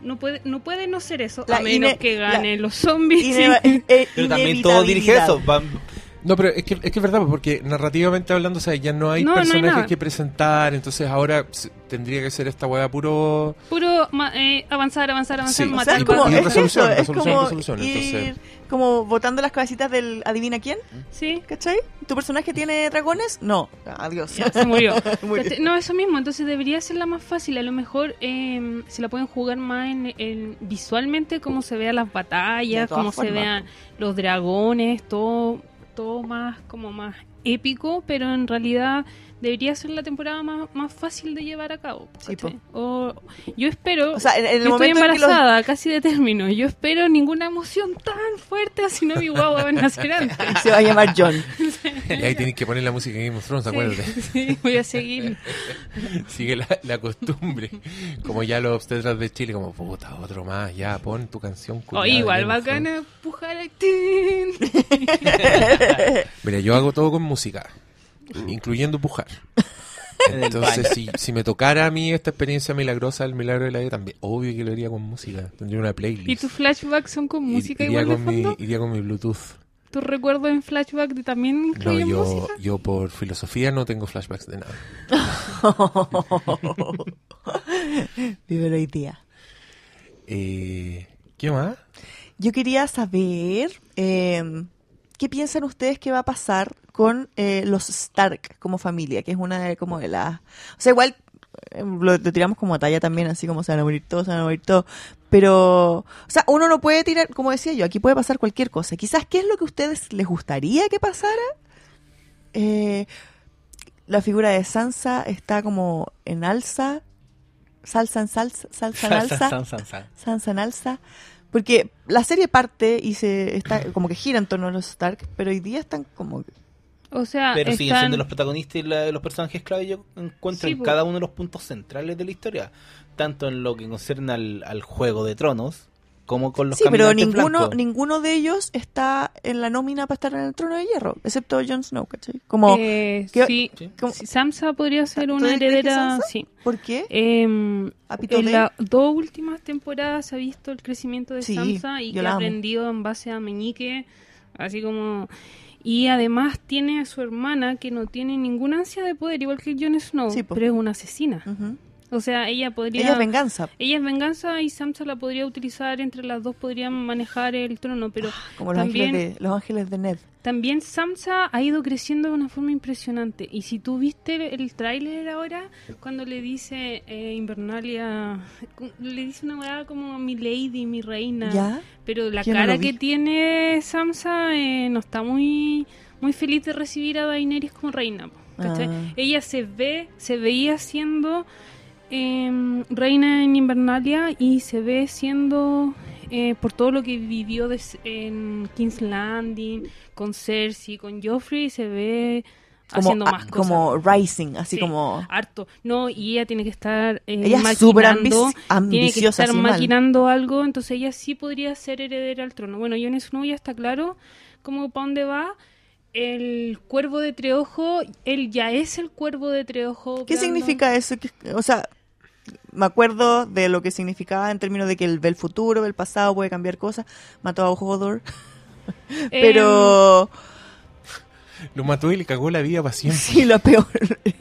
Speaker 4: no puede no puede no ser eso
Speaker 2: La
Speaker 4: a menos
Speaker 2: ine-
Speaker 4: que
Speaker 2: la-
Speaker 4: ganen los zombies
Speaker 2: Ineva- e-
Speaker 5: Pero también todo dirige
Speaker 2: inevitabilidad.
Speaker 5: eso. van-
Speaker 1: No, pero es que, es que es verdad, porque narrativamente hablando, o sea, ya no hay
Speaker 4: No, no hay
Speaker 1: personajes
Speaker 4: nada.
Speaker 1: que presentar, entonces ahora se- tendría que ser esta hueá puro...
Speaker 4: puro ma- eh, avanzar avanzar avanzar
Speaker 1: Sí,
Speaker 2: O
Speaker 4: matar
Speaker 2: sea, es
Speaker 1: Matar,
Speaker 2: como,
Speaker 1: matar.
Speaker 2: es
Speaker 1: Y resolución,
Speaker 2: eso, es
Speaker 1: resolución,
Speaker 2: como
Speaker 1: resolución,
Speaker 2: ir
Speaker 1: entonces.
Speaker 2: como botando las cabecitas del adivina quién,
Speaker 4: sí
Speaker 2: ¿cachai? ¿Tu personaje tiene dragones? No, adiós.
Speaker 4: Ya, Este, se murió.
Speaker 2: Muy bien.
Speaker 4: Cachai, No, eso mismo, entonces debería ser la más fácil. A lo mejor eh, se la pueden jugar más en, en- visualmente, como se vean las
Speaker 2: De
Speaker 4: batallas,
Speaker 2: todas
Speaker 4: como se
Speaker 2: formas.
Speaker 4: vean los dragones, todo, todo más como más épico, pero en realidad debería ser la temporada más, más fácil de llevar a cabo.
Speaker 2: Sí,
Speaker 4: ¿cachai? O- yo espero...
Speaker 2: O sea, en, en el
Speaker 4: yo estoy
Speaker 2: momento en que los-
Speaker 4: embarazada, casi de término. Yo espero ninguna emoción tan fuerte, así no mi guagua va a nacer antes.
Speaker 2: se va a llamar John.
Speaker 1: Y ahí tienes que poner la música de Game of Thrones, acuérdate.
Speaker 4: Sí, sí, voy a seguir.
Speaker 1: Sigue la, la costumbre. Como ya los obstetras de Chile, como, puta, otro más, ya, pon tu canción.
Speaker 4: O
Speaker 1: culiada de
Speaker 4: Oh, igual
Speaker 1: Game of
Speaker 4: bacana empujar a
Speaker 1: Thrones. Mira, yo hago todo con música, incluyendo pujar.
Speaker 5: En el
Speaker 1: Entonces,
Speaker 5: baño.
Speaker 1: si, si me tocara a mí esta experiencia milagrosa del milagro de la vida, también, obvio que lo haría con música. Tendría una playlist.
Speaker 4: Y tus flashbacks son con
Speaker 1: Ir-
Speaker 4: música
Speaker 1: iría,
Speaker 4: igual de
Speaker 1: con mi,
Speaker 4: fondo.
Speaker 1: iría con mi Bluetooth.
Speaker 4: Tus recuerdos en flashback de- también
Speaker 1: No,
Speaker 4: incluyen
Speaker 1: yo,
Speaker 4: música.
Speaker 1: yo por filosofía no tengo flashbacks de nada.
Speaker 2: Vive hoy día.
Speaker 1: Eh, ¿Qué más?
Speaker 2: Yo quería saber eh, qué piensan ustedes que va a pasar con eh, los Stark como familia, que es una de como de las, o sea, igual eh, lo, lo tiramos como talla también, así como se van a morir todos, se van a morir todos, pero, o sea, uno no puede tirar, como decía yo, aquí puede pasar cualquier cosa. Quizás qué es lo que a ustedes les gustaría que pasara. Eh, la figura de Sansa está como en alza, salsa en salsa, salsa en
Speaker 5: San,
Speaker 2: alza.
Speaker 5: san, san, san.
Speaker 2: Sansa en alza. Porque la serie parte y se está como que gira en torno a los Stark, pero hoy día están como
Speaker 4: O sea,
Speaker 5: Pero siguen
Speaker 4: Ah, están-
Speaker 5: siendo los protagonistas y la- los personajes clave. Yo encuentro
Speaker 4: Sí,
Speaker 5: en
Speaker 4: po.
Speaker 5: cada uno de los puntos centrales de la historia, tanto en lo que concierne al, al juego de tronos como con los
Speaker 2: Sí, pero
Speaker 5: Caminantes
Speaker 2: ninguno
Speaker 5: Blancos.
Speaker 2: ninguno de ellos está en la nómina para estar en el trono de hierro, excepto Jon Snow, ¿cachai? Como
Speaker 4: eh,
Speaker 2: ¿Qué-
Speaker 4: sí,
Speaker 5: Sí.
Speaker 2: como-
Speaker 4: sí, Samsa podría ser
Speaker 2: ¿Tú
Speaker 4: una
Speaker 2: crees que
Speaker 4: heredera.
Speaker 2: Sansa?
Speaker 4: Sí.
Speaker 2: ¿por qué?
Speaker 4: Em,
Speaker 2: Apito
Speaker 4: en
Speaker 2: Day.
Speaker 4: las dos últimas temporadas se ha visto el crecimiento de
Speaker 2: Sí,
Speaker 4: Sansa y
Speaker 2: yo
Speaker 4: que
Speaker 2: la
Speaker 4: ha
Speaker 2: amo.
Speaker 4: aprendido en base a Meñique, así como... Y además tiene a su hermana que no tiene ninguna ansia de poder, igual que Jon Snow,
Speaker 2: Sí, po.
Speaker 4: pero es una asesina.
Speaker 2: Ujú.
Speaker 4: O sea, ella podría...
Speaker 2: Ella es venganza,
Speaker 4: Ella es venganza y Sansa la podría utilizar, entre las dos podrían manejar el trono, pero
Speaker 2: como los
Speaker 4: también,
Speaker 2: ángeles de los ángeles de Ned.
Speaker 4: también Sansa ha ido creciendo de una forma impresionante. Y si tú viste el, el tráiler ahora, cuando le dice eh, Invernalia, cu- le dice una weá como mi lady, mi reina,
Speaker 2: ¿Ya?
Speaker 4: pero la
Speaker 2: Yo no lo
Speaker 4: cara
Speaker 2: vi.
Speaker 4: que tiene Sansa eh, no está muy, muy feliz de recibir a Daenerys como reina. po, ¿cachai?
Speaker 2: Ah.
Speaker 4: Ella se ve, se veía siendo eh, reina en Invernalia y se ve siendo eh, por todo lo que vivió des- en King's Landing, con Cersei, con Joffrey, se ve
Speaker 2: Como,
Speaker 4: haciendo
Speaker 2: a-
Speaker 4: más cosas.
Speaker 2: como rising,
Speaker 4: Sí,
Speaker 2: así
Speaker 4: Ah,
Speaker 2: como
Speaker 4: harto. No, y ella tiene que estar eh,
Speaker 2: ella es
Speaker 4: maquinando,
Speaker 2: súper ambici-
Speaker 4: tiene que
Speaker 2: ambiciosa
Speaker 4: estar
Speaker 2: así mal.
Speaker 4: maquinando algo, entonces ella sí podría ser heredera al trono. Bueno, Jon Snow ya está claro como para dónde va, el cuervo de Treojo, él ya es el cuervo de Treojo.
Speaker 2: ¿Qué
Speaker 4: Brandon.
Speaker 2: significa eso? ¿Qué- O sea, me acuerdo de lo que significaba en términos de que él ve el futuro, ve el pasado, puede cambiar cosas. Mató a Hodor.
Speaker 4: Em,
Speaker 2: Pero
Speaker 1: Lo mató y le cagó la vida para siempre.
Speaker 2: sí, lo peor.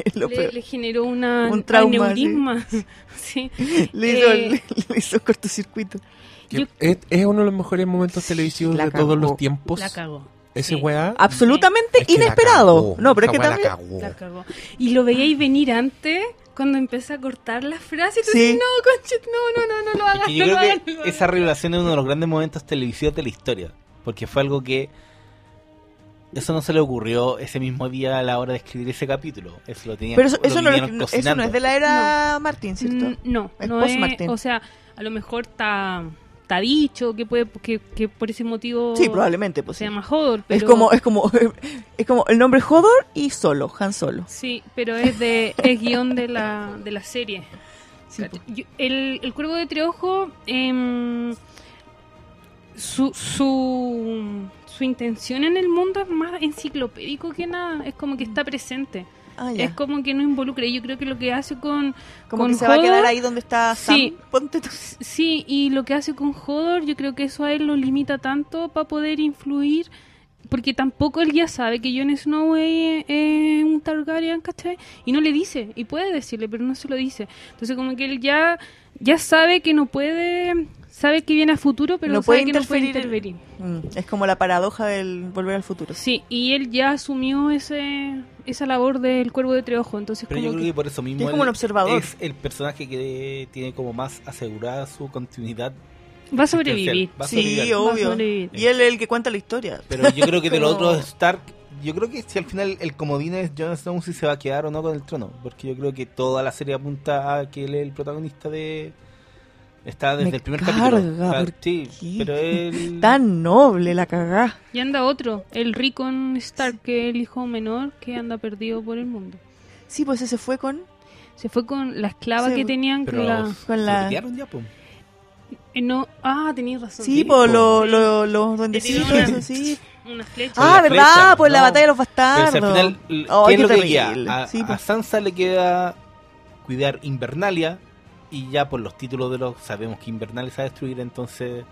Speaker 2: es lo
Speaker 4: le,
Speaker 2: peor.
Speaker 4: le generó una,
Speaker 2: Un trauma,
Speaker 4: aneurisma. Sí.
Speaker 2: Le hizo,
Speaker 4: Eh,
Speaker 2: le- le hizo cortocircuito.
Speaker 1: Que
Speaker 4: Yo-
Speaker 1: Es, es uno de los mejores momentos televisivos
Speaker 3: La
Speaker 1: de
Speaker 3: cagó.
Speaker 1: todos los tiempos.
Speaker 4: La cagó.
Speaker 1: Ese
Speaker 4: Sí.
Speaker 1: weá.
Speaker 2: Absolutamente
Speaker 1: es que la
Speaker 2: inesperado.
Speaker 1: cagó.
Speaker 2: No, pero es que
Speaker 1: Esa weá la
Speaker 2: también.
Speaker 1: cagó.
Speaker 4: La cagó. Y lo veíais venir antes cuando empecé a cortar las frases. Y tú
Speaker 2: Sí.
Speaker 4: decís, no, conche, no, no, no, no lo
Speaker 5: Es
Speaker 4: hagas.
Speaker 5: que yo
Speaker 4: no lo
Speaker 5: creo
Speaker 4: hagas, no
Speaker 5: que
Speaker 4: lo hagas".
Speaker 5: esa revelación es uno de los grandes momentos televisivos de la historia. Porque fue algo que. Eso no se le ocurrió ese mismo día a la hora de escribir ese capítulo. Eso lo tenían
Speaker 2: Pero eso,
Speaker 5: lo
Speaker 2: eso no,
Speaker 5: vinieron
Speaker 2: lo- eso no
Speaker 5: cocinando.
Speaker 2: es de la era Martín,
Speaker 4: Mm,
Speaker 2: ¿cierto?
Speaker 4: No,
Speaker 2: Es
Speaker 4: no
Speaker 2: post
Speaker 4: es,
Speaker 2: Martín.
Speaker 4: o sea, a lo mejor está está dicho que puede que, que por ese motivo
Speaker 2: Sí, probablemente. Pues,
Speaker 4: se
Speaker 2: sí.
Speaker 4: llama Hodor, pero
Speaker 2: Es como, es como, es como el nombre Hodor y solo, Han Solo.
Speaker 4: sí, pero es de es guión de la de la serie.
Speaker 2: Sí,
Speaker 4: Cacha. Yo- el, el cuervo de Treojo, em, su, su, su intención en el mundo es más enciclopédico que nada, es como que está presente,
Speaker 2: Mm. Ah,
Speaker 4: es como que no involucra, y yo creo que lo que hace con,
Speaker 2: Como
Speaker 4: con
Speaker 2: que se va a quedar
Speaker 4: Hodor-
Speaker 2: ahí donde está Sam.
Speaker 4: Sí.
Speaker 2: Ponte tú.
Speaker 4: Sí, y lo que hace con Hodor, yo creo que eso a él lo limita tanto para poder influir, porque tampoco él ya sabe que Jon Snow es, es un Targaryen, ¿cachai? Y no le dice, y puede decirle, pero no se lo dice. Entonces como que él ya, ya sabe que no puede, sabe que viene a futuro, pero
Speaker 2: No
Speaker 4: sabe
Speaker 2: puede
Speaker 4: que no puede
Speaker 2: interferir.
Speaker 4: intervenir.
Speaker 2: Mm, Es como la paradoja del volver al futuro.
Speaker 4: Sí, y él ya asumió ese, esa labor del Cuervo de Treojo, entonces
Speaker 5: Pero yo
Speaker 4: como
Speaker 5: creo
Speaker 4: que-
Speaker 5: que por eso mismo.
Speaker 2: Es como un
Speaker 5: él
Speaker 2: observador.
Speaker 5: Es el personaje que tiene como más asegurada su continuidad.
Speaker 4: va a sobrevivir.
Speaker 5: Va a
Speaker 2: Sí,
Speaker 5: sobrevivir.
Speaker 4: o- Va a
Speaker 2: obvio.
Speaker 4: sobrevivir.
Speaker 2: Y él es el que cuenta la historia.
Speaker 5: Pero yo creo que de los
Speaker 2: Como-
Speaker 5: otros Stark, yo creo que si al final el comodín es Jon Snow si se va a quedar o no con el trono, porque yo creo que toda la serie apunta a que él es el protagonista de está desde
Speaker 2: Me
Speaker 5: el primer
Speaker 2: carga,
Speaker 5: capítulo. Está-
Speaker 2: ¿por
Speaker 5: sí,
Speaker 2: qué?
Speaker 5: pero él
Speaker 2: Tan noble la cagá.
Speaker 4: Y anda otro, el Rickon Stark, que es el hijo menor que anda perdido por el mundo.
Speaker 2: Sí, pues ese fue con.
Speaker 4: Se fue con la esclava
Speaker 2: Sí,
Speaker 4: que tenían que
Speaker 5: pero
Speaker 4: la...
Speaker 2: con la-
Speaker 5: se pelearon ya, po.
Speaker 4: eh, no, ah, tenías razón.
Speaker 2: Sí,
Speaker 5: po.
Speaker 2: pues los lo, los duendecitos,
Speaker 4: Le tiró una-
Speaker 2: eso sí.
Speaker 4: Una flecha.
Speaker 2: Ah,
Speaker 5: la
Speaker 2: ¿verdad?
Speaker 5: flecha,
Speaker 2: Pues la
Speaker 5: no.
Speaker 2: batalla de los
Speaker 5: Pero si al
Speaker 2: bastardos.
Speaker 5: final l-
Speaker 2: Ay,
Speaker 5: ¿qué es
Speaker 2: Oh, qué
Speaker 5: lo que
Speaker 2: terrible.
Speaker 5: queda? A,
Speaker 2: Sí,
Speaker 5: a
Speaker 2: pues.
Speaker 5: Sansa le queda cuidar Invernalia y ya por los títulos de los sabemos que Invernalia se va a destruir, entonces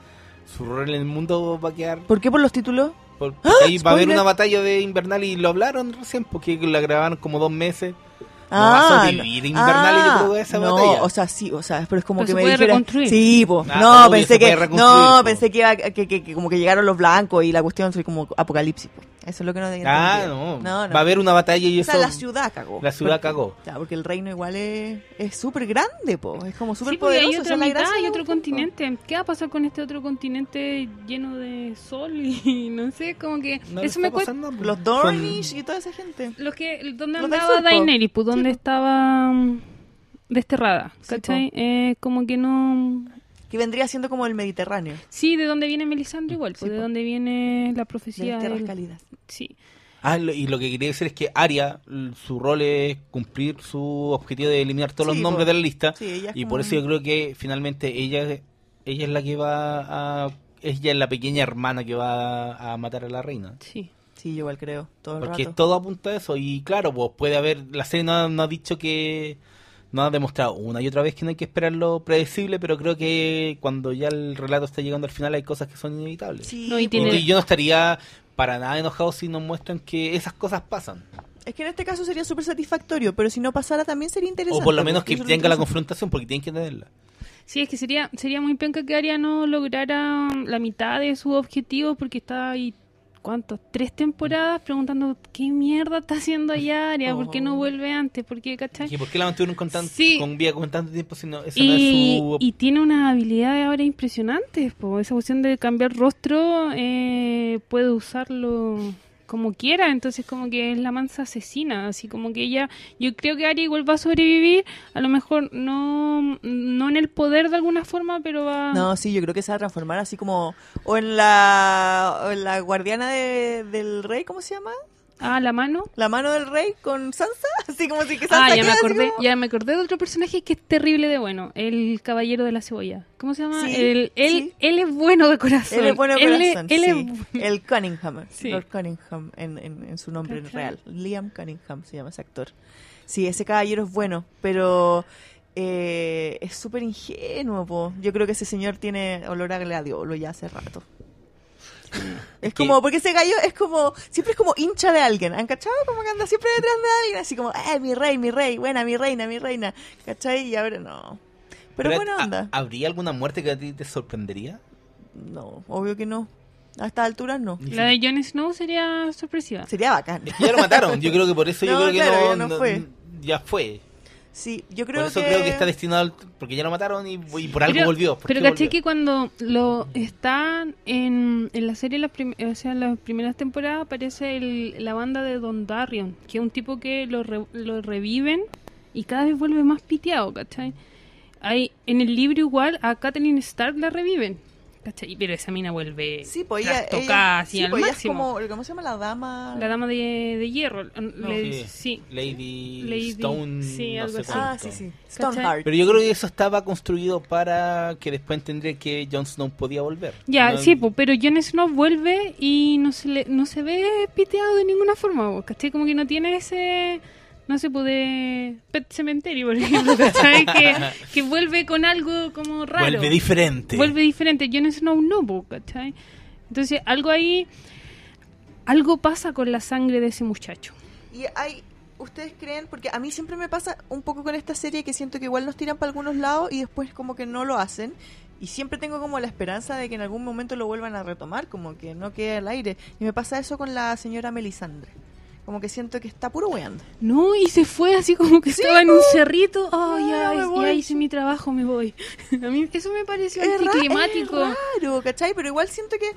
Speaker 5: su rol en el mundo va a quedar
Speaker 2: ¿Por qué por los títulos?
Speaker 5: Por- porque ahí va a
Speaker 2: ¡Ah!
Speaker 5: haber
Speaker 2: Spoiler.
Speaker 5: una batalla de Invernal y lo hablaron recién porque la grabaron como dos meses. No va a
Speaker 2: Ah,
Speaker 5: sobrevivir Invernal y yo creo que esa
Speaker 2: no,
Speaker 5: batalla.
Speaker 2: o sea, sí, o sea, pero es como
Speaker 4: Pero
Speaker 2: que
Speaker 4: se
Speaker 2: me
Speaker 4: puede
Speaker 2: dijera,
Speaker 4: reconstruir.
Speaker 2: sí, po,
Speaker 5: Ah,
Speaker 2: no,
Speaker 5: obvio,
Speaker 2: pensé
Speaker 5: se puede
Speaker 2: que,
Speaker 5: reconstruir,
Speaker 2: no,
Speaker 5: po.
Speaker 2: pensé que, iba- que, que- que como que llegaron los blancos y la cuestión fue como apocalipsis, po. eso es lo que no tenía
Speaker 5: ah,
Speaker 2: entendido.
Speaker 5: no.
Speaker 2: No, no.
Speaker 5: Va a haber una batalla y
Speaker 2: O
Speaker 5: eso.
Speaker 2: sea, la ciudad cagó.
Speaker 5: la ciudad
Speaker 2: Porque-
Speaker 5: cagó.
Speaker 2: Ya, porque el reino igual es es súper grande, po, es como súper
Speaker 4: Sí, porque
Speaker 2: poderoso.
Speaker 4: hay
Speaker 2: esa
Speaker 4: otra
Speaker 2: es la
Speaker 4: mitad
Speaker 2: gracia
Speaker 4: y
Speaker 2: de
Speaker 4: otro
Speaker 2: un-
Speaker 4: continente. ¿Qué va a pasar con este otro continente lleno de sol y no sé, como que
Speaker 5: No le
Speaker 4: eso
Speaker 5: está
Speaker 4: me cuesta.
Speaker 5: pasando, pues.
Speaker 2: Los
Speaker 5: son-
Speaker 2: Dornish y toda esa gente.
Speaker 4: Lo que donde
Speaker 2: Los del
Speaker 4: andaba
Speaker 2: sur, po.
Speaker 4: Daenerys, pues, donde estaba mm, desterrada,
Speaker 2: Sí,
Speaker 4: ¿cachai? Eh, como que no
Speaker 2: Que vendría siendo como el Mediterráneo.
Speaker 4: Sí, de dónde viene Melisandre igual, pues,
Speaker 2: Mm, Sí,
Speaker 4: de
Speaker 2: po.
Speaker 4: dónde viene la
Speaker 2: De
Speaker 4: profecía
Speaker 2: las tierras
Speaker 4: del-
Speaker 2: cálidas.
Speaker 4: Sí.
Speaker 5: Ah, lo- y lo que quería decir es que Arya, l- su rol es cumplir su objetivo de eliminar todos
Speaker 2: Sí,
Speaker 5: los nombres
Speaker 2: po.
Speaker 5: de la lista.
Speaker 2: Sí, ella es
Speaker 5: y
Speaker 2: como
Speaker 5: por
Speaker 2: un-
Speaker 5: eso yo creo que finalmente ella, ella es la que va a. Ella es la pequeña hermana que va a matar a la reina.
Speaker 4: Sí.
Speaker 2: Sí, yo igual creo, todo el
Speaker 5: Porque
Speaker 2: rato.
Speaker 5: todo apunta a eso. Y claro, pues puede haber. La serie no, ha- no ha dicho que. No ha demostrado una y otra vez que no hay que esperar lo predecible, pero creo que cuando ya el relato está llegando al final hay cosas que son inevitables.
Speaker 2: Sí,
Speaker 4: No, y
Speaker 2: po.
Speaker 5: Y,
Speaker 4: tiene-
Speaker 5: y yo no estaría para nada enojado si nos muestran que esas cosas pasan.
Speaker 2: Es que en este caso sería súper satisfactorio, pero si no pasara también sería interesante.
Speaker 5: O por lo menos
Speaker 2: porque
Speaker 5: que
Speaker 2: eso es lo
Speaker 5: tenga la
Speaker 2: interesante.
Speaker 5: confrontación, porque tienen que tenerla.
Speaker 4: Sí, es que sería sería muy penca que Arya no lograra mm, la mitad de sus objetivos porque está ahí, ¿cuántos? Tres temporadas preguntando qué mierda está haciendo allá Arya, por qué no
Speaker 2: Oh.
Speaker 4: vuelve antes, por qué, ¿cachai?
Speaker 5: ¿Y por qué la mantuvieron con, tan,
Speaker 4: Sí.
Speaker 5: con vida con tanto tiempo si no, esa no
Speaker 4: Y,
Speaker 5: es su...
Speaker 4: y tiene unas habilidades ahora impresionantes, po. esa cuestión de cambiar rostro eh, puede usarlo como quiera, entonces como que es la mansa asesina, así como que ella, yo creo que Arya igual va a sobrevivir, a lo mejor no, no en el poder de alguna forma, pero va...
Speaker 2: No, sí, yo creo que se va a transformar así como. O en la. o en la guardiana de- del rey, ¿cómo se llama?
Speaker 4: Ah, la mano.
Speaker 2: La mano del rey con Sansa, así como si que Sansa
Speaker 4: Ah, ya me
Speaker 2: queda así
Speaker 4: acordé,
Speaker 2: como-
Speaker 4: ya me acordé de otro personaje que es terrible de bueno, el caballero de la cebolla. ¿Cómo se llama?
Speaker 2: Sí,
Speaker 4: él, él,
Speaker 2: sí.
Speaker 4: él es bueno de corazón.
Speaker 2: Él es bueno de
Speaker 4: Él es-
Speaker 2: corazón,
Speaker 4: él es
Speaker 2: sí. El Cunningham,
Speaker 4: Sí.
Speaker 2: Lord Cunningham en, en- en su nombre
Speaker 4: Ajá.
Speaker 2: real. Liam Cunningham se llama ese actor. Sí, ese caballero es bueno, pero eh, es súper ingenuo. po. Yo creo que ese señor tiene olor a gladiolo ya hace rato. Es como, porque ese gallo es como, siempre es como hincha de alguien, ¿han cachado? Como que anda siempre detrás de alguien, así como, eh, mi rey, mi rey, buena, mi reina, mi reina, ¿cachai? Y ahora no. Pero, buena
Speaker 5: a-
Speaker 2: onda.
Speaker 5: ¿Habría alguna muerte que a ti te sorprendería?
Speaker 2: No, obvio que no. A estas alturas no.
Speaker 4: La de Jon Snow sería sorpresiva.
Speaker 2: Sería bacán.
Speaker 5: Es que ya lo mataron. Yo creo que por eso yo
Speaker 2: No,
Speaker 5: creo que
Speaker 2: claro, ya
Speaker 5: no,
Speaker 2: no fue.
Speaker 5: Ya fue.
Speaker 2: Sí, yo creo
Speaker 5: por eso
Speaker 2: que...
Speaker 5: creo que está destinado al- porque ya lo mataron y, y por algo
Speaker 4: Pero-
Speaker 5: volvió. ¿por
Speaker 4: Pero
Speaker 5: qué
Speaker 4: caché
Speaker 5: volvió?
Speaker 4: que cuando lo están en, en la serie, las prim- o sea, las primeras temporadas aparece el- la banda de Don Darion, que es un tipo que lo, re- lo reviven y cada vez vuelve más piteado, ¿cachai? Hay, en el libro igual a Catelyn Stark la reviven, ¿cachai? Pero esa mina vuelve
Speaker 2: Sí, pues ella,
Speaker 4: trastocada,
Speaker 2: ella-
Speaker 4: así
Speaker 2: sí,
Speaker 4: al
Speaker 2: pues ella es
Speaker 4: máximo.
Speaker 2: como, ¿cómo se llama? La dama...
Speaker 4: La dama de, de hierro. le- sí.
Speaker 5: Sí. Lady,
Speaker 4: Lady-
Speaker 5: Stone.
Speaker 4: sí,
Speaker 5: no
Speaker 4: algo
Speaker 5: sé
Speaker 4: así.
Speaker 2: Ah,
Speaker 5: cuánto.
Speaker 2: sí, sí. Stoneheart.
Speaker 5: Pero yo creo que eso estaba construido para que después entender que Jon Snow podía volver.
Speaker 4: Ya,
Speaker 5: No-
Speaker 4: sí, pues, po, pero Jon Snow vuelve y no se, le, no se ve piteado de ninguna forma, po, ¿cachai? Como que no tiene ese, no sé, po, de Pet Cementerio, por ejemplo, ¿cachai? que, que vuelve con algo como raro.
Speaker 5: Vuelve diferente.
Speaker 4: Vuelve diferente. Jon Snow no, po, ¿cachai? Entonces, algo ahí, algo pasa con la sangre de ese muchacho.
Speaker 2: Y hay... ¿Ustedes creen? Porque a mí siempre me pasa un poco con esta serie que siento que igual nos tiran para algunos lados y después como que no lo hacen. Y siempre tengo como la esperanza de que en algún momento lo vuelvan a retomar, como que no quede al aire. Y me pasa eso con la señora Melisandre. Como que siento que está puro weando.
Speaker 4: No, y se fue así como que estaba en un cerrito. Oh, ya,
Speaker 2: Ah, me
Speaker 4: ya
Speaker 2: voy.
Speaker 4: hice mi trabajo, me voy. A mí eso me pareció
Speaker 2: Es ra-
Speaker 4: anticlimático.
Speaker 2: es raro, ¿cachai? Pero igual siento que.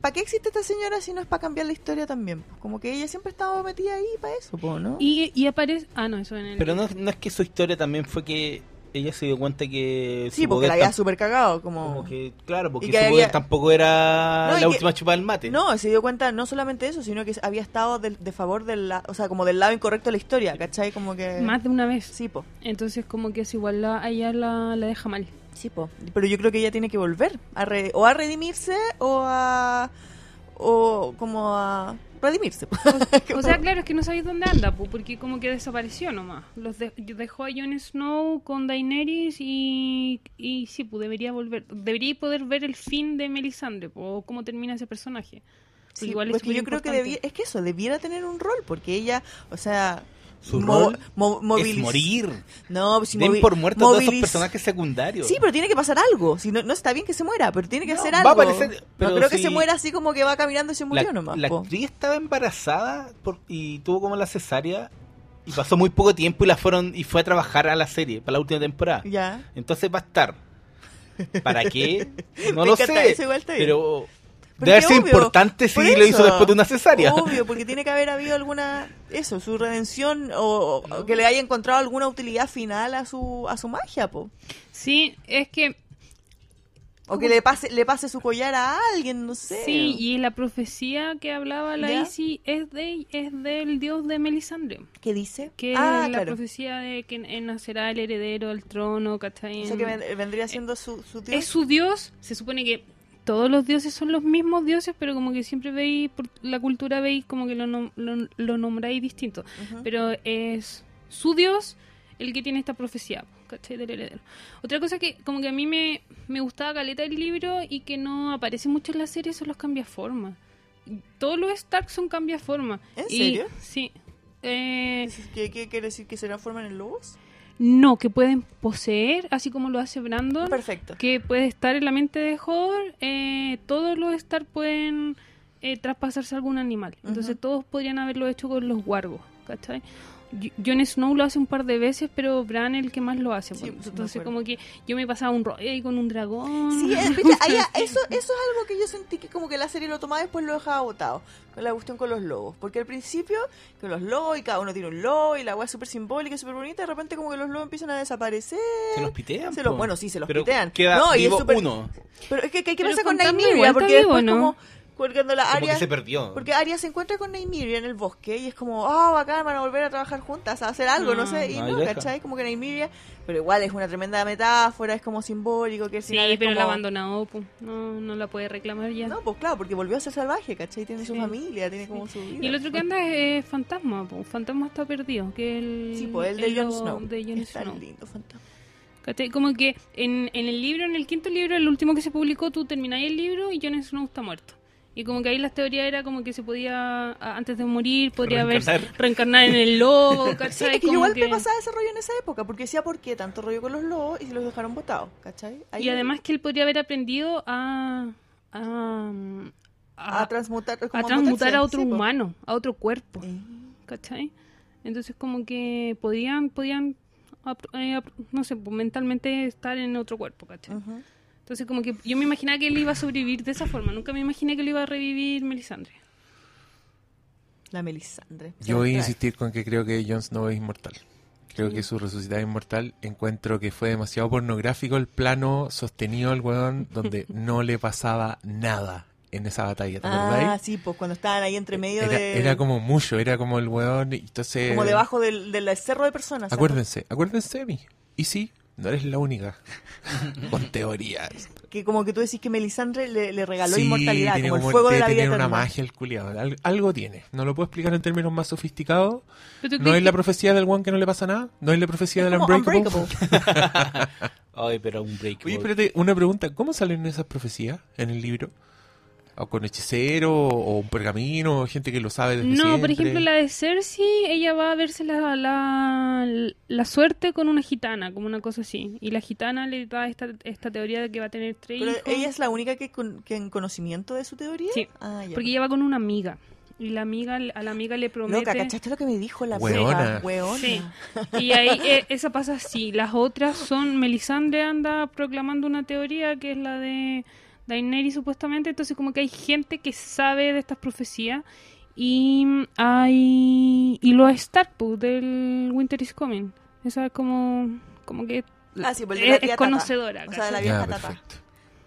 Speaker 2: ¿Para qué existe esta señora si no es para cambiar la historia también? Pues Como que ella siempre estaba metida ahí para eso, po, ¿no?
Speaker 4: Y, y aparece. Ah, no, eso en el.
Speaker 5: Pero no, no es que su historia también fue que ella se dio cuenta que
Speaker 2: sí,
Speaker 5: su
Speaker 2: porque
Speaker 5: poder
Speaker 2: la había
Speaker 5: tam-
Speaker 2: super cagado, como.
Speaker 5: como que claro, porque
Speaker 2: Y que
Speaker 5: su
Speaker 2: había-
Speaker 5: poder tampoco era
Speaker 2: No, y
Speaker 5: la
Speaker 2: que-
Speaker 5: última chupa del mate.
Speaker 2: No, se dio cuenta no solamente eso, sino que había estado del- de, favor del, la- o sea, como del lado incorrecto de la historia, ¿cachai? Como que...
Speaker 4: Más de una vez.
Speaker 2: Sí, po.
Speaker 4: Entonces, como que es igual la, a ella la, la deja mal.
Speaker 2: Sí, po. Pero yo creo que ella tiene que volver. A re- o a redimirse o a... O como a... Redimirse. po.
Speaker 4: O sea, claro, es que no sabéis dónde anda, po, porque como que desapareció nomás. Los de- dejó a Jon Snow con Daenerys y, y sí, pues debería volver. Debería poder ver el fin de Melisandre, po, o cómo termina ese personaje. Porque
Speaker 2: Sí,
Speaker 4: igual es
Speaker 2: pues que yo creo que
Speaker 4: superimportante.
Speaker 2: debiera, es que eso, debiera tener un rol, porque ella, o sea,
Speaker 5: Su
Speaker 2: mo-
Speaker 5: rol
Speaker 2: mo-
Speaker 5: Es
Speaker 2: moviliz-
Speaker 5: morir.
Speaker 2: No, pues, si
Speaker 5: Den
Speaker 2: movi-
Speaker 5: por muertos a todos esos
Speaker 2: moviliz-
Speaker 5: personajes secundarios.
Speaker 2: Sí, pero tiene que pasar algo. Si no, no está bien que se muera, pero tiene que
Speaker 5: No,
Speaker 2: hacer
Speaker 5: va a
Speaker 2: algo.
Speaker 5: aparecer, pero
Speaker 2: no creo que
Speaker 5: sí.
Speaker 2: se muera así como que va caminando y se murió
Speaker 5: la,
Speaker 2: nomás.
Speaker 5: la
Speaker 2: po.
Speaker 5: actriz estaba embarazada por- y tuvo como la cesárea y pasó muy poco tiempo y la fueron y fue a trabajar a la serie para la última temporada.
Speaker 2: Ya.
Speaker 5: Entonces va a estar. ¿Para qué? No
Speaker 2: Me
Speaker 5: lo
Speaker 2: encanta,
Speaker 5: sé.
Speaker 2: eso igual está bien.
Speaker 5: Pero
Speaker 2: Porque
Speaker 5: debe ser
Speaker 2: obvio,
Speaker 5: importante si
Speaker 2: por
Speaker 5: este lo hizo
Speaker 2: eso.
Speaker 5: después de una cesárea.
Speaker 2: Obvio, porque tiene que haber habido alguna, eso, su redención o, o que le haya encontrado alguna utilidad final a su, a su magia, po.
Speaker 4: Sí, es que
Speaker 2: O que le pase, le pase su collar a alguien, no sé.
Speaker 4: Sí, y la profecía que hablaba la
Speaker 2: ¿Ya?
Speaker 4: Isi es, de, es del dios de Melisandre.
Speaker 2: ¿Qué dice?
Speaker 4: Que
Speaker 2: ah,
Speaker 4: es la
Speaker 2: claro.
Speaker 4: profecía de que eh, nacerá el heredero al trono, ¿cachai?
Speaker 2: O sea que ven- eh, vendría siendo su, su tío.
Speaker 4: Es su dios, se supone que todos los dioses son los mismos dioses, pero como que siempre veis, por la cultura veis como que lo, nom- lo, lo nombráis distinto.
Speaker 2: Ujú.
Speaker 4: Pero es su dios el que tiene esta profecía, ¿cachai? Del heredero. Otra cosa que como que a mí me, me gustaba caleta el libro y que no aparece mucho en la serie son los cambiaformas. Todos los Stark son cambiaformas.
Speaker 2: ¿En
Speaker 4: Y-
Speaker 2: serio?
Speaker 4: Sí. Eh,
Speaker 2: ¿Qué, qué quiere decir que se transforman en lobos?
Speaker 4: no, que pueden poseer, así como lo hace Brandon
Speaker 2: Perfecto.
Speaker 4: que puede estar en la mente de Hodor, eh, todos los Star pueden eh, traspasarse a algún animal. Entonces
Speaker 2: Ujú.
Speaker 4: todos podrían haberlo hecho con los wargos, ¿cachai? Y- Jon Snow lo hace un par de veces, pero Bran es el que más lo hace.
Speaker 2: Sí,
Speaker 4: pues.
Speaker 2: pues, me
Speaker 4: Entonces
Speaker 2: acuerdo.
Speaker 4: como que yo me pasaba un rey con un dragón.
Speaker 2: Sí, es- pucha, ahí- eso, eso es algo que yo sentí que como que la serie lo tomaba y después lo dejaba botado. Con la cuestión con los lobos. Porque al principio, con los lobos y cada uno tiene un lobo y la agua es súper simbólica y súper bonita. Y de repente como que los lobos empiezan a desaparecer.
Speaker 5: Se los pitean.
Speaker 2: Se los-
Speaker 5: po.
Speaker 2: bueno, sí, se los
Speaker 5: pero
Speaker 2: pitean.
Speaker 5: Queda
Speaker 2: No, y es
Speaker 5: vivo
Speaker 2: súper-
Speaker 5: uno.
Speaker 2: Pero es que, que, que
Speaker 4: Pero
Speaker 2: pasa con
Speaker 4: contando
Speaker 2: Nymeria,
Speaker 4: igual
Speaker 2: porque
Speaker 4: está vivo,
Speaker 2: después
Speaker 4: ¿no?
Speaker 2: como... Cuando la
Speaker 5: Como que
Speaker 2: Arya...
Speaker 5: se perdió.
Speaker 2: Porque Arya se encuentra con Nymeria en el bosque y es como, oh, bacán, van a volver a trabajar juntas, a hacer algo, no sé. Y
Speaker 5: Ah,
Speaker 2: no,
Speaker 5: y deja.
Speaker 2: ¿cachai? Como que Nymeria... Pero igual es una tremenda metáfora, es como simbólico, que al
Speaker 4: Sí,
Speaker 2: final es
Speaker 4: pero la
Speaker 2: como-
Speaker 4: abandonó, pues. No, no la puede reclamar ya.
Speaker 2: No, pues claro, porque volvió a ser salvaje, ¿cachai? Tiene su
Speaker 4: Sí.
Speaker 2: familia, tiene como su vida.
Speaker 4: Y el otro que anda es Fantasma, po. Fantasma está perdido, que el...
Speaker 2: Sí, pues el de Jon Snow.
Speaker 4: de Jon
Speaker 2: es tan
Speaker 4: Snow.
Speaker 2: lindo, fantasma.
Speaker 4: ¿Cachai? Como que en, en el libro, en el quinto libro, el último que se publicó, tú terminás el libro y Jon Snow está muerto. Y como que ahí las teorías era como que se podía, a- antes de morir, podría haber
Speaker 5: Reencarnar.
Speaker 4: reencarnar en el lobo,
Speaker 2: Sí,
Speaker 4: ¿cachai?
Speaker 2: es que
Speaker 4: Como
Speaker 2: igual me
Speaker 4: que-
Speaker 2: pasaba ese rollo en esa época, porque decía, ¿por qué tanto rollo con los lobos y se los dejaron botados? ¿Cachai? Ahí-
Speaker 4: Y además que él podría haber aprendido a... a, a-
Speaker 2: a transmutar,
Speaker 4: a
Speaker 2: como
Speaker 4: transmutar
Speaker 2: mutarse,
Speaker 4: a otro
Speaker 2: sí, pues. po.
Speaker 4: humano, a otro cuerpo.
Speaker 2: Eh,
Speaker 4: ¿cachai? Entonces como que podían, podían, apro- eh, apro- no sé, pues, mentalmente estar en otro cuerpo, ¿cachai?
Speaker 2: ujú.
Speaker 4: Entonces como que yo me imaginaba que él iba a sobrevivir de esa forma, nunca me imaginé que lo iba a revivir Melisandre.
Speaker 2: La Melisandre. Se
Speaker 1: Yo
Speaker 2: las
Speaker 1: voy a
Speaker 2: trae.
Speaker 1: insistir con que creo que Jon Snow es inmortal. Creo que su resucitada es inmortal. Encuentro que fue demasiado pornográfico el plano sostenido al weón donde no le pasaba nada en esa batalla, ¿te
Speaker 2: Ah,
Speaker 1: acordáis? Eh,
Speaker 2: sí, pues cuando estaban ahí entre medio
Speaker 1: Era,
Speaker 2: de...
Speaker 1: era como mucho, era como el weón, y entonces...
Speaker 2: como debajo del, del cerro de personas.
Speaker 1: Acuérdense, acuérdense de mí. Y sí, no eres la única. con teorías.
Speaker 2: ¿cachai? Que como que tú decís que Melisandre le, le regaló
Speaker 1: Sí,
Speaker 2: inmortalidad,
Speaker 1: tiene
Speaker 2: como el fuego de
Speaker 1: debe
Speaker 2: la vida
Speaker 1: tener una
Speaker 2: eterna.
Speaker 1: magia el culiado. algo tiene. No lo puedo explicar en términos más sofisticados.
Speaker 4: ¿Pero tú
Speaker 1: ¿No
Speaker 4: crees
Speaker 1: es la
Speaker 4: que-
Speaker 1: profecía del one que no le pasa nada? ¿No es la profecía
Speaker 2: Es
Speaker 1: del
Speaker 2: como
Speaker 1: Unbreakable?
Speaker 2: Unbreakable.
Speaker 5: Ay, pero un break.
Speaker 1: Oye, espérate, una pregunta. ¿Cómo salen esas profecías en el libro? ¿O con hechicero? ¿O un pergamino? ¿O gente que lo sabe desde
Speaker 4: No, por
Speaker 1: siempre?
Speaker 4: ejemplo, la de Cersei, ella va a verse la, la, la suerte con una gitana, como una cosa así. Y la gitana le da esta, esta teoría de que va a tener tres
Speaker 2: Pero
Speaker 4: hijos.
Speaker 2: ella es la única que, con- que en conocimiento de su teoría.
Speaker 4: Sí,
Speaker 2: Ah, ya.
Speaker 4: Porque ella va con una amiga. Y la amiga, a la amiga le promete...
Speaker 2: Loca, ¿cachaste lo que me dijo la
Speaker 1: Hueona.
Speaker 2: vieja? Hueona.
Speaker 4: Sí. Y ahí eh, esa pasa así. Las otras son Melisandre anda proclamando una teoría que es la de Daenerys supuestamente. Entonces como que hay gente que sabe de estas profecías y hay y los Stark pues, del Winter is Coming. Esa es como como que
Speaker 2: Ah, sí, pues, de la
Speaker 4: es,
Speaker 2: tía
Speaker 4: es
Speaker 2: Tata.
Speaker 4: conocedora.
Speaker 2: O sea, de la
Speaker 4: ¿cachai?
Speaker 2: vieja
Speaker 1: Ya,
Speaker 2: tata.
Speaker 1: perfecto.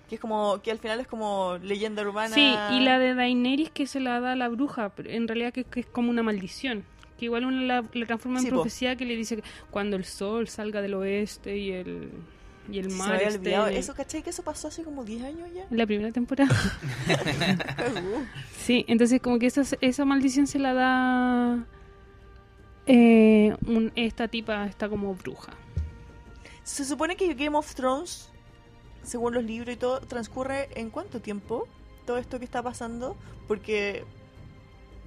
Speaker 2: Que es como, que al final es como leyenda urbana.
Speaker 4: Sí, y la de Daenerys que se la da a la bruja, pero en realidad que, que es como una maldición. Que igual uno la, la transforma en
Speaker 2: Sí, po.
Speaker 4: profecía que le dice que cuando el sol salga del oeste y el, y el
Speaker 2: Sí, se me
Speaker 4: mar este-
Speaker 2: había
Speaker 4: esté
Speaker 2: olvidado.
Speaker 4: en el-
Speaker 2: Eso, ¿cachai? Que eso pasó hace como 10 años ya.
Speaker 4: en la primera temporada.
Speaker 2: Uh,
Speaker 4: sí, entonces como que esa, esa maldición se la da eh, un- esta tipa, está como bruja.
Speaker 2: Se supone que Game of Thrones, según los libros y todo, transcurre en cuánto tiempo todo esto que está pasando, porque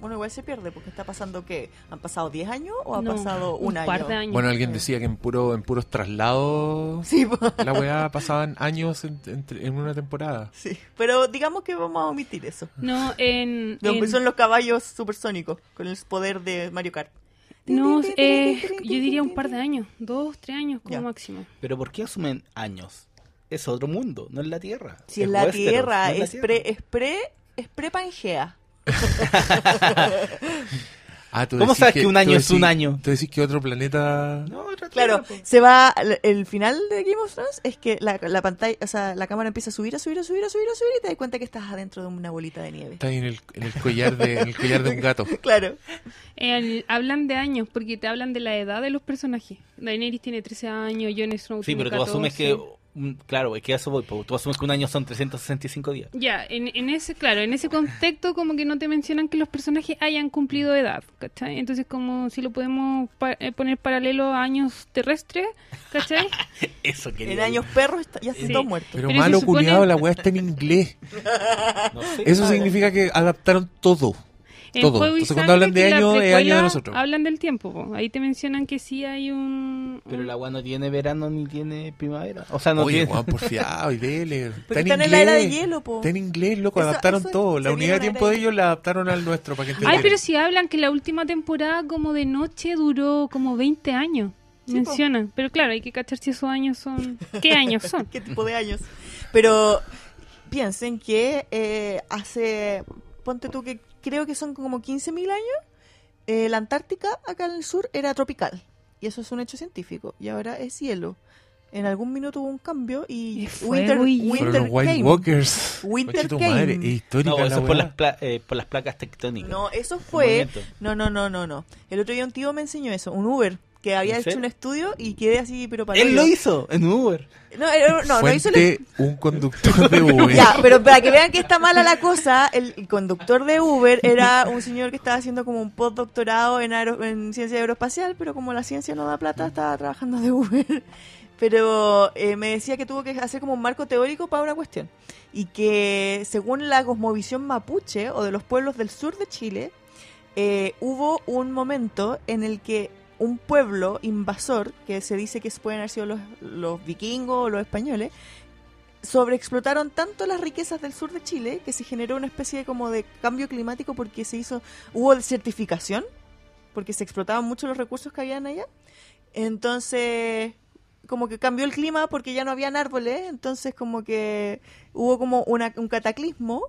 Speaker 2: bueno, igual se pierde, porque está pasando que han pasado 10 años o ha
Speaker 4: No,
Speaker 2: pasado un, año.
Speaker 4: par de años.
Speaker 1: Bueno, alguien decía que en, puro, en puros traslados
Speaker 2: Sí, po.
Speaker 1: la weá pasaban años en, entre- en una temporada.
Speaker 2: sí, pero digamos que vamos a omitir eso.
Speaker 4: No, en...
Speaker 2: Lo
Speaker 4: en-
Speaker 2: que son los caballos supersónicos con el poder de Mario Kart.
Speaker 4: no, eh, yo diría un par de años, dos, tres años como
Speaker 2: Ya.
Speaker 4: máximo.
Speaker 5: Pero ¿por qué asumen años? Es otro mundo, no es la Tierra.
Speaker 2: Si es la
Speaker 5: Westeros,
Speaker 2: Tierra,
Speaker 5: no la
Speaker 2: es
Speaker 5: Tierra.
Speaker 2: pre, es pre, es pre-Pangea.
Speaker 1: Ah, tú
Speaker 5: ¿Cómo
Speaker 1: decís
Speaker 5: sabes que un año
Speaker 1: tú
Speaker 5: es un
Speaker 1: decís-
Speaker 5: año?
Speaker 1: Tú decís que otro planeta...
Speaker 5: No, otra
Speaker 2: Claro,
Speaker 5: Tierra, po.
Speaker 2: se va. el- El final de Game of Thrones es que la, la pantalla, o sea, la cámara empieza a subir, a subir, a subir, a subir, a subir y te das cuenta que estás adentro de una bolita de nieve.
Speaker 1: Está ahí en el, en el collar de, en el collar de un gato.
Speaker 2: Claro.
Speaker 4: El- hablan de años, porque te hablan de la edad de los personajes. Daenerys tiene 13 años, Jon Snow
Speaker 5: Sí,
Speaker 4: tiene
Speaker 5: pero tú asumes
Speaker 4: 14.
Speaker 5: que... mm, Claro, es que a eso voy. po. Tú asumes que un año son 365 días.
Speaker 4: Ya, en, en ese, claro, en ese contexto como que no te mencionan que los personajes hayan cumplido edad, ¿cachai? Entonces como si lo podemos pa- eh, poner paralelo a años terrestres, ¿cachai?
Speaker 5: Eso
Speaker 2: En
Speaker 5: quería. ir.
Speaker 2: años perros está- ya están
Speaker 4: Sí.
Speaker 2: todos muertos.
Speaker 1: Pero,
Speaker 4: Pero se
Speaker 1: malo
Speaker 4: supone-
Speaker 1: culiado, la weá está en inglés.
Speaker 5: No sé.
Speaker 1: Eso
Speaker 2: Claro.
Speaker 1: significa que adaptaron todo.
Speaker 4: En
Speaker 1: Todo.
Speaker 4: Fuego y
Speaker 1: Entonces, cuando hablan
Speaker 4: Sangre,
Speaker 1: de
Speaker 4: que la
Speaker 1: año, es
Speaker 4: precuela,
Speaker 1: año de nosotros.
Speaker 4: Hablan del tiempo, po. ahí te mencionan que sí hay un...
Speaker 5: Pero
Speaker 4: un-
Speaker 5: el agua no tiene verano ni tiene primavera. O sea,
Speaker 2: Ah,
Speaker 5: no
Speaker 1: Oye,
Speaker 5: tiene.
Speaker 1: Juan, porfiado, y dele.
Speaker 2: Porque están en la era de hielo, po.
Speaker 1: Está en inglés, loco,
Speaker 2: Eso-
Speaker 1: adaptaron
Speaker 2: eso es-
Speaker 1: todo. La
Speaker 2: se
Speaker 1: unidad de
Speaker 2: vieron
Speaker 1: tiempo
Speaker 2: ahora
Speaker 1: de
Speaker 2: ahí.
Speaker 1: ellos la adaptaron al nuestro, para que
Speaker 4: Ay,
Speaker 1: entendieran.
Speaker 4: pero si hablan que la última temporada como de noche duró como 20 años.
Speaker 2: Sí, po.
Speaker 4: mencionan, pero claro, hay que cachar si esos años son... ¿Qué años son?
Speaker 2: ¿Qué tipo de años? Pero piensen que eh, hace, ponte tú que creo que son como 15.000 años, eh, la Antártica acá en el sur era tropical. Y eso es un hecho científico. Y ahora es hielo. en algún minuto hubo un cambio y
Speaker 4: Y fue
Speaker 2: Winter,
Speaker 4: Guille.
Speaker 1: Fueron
Speaker 2: Winter
Speaker 1: los White
Speaker 2: came.
Speaker 1: Walkers.
Speaker 2: Winter
Speaker 1: Conche tu
Speaker 2: Came.
Speaker 1: madre, es histórica
Speaker 5: No,
Speaker 1: la
Speaker 5: eso es por
Speaker 1: weá.
Speaker 5: las, pla- eh, por las placas tectónicas.
Speaker 2: No, eso fue.
Speaker 5: movimiento.
Speaker 2: No, no, no, no, no. El otro día un tío me enseñó eso, un Uber que había
Speaker 5: ¿En
Speaker 2: hecho
Speaker 5: serio?
Speaker 2: un estudio y quedé así, pero para
Speaker 5: Él
Speaker 2: el
Speaker 5: lo
Speaker 2: hoyo.
Speaker 5: hizo en Uber.
Speaker 2: No, era- no, no hizo el
Speaker 1: Fuente, un conductor de Uber.
Speaker 2: Ya, pero para que vean que está mala la cosa, el conductor de Uber era un señor que estaba haciendo como un postdoctorado en, aero- en ciencia aeroespacial, pero como la ciencia no da plata, estaba trabajando de Uber. Pero eh, me decía que tuvo que hacer como un marco teórico para una cuestión. Y que según la cosmovisión mapuche o de los pueblos del sur de Chile, eh, hubo un momento en el que un pueblo invasor, que se dice que pueden haber sido los, los vikingos o los españoles, sobreexplotaron tanto las riquezas del sur de Chile que se generó una especie de como de cambio climático porque se hizo, hubo desertificación, porque se explotaban mucho los recursos que habían allá. Entonces, como que cambió el clima porque ya no habían árboles, entonces como que hubo como una- un cataclismo.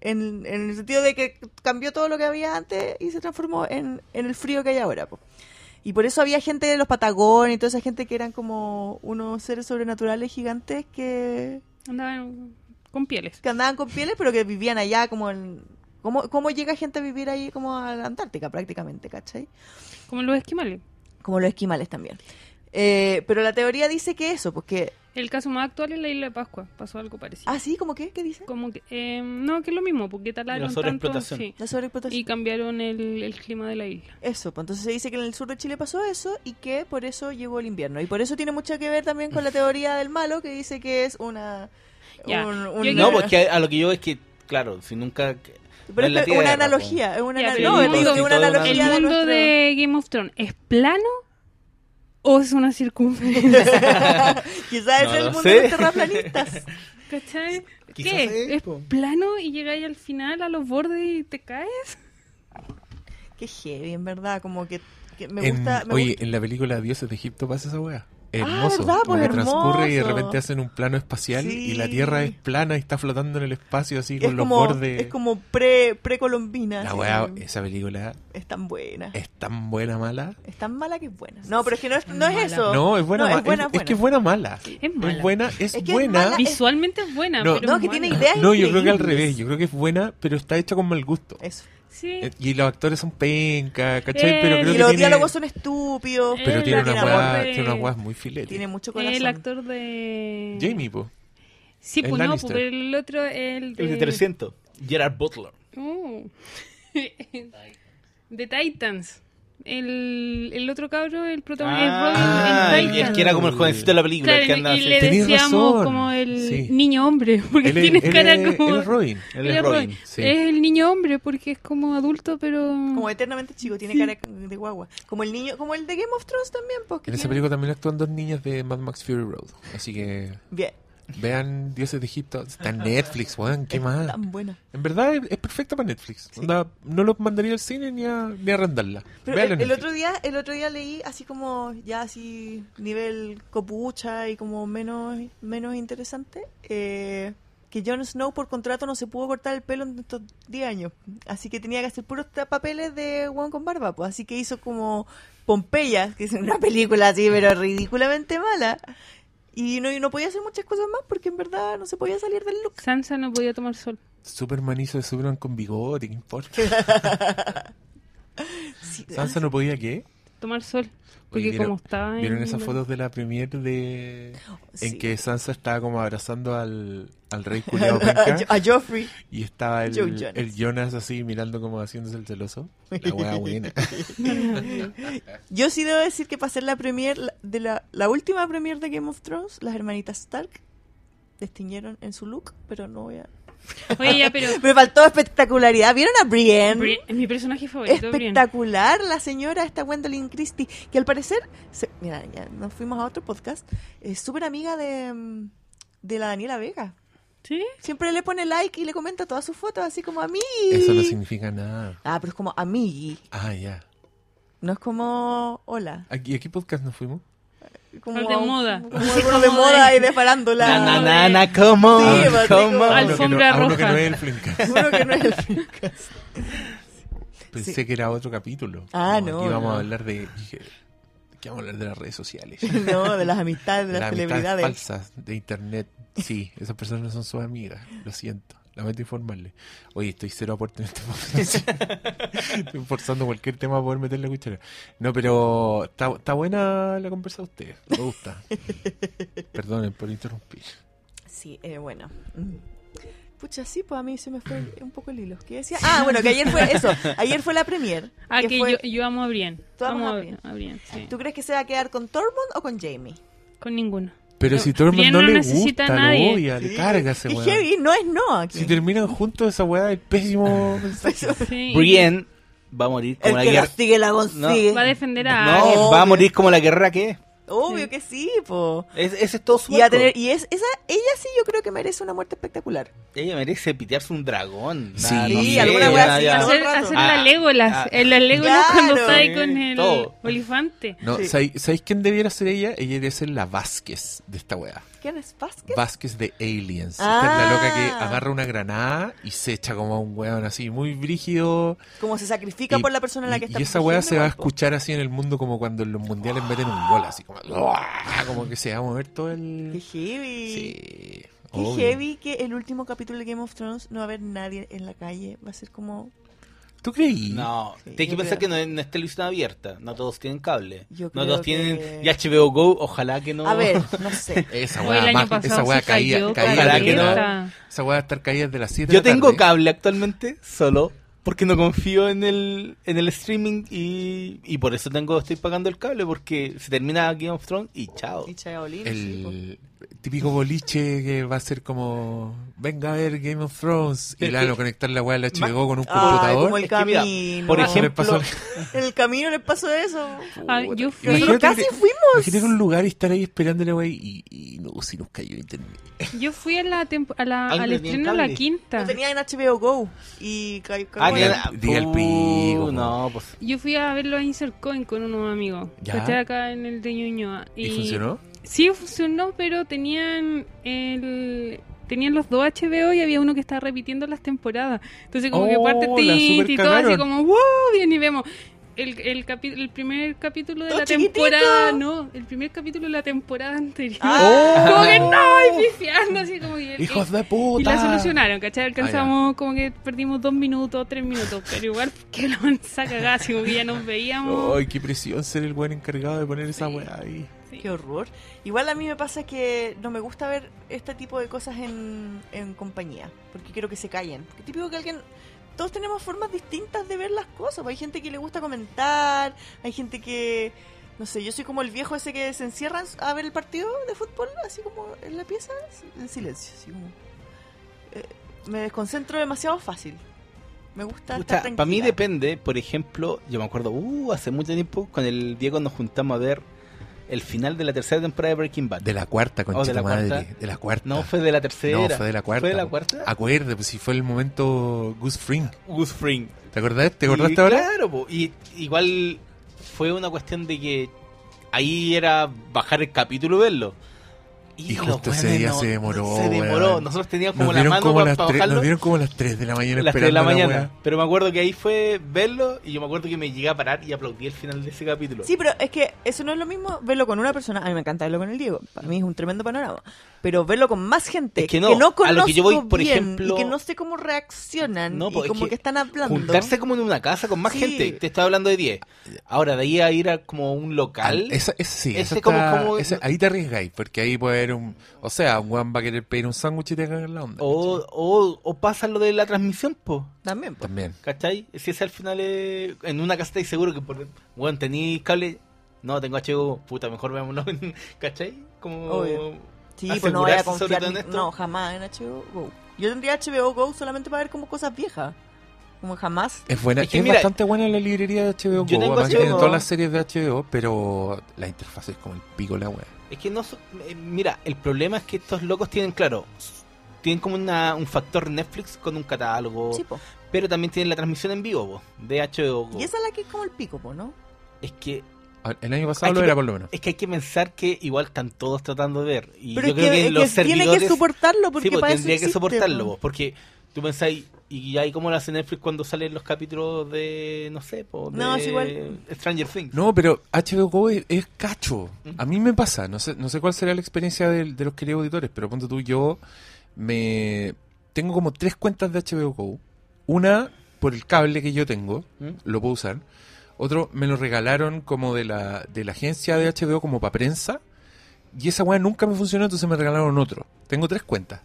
Speaker 2: En, en el sentido de que cambió todo lo que había antes y se transformó en, en el frío que hay ahora. po. Y por eso había gente de los Patagones y toda esa gente que eran como unos seres sobrenaturales gigantes que,
Speaker 4: Andaban con pieles.
Speaker 2: que andaban con pieles, pero que vivían allá como en... ¿Cómo, cómo llega gente a vivir ahí como a la Antártica prácticamente, cachai?
Speaker 4: Como los esquimales.
Speaker 2: Como los esquimales también. Eh, pero la teoría dice que eso, pues que...
Speaker 4: El caso más actual es la isla de Pascua. Pasó algo parecido.
Speaker 2: Ah, sí, ¿cómo qué? ¿Qué dice?
Speaker 4: Como que, eh, no, que es lo mismo, porque talaron tanto
Speaker 5: sobreexplotación.
Speaker 4: sí,
Speaker 2: La
Speaker 4: y
Speaker 2: sobreexplotación.
Speaker 4: cambiaron el, el clima de la isla.
Speaker 2: Eso, pues entonces se dice que en el sur de Chile pasó eso y que por eso llegó el invierno. Y por eso tiene mucho que ver también con la teoría del malo, que dice que es una...
Speaker 4: Ya.
Speaker 2: un- un-
Speaker 4: Yo
Speaker 5: No,
Speaker 4: creo-
Speaker 5: porque a, a lo que yo es que, claro, si nunca.
Speaker 2: Pero es
Speaker 5: no es la
Speaker 2: una
Speaker 5: Tierra,
Speaker 2: analogía, es una,
Speaker 4: Ya,
Speaker 2: ana-
Speaker 4: pero
Speaker 2: no,
Speaker 4: el
Speaker 2: es
Speaker 4: mundo-
Speaker 2: como una
Speaker 5: todo
Speaker 4: ¿El
Speaker 2: analogía Ah, de
Speaker 4: mundo
Speaker 2: nuestro-
Speaker 4: de Game of Thrones es plano o es una circunferencia?
Speaker 2: Quizás
Speaker 5: No
Speaker 2: es el
Speaker 5: lo
Speaker 2: mundo
Speaker 5: sé.
Speaker 2: de los terraplanistas.
Speaker 4: ¿Cachai?
Speaker 5: Quizás
Speaker 4: ¿Qué?
Speaker 5: es,
Speaker 4: ¿Es
Speaker 5: po.
Speaker 4: plano y llegáis al final a los bordes y te caes?
Speaker 2: Qué heavy, en verdad, como que, que me
Speaker 1: En-
Speaker 2: gusta... me
Speaker 1: oye,
Speaker 2: gusta-
Speaker 1: en la película Dioses de Egipto pasa esa weá.
Speaker 2: Ah,
Speaker 1: Hermoso.
Speaker 2: ¿verdad? Pues
Speaker 1: porque transcurre y de
Speaker 2: hermoso.
Speaker 1: repente hacen un plano espacial y la
Speaker 2: Sí.
Speaker 1: Tierra es plana y está flotando en el espacio así
Speaker 2: es
Speaker 1: con
Speaker 2: como,
Speaker 1: los bordes.
Speaker 2: es como pre, precolombina.
Speaker 1: La
Speaker 2: así
Speaker 1: weá,
Speaker 2: como-
Speaker 1: esa película
Speaker 2: es tan buena. Es,
Speaker 1: es tan buena mala.
Speaker 2: tan mala que es buena. No, pero es que no es, no es
Speaker 4: Mala.
Speaker 2: eso.
Speaker 1: No, es buena
Speaker 2: No,
Speaker 1: mala.
Speaker 2: es buena,
Speaker 1: es,
Speaker 2: buena.
Speaker 1: que es buena mala.
Speaker 4: Es mala.
Speaker 1: buena, es,
Speaker 2: que es
Speaker 1: buena.
Speaker 2: mala, es-
Speaker 4: Visualmente es buena,
Speaker 1: No.
Speaker 4: pero
Speaker 2: No,
Speaker 4: es
Speaker 2: que tiene
Speaker 4: mala.
Speaker 2: ideas
Speaker 1: no, yo creo que al
Speaker 2: increíbles.
Speaker 1: revés. Yo creo que es buena, pero está hecha con mal gusto.
Speaker 2: Eso.
Speaker 4: Sí.
Speaker 1: Eh, Y los actores son penca, ¿cachai? Pero creo
Speaker 4: Eh,
Speaker 2: Y
Speaker 1: que
Speaker 2: los
Speaker 1: tiene,
Speaker 2: diálogos son estúpidos.
Speaker 4: Eh,
Speaker 1: Pero
Speaker 4: Él
Speaker 1: tiene
Speaker 4: la
Speaker 1: una
Speaker 4: tiene
Speaker 1: weá,
Speaker 4: amor de-
Speaker 1: tiene una weá muy filete.
Speaker 2: Tiene mucho corazón.
Speaker 4: El actor de...
Speaker 1: Jamie, po.
Speaker 4: Sí,
Speaker 1: El
Speaker 4: pues no,
Speaker 1: Lannister.
Speaker 4: pues pero el otro, el de...
Speaker 5: El de 300. Gerard Butler.
Speaker 4: Uh. de Titans. El, el otro cabro, el protagonista.
Speaker 5: Ah,
Speaker 4: el Robin en
Speaker 5: y el
Speaker 4: Titans.
Speaker 5: que era como el jovencito de la película. el que
Speaker 4: Claro,
Speaker 5: anda
Speaker 4: y,
Speaker 5: así.
Speaker 4: le
Speaker 1: Tenés
Speaker 4: decíamos
Speaker 1: razón.
Speaker 4: como el
Speaker 1: Sí.
Speaker 4: niño hombre, porque
Speaker 1: Él es-
Speaker 4: tiene
Speaker 1: él
Speaker 4: cara
Speaker 1: es-
Speaker 4: como...
Speaker 1: él es Robin.
Speaker 5: Él
Speaker 4: Él
Speaker 5: es
Speaker 4: es
Speaker 5: Robin.
Speaker 4: Robin.
Speaker 1: sí.
Speaker 4: Es el niño hombre porque es como adulto, pero...
Speaker 2: Como eternamente chico, tiene cara de guagua. Como el niño, como el de Game of Thrones también, pues. que
Speaker 1: En esa
Speaker 2: tiene-
Speaker 1: película también actúan dos niñas de Mad Max Fury Road. Así que
Speaker 2: Bien.
Speaker 1: vean Dioses de Egipto. Está en Netflix, weón. ¿Qué más?
Speaker 2: Tan buena.
Speaker 1: En verdad es, es perfecta para Netflix. Onda, no lo mandaría al cine ni a, ni a arrendarla.
Speaker 2: Pero
Speaker 1: Véanla en
Speaker 2: el, el
Speaker 1: Netflix.
Speaker 2: otro día, el otro día leí así como ya así nivel copucha y como menos menos interesante eh, que Jon Snow por contrato no se pudo cortar el pelo en estos 10 años, así que tenía que hacer puros tra- papeles de Juan con barba, pues así que hizo como Pompeya, que es una película así pero ridículamente mala y no y no podía hacer muchas cosas más porque en verdad no se podía salir del look.
Speaker 4: Sansa no podía tomar sol.
Speaker 1: Superman hizo de Superman con bigote, ¿qué importa? Sansa no podía qué.
Speaker 4: Tomar sol.
Speaker 1: Oye,
Speaker 4: Porque
Speaker 1: ¿vieron-
Speaker 4: como estaba en...
Speaker 1: ¿Vieron esas fotos de la premiere de...
Speaker 2: Sí.
Speaker 1: En que Sansa estaba como abrazando al, al rey culiado penca?
Speaker 2: a Joffrey.
Speaker 1: Y estaba el
Speaker 2: Joe
Speaker 1: el
Speaker 2: Jonas.
Speaker 1: Jonas. así mirando como haciéndose el celoso. La wea buena.
Speaker 2: Yo sí debo decir que para hacer la premier la- de la, la última premier de Game of Thrones, las hermanitas Stark destiñeron en su look, pero no voy a.
Speaker 4: Oye, ya, pero...
Speaker 2: Me faltó espectacularidad. ¿Vieron a Brienne?
Speaker 4: Bri- mi personaje favorito, Brienne.
Speaker 2: Espectacular la señora esta Gwendolyn Christie, que al parecer, se- mira, ya nos fuimos a otro podcast, es súper amiga de, mm, de la Daniela Vega.
Speaker 4: ¿Sí?
Speaker 2: Siempre le pone like y le comenta todas sus fotos, así como a mí.
Speaker 1: Eso no significa nada.
Speaker 2: Ah, pero es como amigui,
Speaker 1: Ah, ya.
Speaker 2: no es como hola.
Speaker 1: ¿A qué- a qué podcast nos fuimos?
Speaker 2: como
Speaker 4: Al de
Speaker 2: a un-
Speaker 4: moda.
Speaker 2: como alguno de moda y de farándula.
Speaker 5: Na, na,
Speaker 4: Nanana.
Speaker 5: na, na, ¿cómo?
Speaker 2: Sí, pues,
Speaker 5: ¿Cómo?
Speaker 2: digo,
Speaker 1: A uno que no-
Speaker 4: Alfombra
Speaker 1: a uno que
Speaker 4: roja.
Speaker 1: no es el Flimcast.
Speaker 2: Seguro que no es el fin.
Speaker 1: Pensé que era otro capítulo.
Speaker 2: Ah,
Speaker 1: Como
Speaker 2: no,
Speaker 1: Aquí vamos
Speaker 2: no.
Speaker 1: a hablar de. dije, que vamos a hablar de las redes sociales.
Speaker 2: No, de las amistades, de las,
Speaker 1: las amistades
Speaker 2: celebridades.
Speaker 1: falsas de internet. Sí, esas personas no son sus amigas. Lo siento. Lamento informarle. Oye, estoy cero aporte en este momento. estoy forzando cualquier tema a poder meter la cuchara. No, pero está, está buena la conversa de ustedes. Me gusta. Perdonen por interrumpir.
Speaker 2: Sí, eh, bueno. Mm. Pucha, sí, pues a mí se me fue un poco el hilo. ¿Qué decía? Ah, bueno, que ayer fue eso. Ayer fue la premier.
Speaker 4: Ah,
Speaker 2: que
Speaker 4: que
Speaker 2: fue-
Speaker 4: yo, yo amo a Brian.
Speaker 2: Tú amas
Speaker 4: Amo
Speaker 2: a
Speaker 4: a
Speaker 2: Brian.
Speaker 4: a Brian, sí.
Speaker 2: ¿Tú crees que se va a quedar con Tormund o con Jamie?
Speaker 4: Con ninguno.
Speaker 1: Pero
Speaker 4: No,
Speaker 1: si todo el mundo
Speaker 4: Brian
Speaker 1: no,
Speaker 4: no
Speaker 1: le
Speaker 4: necesita
Speaker 1: gusta,
Speaker 4: a
Speaker 1: lo
Speaker 4: nadie.
Speaker 1: odia, le carga ese
Speaker 2: Y
Speaker 1: weón.
Speaker 2: Heavy no es no aquí.
Speaker 1: Si terminan juntos, esa weá es pésimo.
Speaker 4: Sí.
Speaker 5: Brienne va a morir como
Speaker 2: el
Speaker 5: la
Speaker 2: que la
Speaker 5: guerra.
Speaker 2: sigue la
Speaker 5: No.
Speaker 2: consigue.
Speaker 4: Va a defender a Arya.
Speaker 5: No, va a morir como la guerra que es.
Speaker 2: Obvio que sí, po.
Speaker 5: Es- Ese es todo su
Speaker 2: Y, a
Speaker 5: arco.
Speaker 2: tener, y es, esa, ella sí yo creo que merece una muerte espectacular.
Speaker 5: Ella merece pitearse un dragón.
Speaker 1: Sí,
Speaker 5: Nah, no
Speaker 1: Sí,
Speaker 5: sé,
Speaker 1: alguna
Speaker 5: ya,
Speaker 1: wea
Speaker 2: así,
Speaker 5: ya.
Speaker 2: algo-
Speaker 4: Hacer,
Speaker 2: rato.
Speaker 4: hacer
Speaker 5: Ah,
Speaker 4: la Legolas.
Speaker 5: ah.
Speaker 4: el- la Legolas cuando
Speaker 2: Claro.
Speaker 4: está ahí con el
Speaker 5: Todo.
Speaker 4: olifante.
Speaker 1: No,
Speaker 2: Sí.
Speaker 1: ¿sabéis sabéis quién debiera ser ella? Ella debería ser la Vázquez de esta weá.
Speaker 2: ¿Quién es Vázquez?
Speaker 1: Vázquez de Aliens. Esta es
Speaker 2: Ah.
Speaker 1: la loca que agarra una granada y se echa como a un weón así, muy brígido.
Speaker 2: Como se sacrifica por la persona en la
Speaker 1: y-
Speaker 2: que está
Speaker 1: y esa weá se va a
Speaker 2: protegiendo, po.
Speaker 1: escuchar así en el mundo como cuando en los mundiales meten un gol, así como, como que se va a mover todo
Speaker 2: Qué
Speaker 1: el...
Speaker 2: heavy.
Speaker 1: Sí.
Speaker 2: Qué
Speaker 1: obvio.
Speaker 2: heavy que el último capítulo de Game of Thrones no va a haber nadie en la calle. Va a ser como.
Speaker 1: ¿Tú creí?
Speaker 5: No,
Speaker 2: Sí,
Speaker 5: tienes
Speaker 2: yo
Speaker 5: que pensar
Speaker 2: creo.
Speaker 5: que no es, no es televisión abierta. No todos tienen cable.
Speaker 2: Yo
Speaker 5: no
Speaker 2: creo
Speaker 5: todos tienen
Speaker 2: que-
Speaker 5: HBO Go. Ojalá que no.
Speaker 2: A ver, no sé.
Speaker 1: Esa
Speaker 4: Hoy
Speaker 1: weá,
Speaker 4: el año
Speaker 1: más-
Speaker 4: pasado
Speaker 1: esa weá
Speaker 4: se
Speaker 1: caía,
Speaker 4: cayó
Speaker 1: caía
Speaker 5: caleta.
Speaker 1: de la-
Speaker 5: Ojalá
Speaker 4: que
Speaker 1: Esa weá va a estar caída desde las 7
Speaker 5: Yo tengo cable actualmente solo porque no confío en el, en el streaming y, y por eso tengo estoy pagando el cable porque se termina Game of Thrones y chao.
Speaker 2: Y Chaolín, sí, po.
Speaker 1: el típico boliche que va a ser como venga a ver Game of Thrones y
Speaker 5: Es
Speaker 1: la
Speaker 5: que-
Speaker 1: no conectar la weá del
Speaker 5: Ma-
Speaker 1: HBO con un
Speaker 2: Ay, como
Speaker 1: computador
Speaker 2: el
Speaker 5: Es que mira,
Speaker 2: camino.
Speaker 5: por
Speaker 1: No,
Speaker 5: ejemplo,
Speaker 1: le pasó-
Speaker 2: En el camino les pasó eso.
Speaker 4: Ah, yo fui-
Speaker 2: Nosotros
Speaker 1: Imagínate
Speaker 2: casi
Speaker 1: que-
Speaker 2: fuimos.
Speaker 1: Imagínate ir a un lugar y estar ahí esperando la wey y, y no, si nos cayó internet.
Speaker 4: Yo fui a la tempo- a la,
Speaker 5: Algo
Speaker 4: al
Speaker 5: tenía
Speaker 4: estreno de
Speaker 5: cable.
Speaker 4: la quinta.
Speaker 2: Lo tenía en HBO Go. Y ca- ca-
Speaker 5: Ah,
Speaker 1: Diga
Speaker 5: que-
Speaker 1: el- diga el
Speaker 5: Uh,
Speaker 1: pico,
Speaker 5: No, pues.
Speaker 4: Yo fui a verlo a Insert Coin con unos amigos.
Speaker 1: Ya.
Speaker 4: ¿Cachai? Acá en el de Ñuñoa.
Speaker 1: ¿Y, funcionó?
Speaker 4: Sí, funcionó, pero tenían el... Tenían los dos HBO y había uno que estaba repitiendo las temporadas. Entonces como que
Speaker 1: Oh,
Speaker 4: parte
Speaker 1: la
Speaker 4: tint y todo así
Speaker 1: supercagaron.
Speaker 4: como ¡Wow! Bien y vemos. El, el, capi- el primer capítulo de
Speaker 2: Todo
Speaker 4: la
Speaker 2: chiquitito.
Speaker 4: temporada... No, el primer capítulo de la temporada anterior.
Speaker 2: Ah.
Speaker 4: Como
Speaker 5: Oh.
Speaker 4: que no, y pifiando así como... que el-
Speaker 1: ¡Hijos de
Speaker 4: y la
Speaker 1: puta! Ah,
Speaker 4: solucionaron, ¿cachai? Alcanzamos como que perdimos dos minutos, tres minutos, pero igual que la mansa cagada, así como que ya nos veíamos.
Speaker 1: ¡Ay, qué presión ser el buen encargado de poner esa weá ahí!
Speaker 2: Qué horror. Igual a mí me pasa que no me gusta ver este tipo de cosas en, en compañía, porque quiero que se callen. Porque típico que alguien... Todos tenemos formas distintas de ver las cosas. pues Hay gente que le gusta comentar, hay gente que... No sé, yo soy como el viejo ese que se encierra a ver el partido de fútbol, así como en la pieza, en silencio. Así como... Eh, me desconcentro demasiado fácil. Me gusta... estar
Speaker 5: para mí
Speaker 2: tranquila.
Speaker 5: depende, por ejemplo, yo me acuerdo, uh, hace mucho tiempo con el Diego nos juntamos a ver el final de la tercera temporada de Breaking Bad.
Speaker 1: De la cuarta, con
Speaker 5: Oh, de la
Speaker 1: madre.
Speaker 5: cuarta.
Speaker 1: De la cuarta.
Speaker 5: No, fue de la tercera.
Speaker 1: No, fue de la cuarta.
Speaker 5: ¿Fue de la cuarta?
Speaker 1: Acuérdate, pues si fue el momento Goose Fring.
Speaker 5: Gus Fring.
Speaker 1: ¿Te acordás? ¿Te acordaste
Speaker 5: Y
Speaker 1: ahora?
Speaker 5: Claro, po. y igual fue una cuestión de que ahí era bajar el capítulo y verlo.
Speaker 1: Y justo
Speaker 5: los
Speaker 1: ese
Speaker 5: weones
Speaker 1: día se demoró,
Speaker 5: Se demoró.
Speaker 1: weón.
Speaker 5: Nosotros teníamos
Speaker 1: Nos
Speaker 5: como la
Speaker 1: dieron
Speaker 5: mano
Speaker 1: como
Speaker 5: para
Speaker 1: las tres-
Speaker 5: bajarlo.
Speaker 1: nos dieron como las 3 de la mañana
Speaker 5: las 3 de
Speaker 1: esperando
Speaker 5: la
Speaker 1: la
Speaker 5: mañana.
Speaker 1: weá.
Speaker 5: pero me acuerdo que ahí fue verlo y yo me acuerdo que me llegué a parar y aplaudí el final de ese capítulo.
Speaker 2: Sí, pero es que eso no es lo mismo verlo con una persona. A mí me encanta verlo con el Diego. Para mí es un tremendo panorama. Pero verlo con más gente
Speaker 5: Es
Speaker 2: que
Speaker 5: que
Speaker 2: no,
Speaker 5: no,
Speaker 2: conozco
Speaker 5: a lo que yo voy, por
Speaker 2: bien
Speaker 5: ejemplo-
Speaker 2: y que no sé cómo reaccionan
Speaker 5: No,
Speaker 2: y
Speaker 5: pues, es
Speaker 2: como que,
Speaker 5: que
Speaker 2: están hablando.
Speaker 5: Juntarse como en una casa con más
Speaker 2: Sí.
Speaker 5: gente. Te estaba hablando de 10. Ahora, de ahí a ir a como un local.
Speaker 1: Ah, esa- esa sí,
Speaker 5: Ese
Speaker 1: esa
Speaker 5: es como-
Speaker 1: está-
Speaker 5: como-
Speaker 1: esa- ahí te arriesgáis, porque ahí puede haber un. O sea, un weón va a querer pedir un sándwich y te cagan la onda.
Speaker 5: O, o, o pasa lo de la transmisión, po.
Speaker 2: También. pues.
Speaker 1: También.
Speaker 5: ¿Cachai? Si es al final eh, en una casa y seguro que por... Bueno, tení cable... No, tengo HBO. Puta, mejor veámoslo en... ¿Cachai? Como...
Speaker 2: Obvio. Sí, pues no voy a
Speaker 5: asegurarse sobre
Speaker 2: confiar
Speaker 5: todo en
Speaker 2: ni-
Speaker 5: esto.
Speaker 2: no, jamás en HBO Go. Yo tendría HBO Go solamente para ver como cosas viejas. Como jamás.
Speaker 1: Es buena,
Speaker 5: Es que
Speaker 1: es
Speaker 5: mira,
Speaker 1: bastante buena la librería de HBO
Speaker 5: yo
Speaker 1: Go,
Speaker 5: tengo
Speaker 1: además
Speaker 5: HBO.
Speaker 1: tienen todas las series de HBO, pero la interfaz es como el pico la wea.
Speaker 5: Es que no... so- eh, Mira, el problema es que estos locos tienen, claro... Tienen como una, un factor Netflix con un catálogo...
Speaker 2: Sí, po.
Speaker 5: Pero también tienen la transmisión en vivo, po, de HBO. Go.
Speaker 2: Y esa es la que es como el pico, po, ¿no?
Speaker 5: Es que
Speaker 1: A- El año pasado
Speaker 5: Hay
Speaker 1: lo
Speaker 5: que-
Speaker 1: era por lo menos.
Speaker 5: es que hay que pensar que igual están todos tratando de ver. Y
Speaker 2: Pero
Speaker 5: yo
Speaker 2: es
Speaker 5: creo
Speaker 2: que,
Speaker 5: que,
Speaker 2: es
Speaker 5: los
Speaker 2: que tiene que
Speaker 5: servidores...
Speaker 2: soportarlo porque
Speaker 5: sí, pues,
Speaker 2: para eso
Speaker 5: tendría que
Speaker 2: existe,
Speaker 5: soportarlo,
Speaker 2: po.
Speaker 5: vos, porque tú pensáis, Y ahí como lo hace Netflix cuando salen los capítulos de, no sé, po, de
Speaker 2: No, es igual.
Speaker 5: Stranger Things.
Speaker 1: No, pero HBO Go es, es cacho. A mí me pasa. No sé, no sé cuál será la experiencia del- de, los queridos auditores, pero ponte tú, yo me tengo como tres cuentas de HBO Go. Una por el cable que yo tengo,
Speaker 5: ¿Mm?
Speaker 1: lo puedo usar. Otro me lo regalaron como de la, de la agencia de HBO como para prensa. Y esa weá nunca me funcionó, entonces me regalaron otro. Tengo tres cuentas.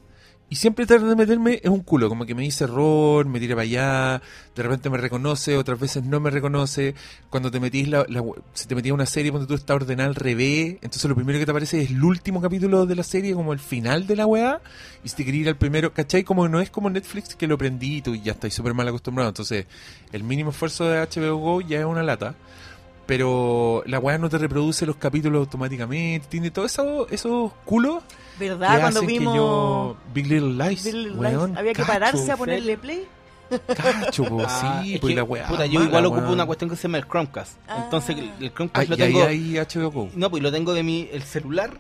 Speaker 1: Y siempre trato de meterme es un culo, como que me dice error, me tira para allá, de repente me reconoce, otras veces no me reconoce. Cuando te metís, la, la- si te metías una serie, cuando tú está ordenada al revés, entonces lo primero que te aparece es el último capítulo de la serie, como el final de la weá, y si te querías ir al primero, ¿cachai? Como que no es como Netflix que lo prendí y tú ya estás súper mal acostumbrado. Entonces, el mínimo esfuerzo de HBO Go ya es una lata. Pero la weá no te reproduce los capítulos automáticamente, tiene todos esos esos culos
Speaker 2: ¿Verdad?
Speaker 5: Ah,
Speaker 1: que
Speaker 2: Cuando
Speaker 1: hacen que
Speaker 2: vimos
Speaker 1: yo- Big Little Lies.
Speaker 2: Little Lies,
Speaker 1: weón,
Speaker 2: había que
Speaker 1: cacho,
Speaker 2: pararse a
Speaker 5: Fred.
Speaker 2: ponerle play.
Speaker 1: Cacho, po,
Speaker 5: Ah,
Speaker 1: sí,
Speaker 5: es
Speaker 1: pues
Speaker 5: que,
Speaker 1: la weá.
Speaker 5: puta, yo
Speaker 1: mala,
Speaker 5: igual ocupo
Speaker 1: weón.
Speaker 5: una cuestión que se llama el Chromecast.
Speaker 2: Ah.
Speaker 5: Entonces el, el Chromecast
Speaker 1: Ay,
Speaker 5: lo
Speaker 1: y ahí
Speaker 5: tengo...
Speaker 1: hay HBO Go.
Speaker 5: No, pues lo tengo de mi el celular.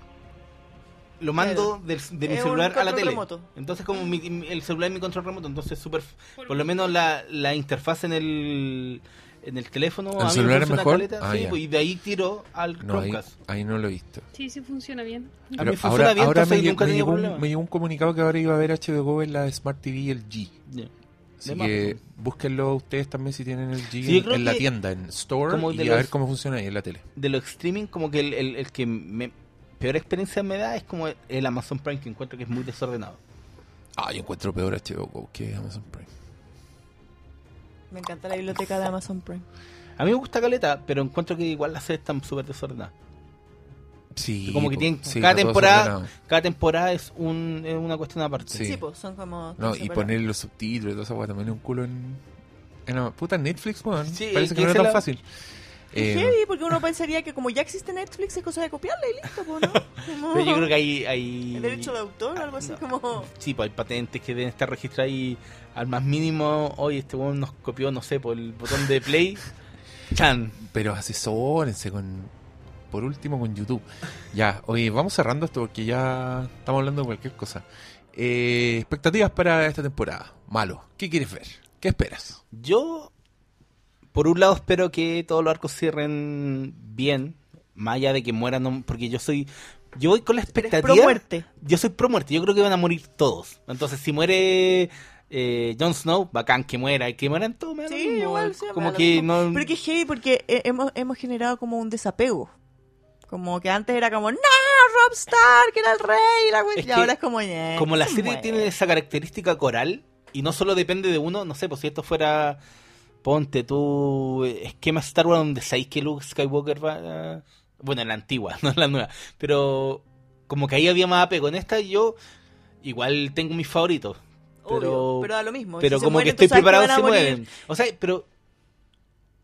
Speaker 5: Lo mando del- de mi
Speaker 2: Es un
Speaker 5: celular a la
Speaker 2: control
Speaker 5: tele.
Speaker 2: remoto.
Speaker 5: Entonces como mi- mi- el celular es mi control remoto, entonces súper por lo menos la, la interfaz en el en el teléfono a mí me
Speaker 1: celular es
Speaker 5: funciona
Speaker 1: mejor?
Speaker 5: caleta,
Speaker 1: Ah,
Speaker 5: sí,
Speaker 1: ya.
Speaker 5: pues, y de ahí tiro al
Speaker 1: No, ahí,
Speaker 5: Chromecast.
Speaker 1: ahí no lo he visto.
Speaker 4: Sí, sí funciona bien.
Speaker 5: A
Speaker 1: Pero
Speaker 5: mí funciona bien, entonces
Speaker 1: lle-
Speaker 5: nunca he tenido
Speaker 1: llegó
Speaker 5: problema.
Speaker 1: un, me llegó un comunicado que ahora iba a haber HBO Go en la Smart TV y el G.
Speaker 5: Ya.
Speaker 1: Así
Speaker 5: De más,
Speaker 1: que búsquenlo ustedes también si tienen el G
Speaker 5: Sí, yo
Speaker 1: en,
Speaker 5: creo
Speaker 1: en la
Speaker 5: que-
Speaker 1: tienda, en Store,
Speaker 5: como
Speaker 1: y
Speaker 5: de
Speaker 1: a
Speaker 5: los-
Speaker 1: ver cómo funciona ahí en la tele.
Speaker 5: De los streaming como que el, el- el que me peor experiencia me da es como el Amazon Prime que encuentro que es muy desordenado.
Speaker 1: Ah, yo encuentro peor HBO Go que Amazon Prime.
Speaker 2: Me encanta la biblioteca de Amazon Prime.
Speaker 5: A mí me gusta Caleta, pero encuentro que igual las series están súper desordenadas.
Speaker 1: Sí.
Speaker 5: como que
Speaker 1: po,
Speaker 5: tienen-
Speaker 1: sí,
Speaker 5: cada
Speaker 1: está todo
Speaker 5: temporada
Speaker 1: desordenado.
Speaker 5: cada temporada es, un, es una cuestión aparte.
Speaker 1: Sí.
Speaker 2: Sí, pues son como.
Speaker 1: No, y
Speaker 2: separados.
Speaker 1: poner los subtítulos y toda esa weá también es un culo en. en la- puta Netflix, weón.
Speaker 5: Sí,
Speaker 1: Parece que
Speaker 5: que
Speaker 1: no
Speaker 5: se
Speaker 1: era tan
Speaker 5: la-
Speaker 1: fácil.
Speaker 2: Qué
Speaker 1: Eh,
Speaker 2: heavy, porque uno pensaría que como ya existe Netflix es cosa de copiarla y listo, pues, ¿no? Como-
Speaker 5: Pero yo creo que hay, hay...
Speaker 2: ¿El derecho de autor o algo así
Speaker 5: No.
Speaker 2: como...
Speaker 5: Sí, pues hay patentes que deben estar registradas y al más mínimo, hoy este weón nos copió, no sé, por el botón de play. Chan.
Speaker 1: pero asesórense con por último con YouTube. Ya, oye, vamos cerrando esto porque ya estamos hablando de cualquier cosa. Eh, expectativas para esta temporada. Malo. ¿Qué quieres ver? ¿Qué esperas?
Speaker 5: Yo, por un lado, espero que todos los arcos cierren bien, más allá de que mueran, no- porque yo soy... Yo voy con la
Speaker 2: Eres
Speaker 5: expectativa...
Speaker 2: pro muerte.
Speaker 5: Yo soy pro muerte, yo creo que van a morir todos. Entonces, si muere eh, Jon Snow, bacán que muera, y que mueran todos, me da lo
Speaker 2: Sí,
Speaker 5: mismo.
Speaker 2: igual, sí, me da
Speaker 5: Como
Speaker 2: lo
Speaker 5: que
Speaker 2: mismo.
Speaker 5: no.
Speaker 2: Pero que es heavy porque eh, hemos, hemos generado como un desapego. Como que antes era como, ¡No! Rob Stark era el rey. y La wea",
Speaker 5: Es
Speaker 2: y
Speaker 5: que-
Speaker 2: ahora es como, "Eh,
Speaker 5: Como la
Speaker 2: se
Speaker 5: serie
Speaker 2: muere".
Speaker 5: tiene esa característica coral, y no solo depende de uno, no sé, por si esto fuera. Ponte tú. eh, Esquema Star Wars donde sabéis que Luke Skywalker va. Bueno, en la antigua, no en la nueva. Pero. Como que ahí había más apego. En esta yo. Igual tengo mis favoritos.
Speaker 2: Obvio,
Speaker 5: pero-
Speaker 2: pero da lo mismo.
Speaker 5: Pero
Speaker 2: Si se
Speaker 5: como que
Speaker 2: mueren, tú
Speaker 5: estoy
Speaker 2: sabes
Speaker 5: preparado
Speaker 2: van a
Speaker 5: si
Speaker 2: morir.
Speaker 5: mueven. O sea, pero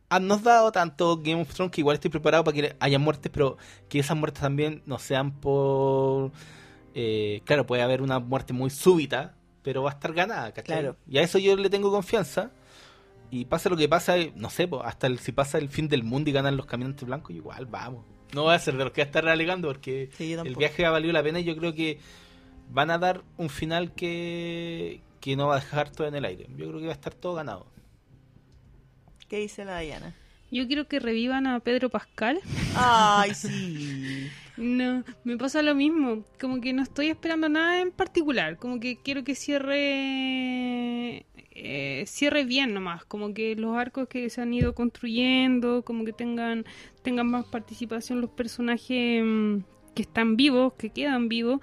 Speaker 5: han nos dado tanto Game of Thrones que igual estoy preparado para que haya muertes, pero que esas muertes también no sean por... eh, claro, puede haber una muerte muy súbita, pero va a estar ganada, ¿cachai?
Speaker 2: Claro.
Speaker 5: Y a eso yo le tengo confianza. Y pasa lo que pasa, eh, no sé, po, hasta el- si pasa el fin del mundo y ganan los caminantes blancos, igual vamos. No voy a ser de los que va a estar alegando porque
Speaker 2: Sí, yo
Speaker 5: el
Speaker 2: tampoco.
Speaker 5: viaje ha valido la pena y yo creo que van a dar un final que, que no va a dejar todo en el aire. Yo creo que va a estar todo ganado.
Speaker 2: ¿Qué dice la Diana?
Speaker 4: Yo quiero que revivan a Pedro Pascal.
Speaker 2: Ay, sí.
Speaker 4: No, me pasa lo mismo. Como que no estoy esperando nada en particular. Como que quiero que cierre. eh, cierre bien nomás. Como que los arcos que se han ido construyendo, como que tengan, tengan más participación los personajes mm, que están vivos, que quedan vivos.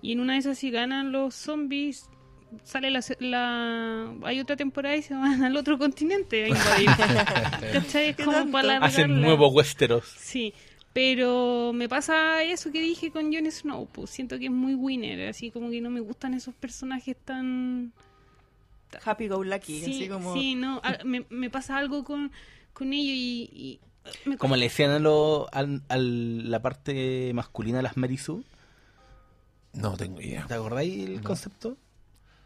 Speaker 4: Y en una de esas, si ganan los zombies. Sale la, se- la- Hay otra temporada y se van al otro continente a invadir. ¿Cachai? Es
Speaker 2: ¿Qué
Speaker 4: como
Speaker 2: tanto?
Speaker 4: para
Speaker 5: Hacen
Speaker 4: alargarla.
Speaker 5: nuevos Westeros.
Speaker 4: Sí, pero me pasa eso que dije con Jon Snow, pues siento que es muy winner, así como que no me gustan esos personajes tan...
Speaker 2: Happy go lucky.
Speaker 4: Sí,
Speaker 2: así como...
Speaker 4: sí, no, a- me, me pasa algo con, con ello y... y- me-
Speaker 5: Como le decían a, lo- al- al- la parte masculina de las Merisu.
Speaker 1: No tengo idea.
Speaker 5: ¿Te acordáis el
Speaker 1: No.
Speaker 5: concepto?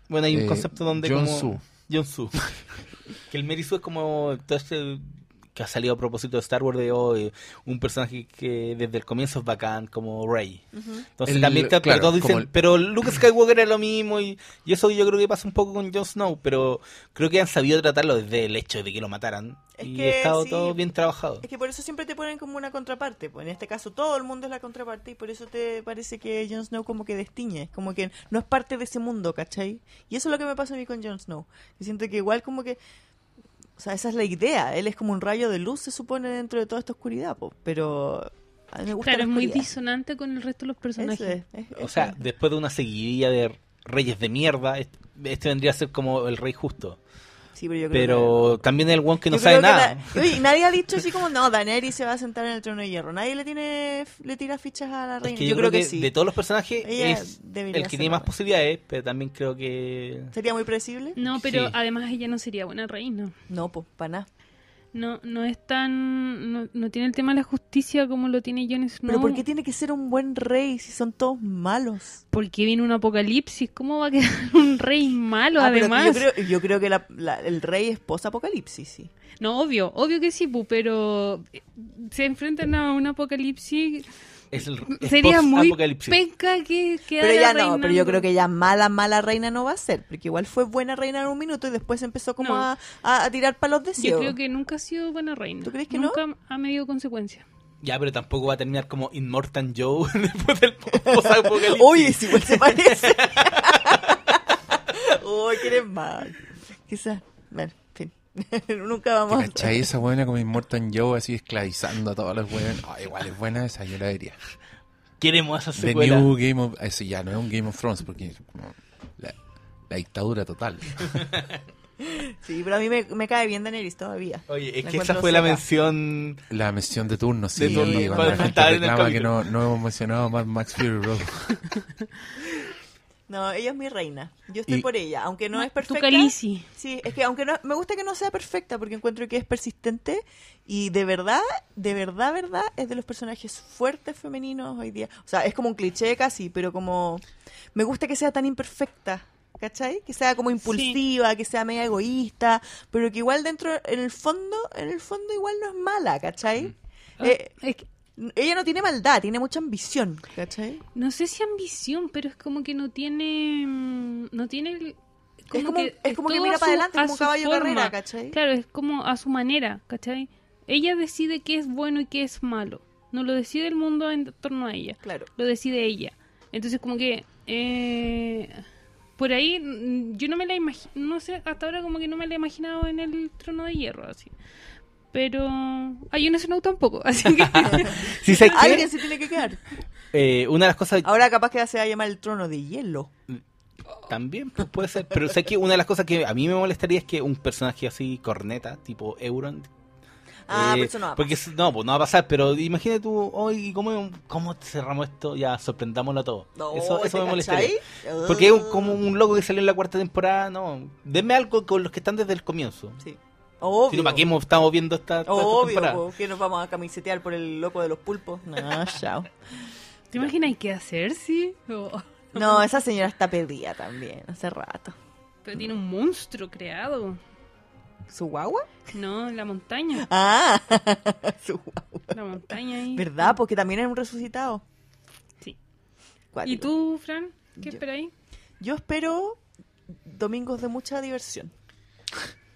Speaker 5: Bueno, hay un
Speaker 1: Eh,
Speaker 5: concepto donde...
Speaker 1: Jon
Speaker 5: como-
Speaker 1: Su.
Speaker 5: Jon Su. que el Merisu es como todo este que ha salido a propósito de Star Wars de hoy, un personaje que desde el comienzo es bacán, como Rey. Entonces
Speaker 1: El-
Speaker 5: también te-
Speaker 1: claro,
Speaker 5: todos
Speaker 1: como
Speaker 5: dicen,
Speaker 1: el-
Speaker 5: pero Luke Skywalker es lo mismo y, y eso yo creo que pasa un poco con Jon Snow, pero creo que han sabido tratarlo desde el hecho de que lo mataran.
Speaker 2: Es
Speaker 5: y
Speaker 2: que
Speaker 5: ha estado
Speaker 2: sí.
Speaker 5: todo bien trabajado.
Speaker 2: Es que por eso siempre te ponen como una contraparte. pues, En este caso todo el mundo es la contraparte y por eso te parece que Jon Snow como que destiñe. Es como que no es parte de ese mundo, ¿cachai? Y eso es lo que me pasa a mí con Jon Snow. Yo siento que igual como que... O sea, esa es la idea. Él es como un rayo de luz, se supone, dentro de toda esta oscuridad. po. Pero a mí me gusta
Speaker 4: Claro,
Speaker 2: la
Speaker 4: es muy
Speaker 2: oscuridad.
Speaker 4: disonante con el resto de los personajes.
Speaker 2: Eso es, es-
Speaker 5: O
Speaker 2: eso
Speaker 5: sea,
Speaker 2: es.
Speaker 5: después de una seguidilla de reyes de mierda, este- este vendría a ser como el rey justo.
Speaker 2: Sí, pero yo creo que-
Speaker 5: Pero también el one que no
Speaker 2: Yo
Speaker 5: sabe
Speaker 2: creo que
Speaker 5: nada.
Speaker 2: la- Oye, nadie ha dicho así como, no, Daenerys se va a sentar en el trono de hierro. Nadie le tiene le tira fichas a la
Speaker 5: Es
Speaker 2: reina.
Speaker 5: que yo, creo, que,
Speaker 2: sí.
Speaker 5: de todos los personajes
Speaker 2: Ella
Speaker 5: es
Speaker 2: debería
Speaker 5: el que
Speaker 2: ser
Speaker 5: tiene
Speaker 2: la
Speaker 5: más
Speaker 2: buena.
Speaker 5: posibilidades, pero también creo que
Speaker 2: ¿Sería muy predecible?
Speaker 4: No, pero
Speaker 5: Sí.
Speaker 4: además ella no sería buena reina.
Speaker 2: No, pues, para nada.
Speaker 4: No, no es tan. No, no tiene el tema de la justicia como lo tiene Jon Snow.
Speaker 2: Pero ¿por qué tiene que ser un buen rey si son todos malos?
Speaker 4: Porque viene un apocalipsis. ¿Cómo va a quedar un rey malo
Speaker 2: Ah, pero
Speaker 4: además?
Speaker 2: yo creo, yo creo que la- la- el rey es post-apocalipsis, sí.
Speaker 4: No, obvio, obvio que sí, pu, pero eh, se enfrentan a un apocalipsis.
Speaker 5: es el es
Speaker 4: Sería muy
Speaker 5: post-apocalipsis.
Speaker 4: penca que quedara
Speaker 2: Pero ya
Speaker 4: reinando.
Speaker 2: no, pero yo creo que ya mala, mala reina no va a ser. Porque igual fue buena reina en un minuto y después empezó como
Speaker 4: No.
Speaker 2: a, a- a tirar palos de
Speaker 4: Yo
Speaker 2: ciego.
Speaker 4: creo que nunca ha sido buena reina.
Speaker 2: ¿Tú crees que no?
Speaker 4: nunca ha medido consecuencias.
Speaker 5: Ya, pero tampoco va a terminar como Immortal Joe después del post-apocalipsis.
Speaker 2: Oye, si igual se parece. Uy, que eres mal. Quizás. Bueno, en fin.
Speaker 1: ¿Te
Speaker 2: Nunca vamos a-
Speaker 1: cachai esa buena como Immortal Joe así esclavizando a todas las buenas? Ah, igual es buena esa, yo la diría.
Speaker 5: Queremos esa
Speaker 1: The
Speaker 5: secuela.
Speaker 1: New Game of... Eso ya no es un Game of Thrones porque es como la, la dictadura total.
Speaker 2: Sí, pero a mí me, me cae bien Daenerys todavía.
Speaker 5: Oye, es
Speaker 2: La
Speaker 5: que esa
Speaker 2: encuentro
Speaker 5: fue la
Speaker 2: seca.
Speaker 5: mención...
Speaker 1: La mención de turno, sí.
Speaker 5: turno,
Speaker 1: cuando
Speaker 5: cuando
Speaker 1: la gente
Speaker 5: estaba en el
Speaker 1: reclama que
Speaker 5: capítulo.
Speaker 1: no, no hemos mencionado más Max Fury Road.
Speaker 2: No, ella es mi reina. Yo estoy
Speaker 1: Y-
Speaker 2: por ella, aunque no es
Speaker 4: Tu
Speaker 2: perfecta.
Speaker 4: Khaleesi.
Speaker 2: Sí, es que aunque no, me gusta que no sea perfecta porque encuentro que es persistente y de verdad, de verdad, verdad, es de los personajes fuertes femeninos hoy día. O sea, es como un cliché casi, pero como me gusta que sea tan imperfecta, ¿cachai? Que sea como impulsiva, que sea media egoísta, pero que igual dentro, en el fondo, en el fondo igual no es mala, ¿cachai? Eh,
Speaker 4: Es que-
Speaker 2: ella no tiene maldad, tiene mucha ambición, ¿cachai?
Speaker 4: no sé si ambición, pero es como que no tiene. mm, No tiene. el-
Speaker 2: Es como, es como que
Speaker 4: todo
Speaker 2: mira
Speaker 4: a
Speaker 2: para
Speaker 4: su-
Speaker 2: adelante,
Speaker 4: a
Speaker 2: como un
Speaker 4: su
Speaker 2: caballo de
Speaker 4: forma.
Speaker 2: carrera, ¿cachai?
Speaker 4: Claro, es como a su manera, ¿cachai? Ella decide qué es bueno y qué es malo. No lo decide el mundo en torno a ella.
Speaker 2: Claro.
Speaker 4: Lo decide ella. Entonces, como que. eh, por ahí, mm, yo no me la imagino. No sé, hasta ahora como que no me la he imaginado en el trono de hierro, así. Pero. Hay un escenario tampoco, así que.
Speaker 5: Sí, ¿sabes qué?
Speaker 2: Alguien se tiene que quedar.
Speaker 5: Eh, una de las cosas
Speaker 2: Ahora capaz que se va a llamar el trono de hielo.
Speaker 5: También pues, puede ser, pero sé que una de las cosas que a mí me molestaría es que un personaje así corneta, tipo Euron.
Speaker 2: Ah,
Speaker 5: eh,
Speaker 2: pero eso no va a
Speaker 5: porque es- no, pues no va a pasar, pero imagínate tú, hoy ¿cómo, cómo cerramos esto? Ya, sorprendámoslo a todos.
Speaker 2: No,
Speaker 5: eso eso
Speaker 2: ¿te
Speaker 5: me molestaría.
Speaker 2: cachai?
Speaker 5: Porque es un- como un loco que salió en la cuarta temporada, no. Denme algo con los que están desde el comienzo.
Speaker 2: Sí. Obvio.
Speaker 5: Si no, ¿para qué hemos- estamos viendo esta, esta
Speaker 2: Obvio,
Speaker 5: temporada?
Speaker 2: po, que nos vamos a camisetear por el loco de los pulpos. No, chao.
Speaker 4: ¿Te imaginas qué hacer, sí? Oh. O-
Speaker 2: No, esa señora está pedida también, hace rato.
Speaker 4: Pero tiene un monstruo creado.
Speaker 2: ¿Su guagua?
Speaker 4: No, la montaña.
Speaker 2: Ah, su guagua.
Speaker 4: La montaña ahí.
Speaker 2: ¿Verdad? Porque también es un resucitado.
Speaker 4: Sí. ¿Y
Speaker 2: Cuático.
Speaker 4: tú, Fran? ¿Qué
Speaker 2: Yo-
Speaker 4: esperáis?
Speaker 2: Yo espero domingos de mucha diversión.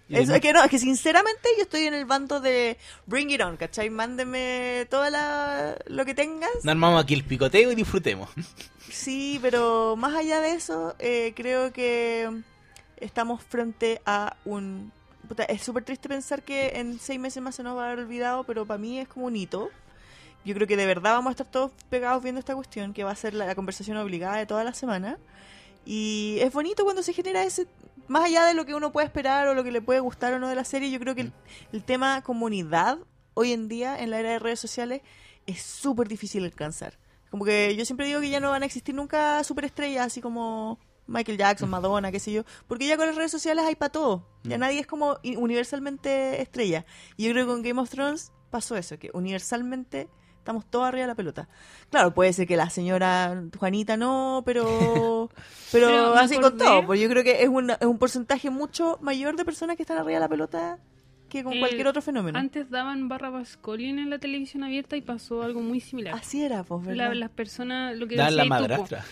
Speaker 5: Y
Speaker 2: Eso,
Speaker 5: de-
Speaker 2: es que no, es que sinceramente yo estoy en el bando de Bring It On, ¿cachai? Mándenme todo lo que tengas.
Speaker 5: Nos armamos aquí el picoteo y disfrutemos.
Speaker 2: Sí, pero más allá de eso, eh, creo que estamos frente a un... puta, es súper triste pensar que en seis meses más se nos va a haber olvidado, pero para mí es como un hito. Yo creo que de verdad vamos a estar todos pegados viendo esta cuestión, que va a ser la, la conversación obligada de toda la semana. Y es bonito cuando se genera ese... Más allá de lo que uno puede esperar o lo que le puede gustar o no de la serie, yo creo que el, el tema comunidad hoy en día, en la era de redes sociales, es súper difícil alcanzar. Como que yo siempre digo que ya no van a existir nunca superestrellas así como Michael Jackson, Madonna, qué sé yo. Porque ya con las redes sociales hay para todo. Ya nadie es como i- universalmente estrella. Y yo creo que con Game of Thrones pasó eso, que universalmente estamos todos arriba de la pelota. Claro, puede ser que la señora Juanita no, pero pero,
Speaker 4: Pero me
Speaker 2: así con pues
Speaker 4: acordé-
Speaker 2: todo. Porque yo creo que es, una- es un porcentaje mucho mayor de personas que están arriba de la pelota que con
Speaker 4: El-
Speaker 2: cualquier otro fenómeno.
Speaker 4: Antes daban barra Bascolín en la televisión abierta y pasó algo muy similar.
Speaker 2: Así era, pues,
Speaker 4: La-
Speaker 2: ¿verdad?
Speaker 4: las personas, lo que
Speaker 5: Da la
Speaker 4: decías tú, po,
Speaker 5: madrastra.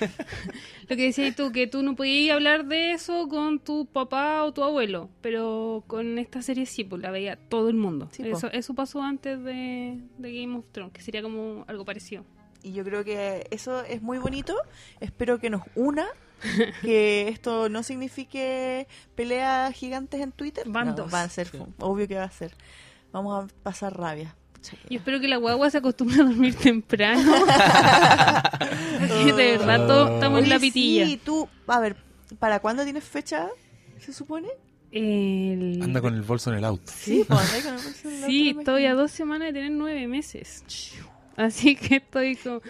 Speaker 4: lo que decías tú, que tú no podías hablar de eso con tu papá o tu abuelo, pero con esta serie sí, pues la veía todo el mundo.
Speaker 2: Sí, pues.
Speaker 4: eso,
Speaker 2: po.
Speaker 4: eso pasó antes de, de Game of Thrones, que sería como algo parecido.
Speaker 2: Y yo creo que eso es muy bonito. Espero que nos una. Que esto no signifique peleas gigantes en Twitter.
Speaker 4: Van
Speaker 2: No,
Speaker 4: dos.
Speaker 2: va a ser, fu- obvio que va a ser. Vamos a pasar rabia.
Speaker 4: Y espero que la guagua se acostumbre a dormir temprano. Porque de verdad todos estamos en la
Speaker 2: Oye,
Speaker 4: pitilla.
Speaker 2: Sí, tú, a ver, ¿para cuándo tienes fecha? ¿Se supone? Mm.
Speaker 4: El-
Speaker 1: Anda con el bolso en el auto.
Speaker 2: Sí, pues, ahí con el celular,
Speaker 4: Sí,
Speaker 2: te lo
Speaker 4: estoy a
Speaker 2: imagino.
Speaker 4: dos semanas de tener nueve meses. Así que estoy como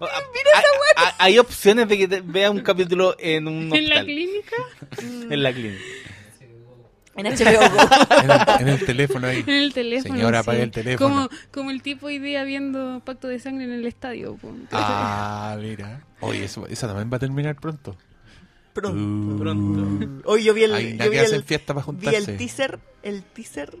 Speaker 5: Hay- hay- Ah, Hay opciones de que te- vea un capítulo en un
Speaker 4: en la
Speaker 5: hospital,
Speaker 4: clínica,
Speaker 5: en la clínica.
Speaker 2: En HBO.
Speaker 1: En el, en el teléfono ahí.
Speaker 4: en el teléfono.
Speaker 1: Señora,
Speaker 4: sí.
Speaker 1: apague el teléfono.
Speaker 4: Como, como el tipo hoy día viendo Pacto de Sangre en el estadio. po.
Speaker 1: Ah, mira. Oye, eso- esa también va a terminar pronto.
Speaker 2: Pronto.
Speaker 1: Uh,
Speaker 5: Pronto.
Speaker 2: Hoy yo vi el,
Speaker 1: Hay nada
Speaker 2: yo vi
Speaker 1: que hacen
Speaker 2: el,
Speaker 1: fiesta para
Speaker 2: vi
Speaker 1: juntarse.
Speaker 2: el teaser, el teaser.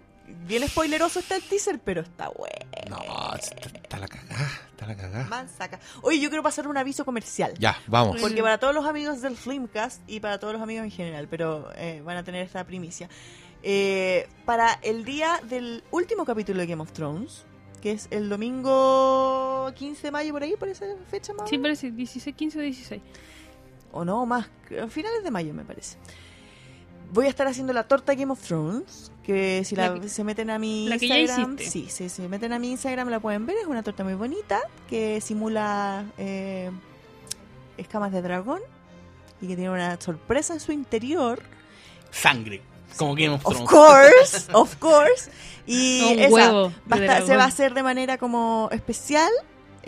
Speaker 2: Bien spoileroso está el teaser, pero está bueno.
Speaker 1: No, está, está la cagada, está la cagada.
Speaker 2: Man saca. Oye, yo quiero pasar un aviso comercial.
Speaker 1: Ya, vamos.
Speaker 2: Porque para todos los amigos del Flimcast y para todos los amigos en general, pero eh, van a tener esta primicia. Eh, para el día del último capítulo de Game of Thrones, que es el domingo 15 de mayo, por ahí, por esa fecha más. o
Speaker 4: Sí,
Speaker 2: menos.
Speaker 4: parece 16, 15 o 16.
Speaker 2: O no, más. A finales de mayo, me parece. Voy a estar haciendo la torta Game of Thrones. Que si la-
Speaker 4: La que-
Speaker 2: se meten a mi
Speaker 4: la que ya
Speaker 2: Instagram.
Speaker 4: hiciste.
Speaker 2: sí, si se meten a mi Instagram la pueden ver. Es una torta muy bonita que simula eh, escamas de dragón y que tiene una sorpresa en su interior.
Speaker 5: Sangre. Como Game of
Speaker 2: Of
Speaker 5: Thrones.
Speaker 2: course, of course. Y
Speaker 4: No, un
Speaker 2: esa
Speaker 4: huevo. de
Speaker 2: va a estar- se
Speaker 4: dragón.
Speaker 2: va a hacer de manera como especial.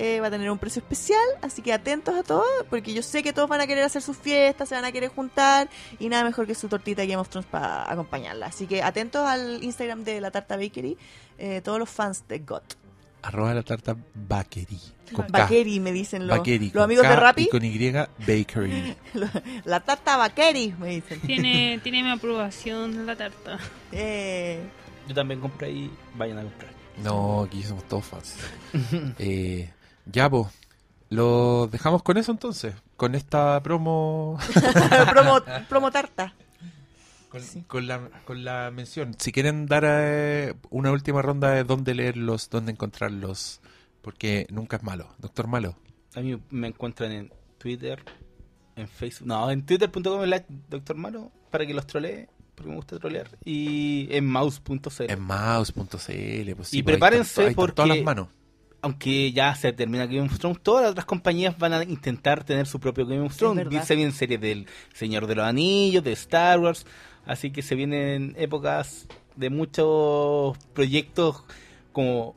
Speaker 2: eh, va a tener un precio especial, así que atentos a todos, porque yo sé que todos van a querer hacer sus fiestas, se van a querer juntar, y nada mejor que su tortita Game of Thrones para acompañarla. Así que atentos al Instagram de la Tarta Bakery, eh, todos los fans de GOT.
Speaker 1: Arroba la tarta Bakery. Con K.
Speaker 2: Bakery, me dicen los,
Speaker 1: Bakery,
Speaker 2: los
Speaker 1: con
Speaker 2: amigos
Speaker 1: K
Speaker 2: de
Speaker 1: Y
Speaker 2: Rappi.
Speaker 1: con Y, Bakery.
Speaker 2: La Tarta Bakery, me dicen.
Speaker 4: Tiene, tiene mi aprobación la tarta.
Speaker 2: Eh,
Speaker 5: Yo también compré y vayan a comprar.
Speaker 1: No, aquí somos todos fans. Eh, ya, pues. Lo dejamos con eso entonces. Con esta promo.
Speaker 2: promo, promo tarta.
Speaker 1: Con,
Speaker 2: Sí.
Speaker 1: con la, con la mención. Si quieren dar eh, una última ronda de dónde leerlos, dónde encontrarlos. Porque nunca es malo. Doctor Malo.
Speaker 5: A mí me encuentran en Twitter, en Facebook. No, en twitter.com slash Doctor Maro para que los trolee, porque me gusta trolear. Y en mouse.cl.
Speaker 1: En mouse.cl. Pues, sí,
Speaker 5: Eh. Y
Speaker 1: pues, ahí
Speaker 5: prepárense
Speaker 1: están to- ahí están todas
Speaker 5: porque-
Speaker 1: las manos.
Speaker 5: Aunque ya se termina Game of Thrones, todas las otras compañías van a intentar tener su propio Game of Thrones.
Speaker 2: verdad.
Speaker 5: Se vienen series del Señor de los Anillos, de Star Wars. Así que se vienen épocas de muchos proyectos como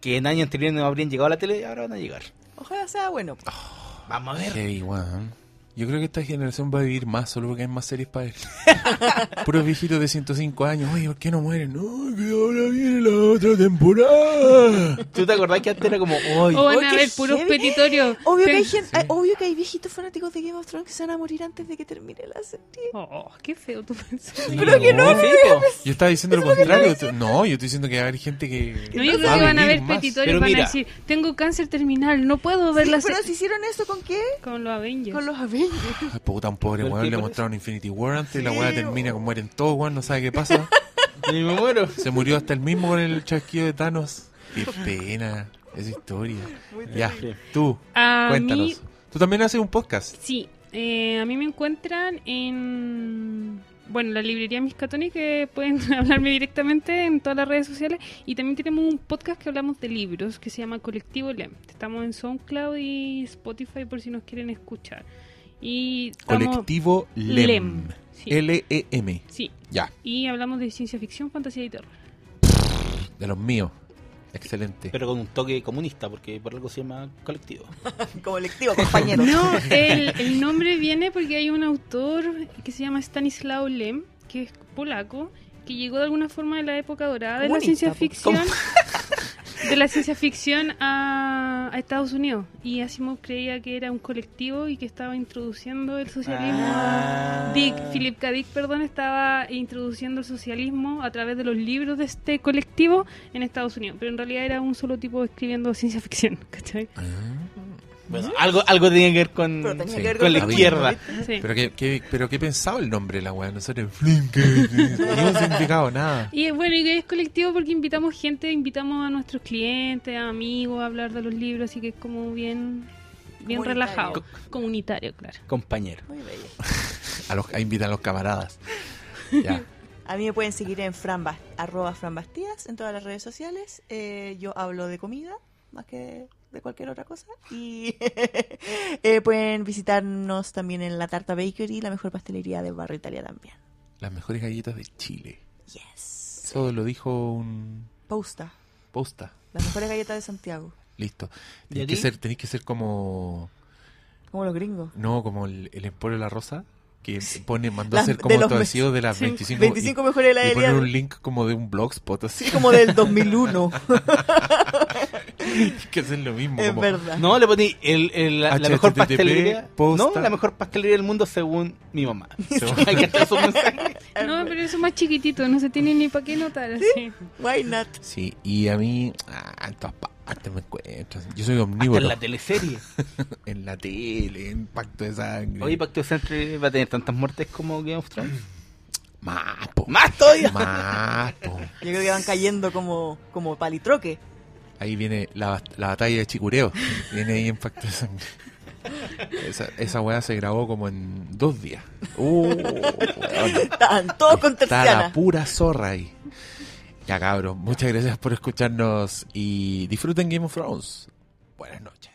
Speaker 5: que en años anteriores no habrían llegado a la tele y ahora van a llegar.
Speaker 2: Ojalá sea bueno.
Speaker 5: Vamos a ver.
Speaker 1: Heavy, weón. Yo creo que esta generación va a vivir más solo porque hay más series para él. Puros viejitos de 105 años. Oye, ¿por qué no mueren? No, que ahora viene la otra temporada.
Speaker 5: ¿Tú te acordás que antes era como, hoy
Speaker 4: O van
Speaker 2: Oye,
Speaker 4: a
Speaker 2: qué
Speaker 4: ver puros
Speaker 2: heavy.
Speaker 4: petitorios.
Speaker 2: Obvio que, hay
Speaker 4: Pe-
Speaker 2: gente- hay- obvio que hay viejitos fanáticos de Game of Thrones que se van a morir antes de que termine la serie.
Speaker 4: Oh, qué feo tu pensamiento.
Speaker 1: Pero que no,
Speaker 5: Sí, po.
Speaker 1: Yo estaba diciendo lo contrario. No, yo estoy diciendo que va a haber gente que.
Speaker 4: No, yo
Speaker 1: va
Speaker 4: creo que van a
Speaker 1: vivir
Speaker 4: haber
Speaker 1: más.
Speaker 4: petitorios
Speaker 5: Pero
Speaker 4: van
Speaker 5: mira.
Speaker 4: a decir, tengo cáncer terminal, no puedo ver
Speaker 2: Sí,
Speaker 4: la
Speaker 2: pero
Speaker 4: se-
Speaker 2: si hicieron eso con qué?
Speaker 4: Con los Avengers.
Speaker 2: Con los Avengers.
Speaker 1: Ay, Puta, un pobre
Speaker 5: ¿Por qué
Speaker 1: weón le
Speaker 5: por
Speaker 1: mostraron Infinity War antes y la
Speaker 2: Sí,
Speaker 1: weá termina
Speaker 2: o-
Speaker 1: con mueren todos, weón, no sabe qué pasa.
Speaker 5: Ni me muero.
Speaker 1: Se murió hasta el mismo con el chasquido de Thanos. Qué pena, esa historia. Ya, tú,
Speaker 4: A mí,
Speaker 1: cuéntanos. Tú también haces un podcast.
Speaker 4: sí, eh, a mí me encuentran en... Bueno, la librería Miscatoni, que pueden hablarme directamente en todas las redes sociales. Y también tenemos un podcast que hablamos de libros, que se llama Colectivo Lem. Estamos en SoundCloud y Spotify por si nos quieren escuchar. Y estamos-
Speaker 1: Colectivo LEM.
Speaker 4: Lem, sí.
Speaker 1: L-E-M.
Speaker 4: Sí,
Speaker 1: Ya,
Speaker 4: y hablamos de ciencia ficción, fantasía y terror.
Speaker 1: de los míos. Excelente.
Speaker 5: Pero con un toque comunista, porque por algo se llama colectivo.
Speaker 2: Como lectivo, compañero.
Speaker 4: No, el, el nombre viene porque hay un autor que se llama Stanislaw Lem, que es polaco, que llegó de alguna forma de la época dorada de la
Speaker 2: Comunista,
Speaker 4: ciencia
Speaker 2: po.
Speaker 4: ficción. De la ciencia ficción a, a Estados Unidos y Asimov creía que era un colectivo y que estaba introduciendo el socialismo.
Speaker 5: Ah.
Speaker 4: Dick, Philip K. Dick, perdón, estaba introduciendo el socialismo a través de los libros de este colectivo en Estados Unidos, pero en realidad era un solo tipo escribiendo ciencia ficción, ¿cachai?
Speaker 1: Ah.
Speaker 5: Bueno, algo, algo tenía que ver con,
Speaker 2: Pero tenía
Speaker 1: que
Speaker 5: sí,
Speaker 1: ver
Speaker 5: con
Speaker 2: con
Speaker 5: la
Speaker 2: la
Speaker 5: izquierda.
Speaker 2: izquierda.
Speaker 4: Sí.
Speaker 1: Pero qué, qué- pero qué pensaba el nombre de la weá, no sé, en Flink, ni un significado, nada.
Speaker 4: Y eh, bueno, y que es colectivo porque invitamos gente, invitamos a nuestros clientes, a amigos a hablar de los libros, así que es como bien, bien
Speaker 2: Comunitario.
Speaker 4: relajado, comunitario, claro.
Speaker 5: Compañero.
Speaker 2: Muy bello.
Speaker 1: A los, a invitan a los camaradas. Ya.
Speaker 2: A mí me pueden seguir en franbas, arroba franbastidas en todas las redes sociales. Eh, yo hablo de comida más que de cualquier otra cosa. Y eh, pueden visitarnos también en la Tarta Bakery, la mejor pastelería de Barrio Italia también.
Speaker 1: Las mejores galletas de Chile.
Speaker 2: Yes.
Speaker 1: Eso lo dijo un
Speaker 2: Posta,
Speaker 1: posta.
Speaker 2: las mejores galletas de Santiago.
Speaker 1: Listo.
Speaker 5: ¿Y
Speaker 1: Tenéis
Speaker 5: a
Speaker 1: que
Speaker 5: ti?
Speaker 1: ser, tenéis que ser como
Speaker 2: Como los gringos.
Speaker 1: no, como el, el Emporio de la Rosa, que pone, mandó a
Speaker 2: Las-
Speaker 1: hacer
Speaker 2: de
Speaker 1: como
Speaker 2: los
Speaker 1: torcidos de las
Speaker 4: sí,
Speaker 1: 25,
Speaker 2: 25
Speaker 1: y-
Speaker 2: mejores
Speaker 1: y, poner
Speaker 2: heladerías.
Speaker 1: un link como de un blogspot así
Speaker 2: Sí, como del 2001.
Speaker 1: que hacen lo mismo.
Speaker 2: es
Speaker 1: como-
Speaker 2: verdad.
Speaker 5: No, le poní el, el- la, la mejor
Speaker 1: HTTP,
Speaker 5: pastelería.
Speaker 1: posta.
Speaker 5: No, la mejor pastelería del mundo según mi mamá.
Speaker 1: Según-
Speaker 5: Hay que hacer su mensaje.
Speaker 4: No, pero eso es más chiquitito, no se tiene ni para qué notar. así.
Speaker 2: Why not?
Speaker 1: Sí, y a mí ah, en todas partes me encuentro. Yo soy
Speaker 5: Hasta
Speaker 1: omnívoro.
Speaker 5: en la teleserie.
Speaker 1: en la tele, en Pacto de Sangre.
Speaker 5: Oye, Pacto de Sangre va a tener tantas muertes como Game of Thrones.
Speaker 1: más, po.
Speaker 5: ¡Más todavía!
Speaker 1: Más, po.
Speaker 2: Yo creo que van cayendo como, como palitroque.
Speaker 1: Ahí viene la, bat- la batalla de Chicureo. Viene ahí en Pacto de Sangre. Esa, esa weá se grabó como en dos días. Uh, weón.
Speaker 2: Estaban todos con
Speaker 1: Está la
Speaker 2: terciana.
Speaker 1: pura zorra ahí. Ya, cabros, muchas gracias por escucharnos y disfruten Game of Thrones. Buenas noches.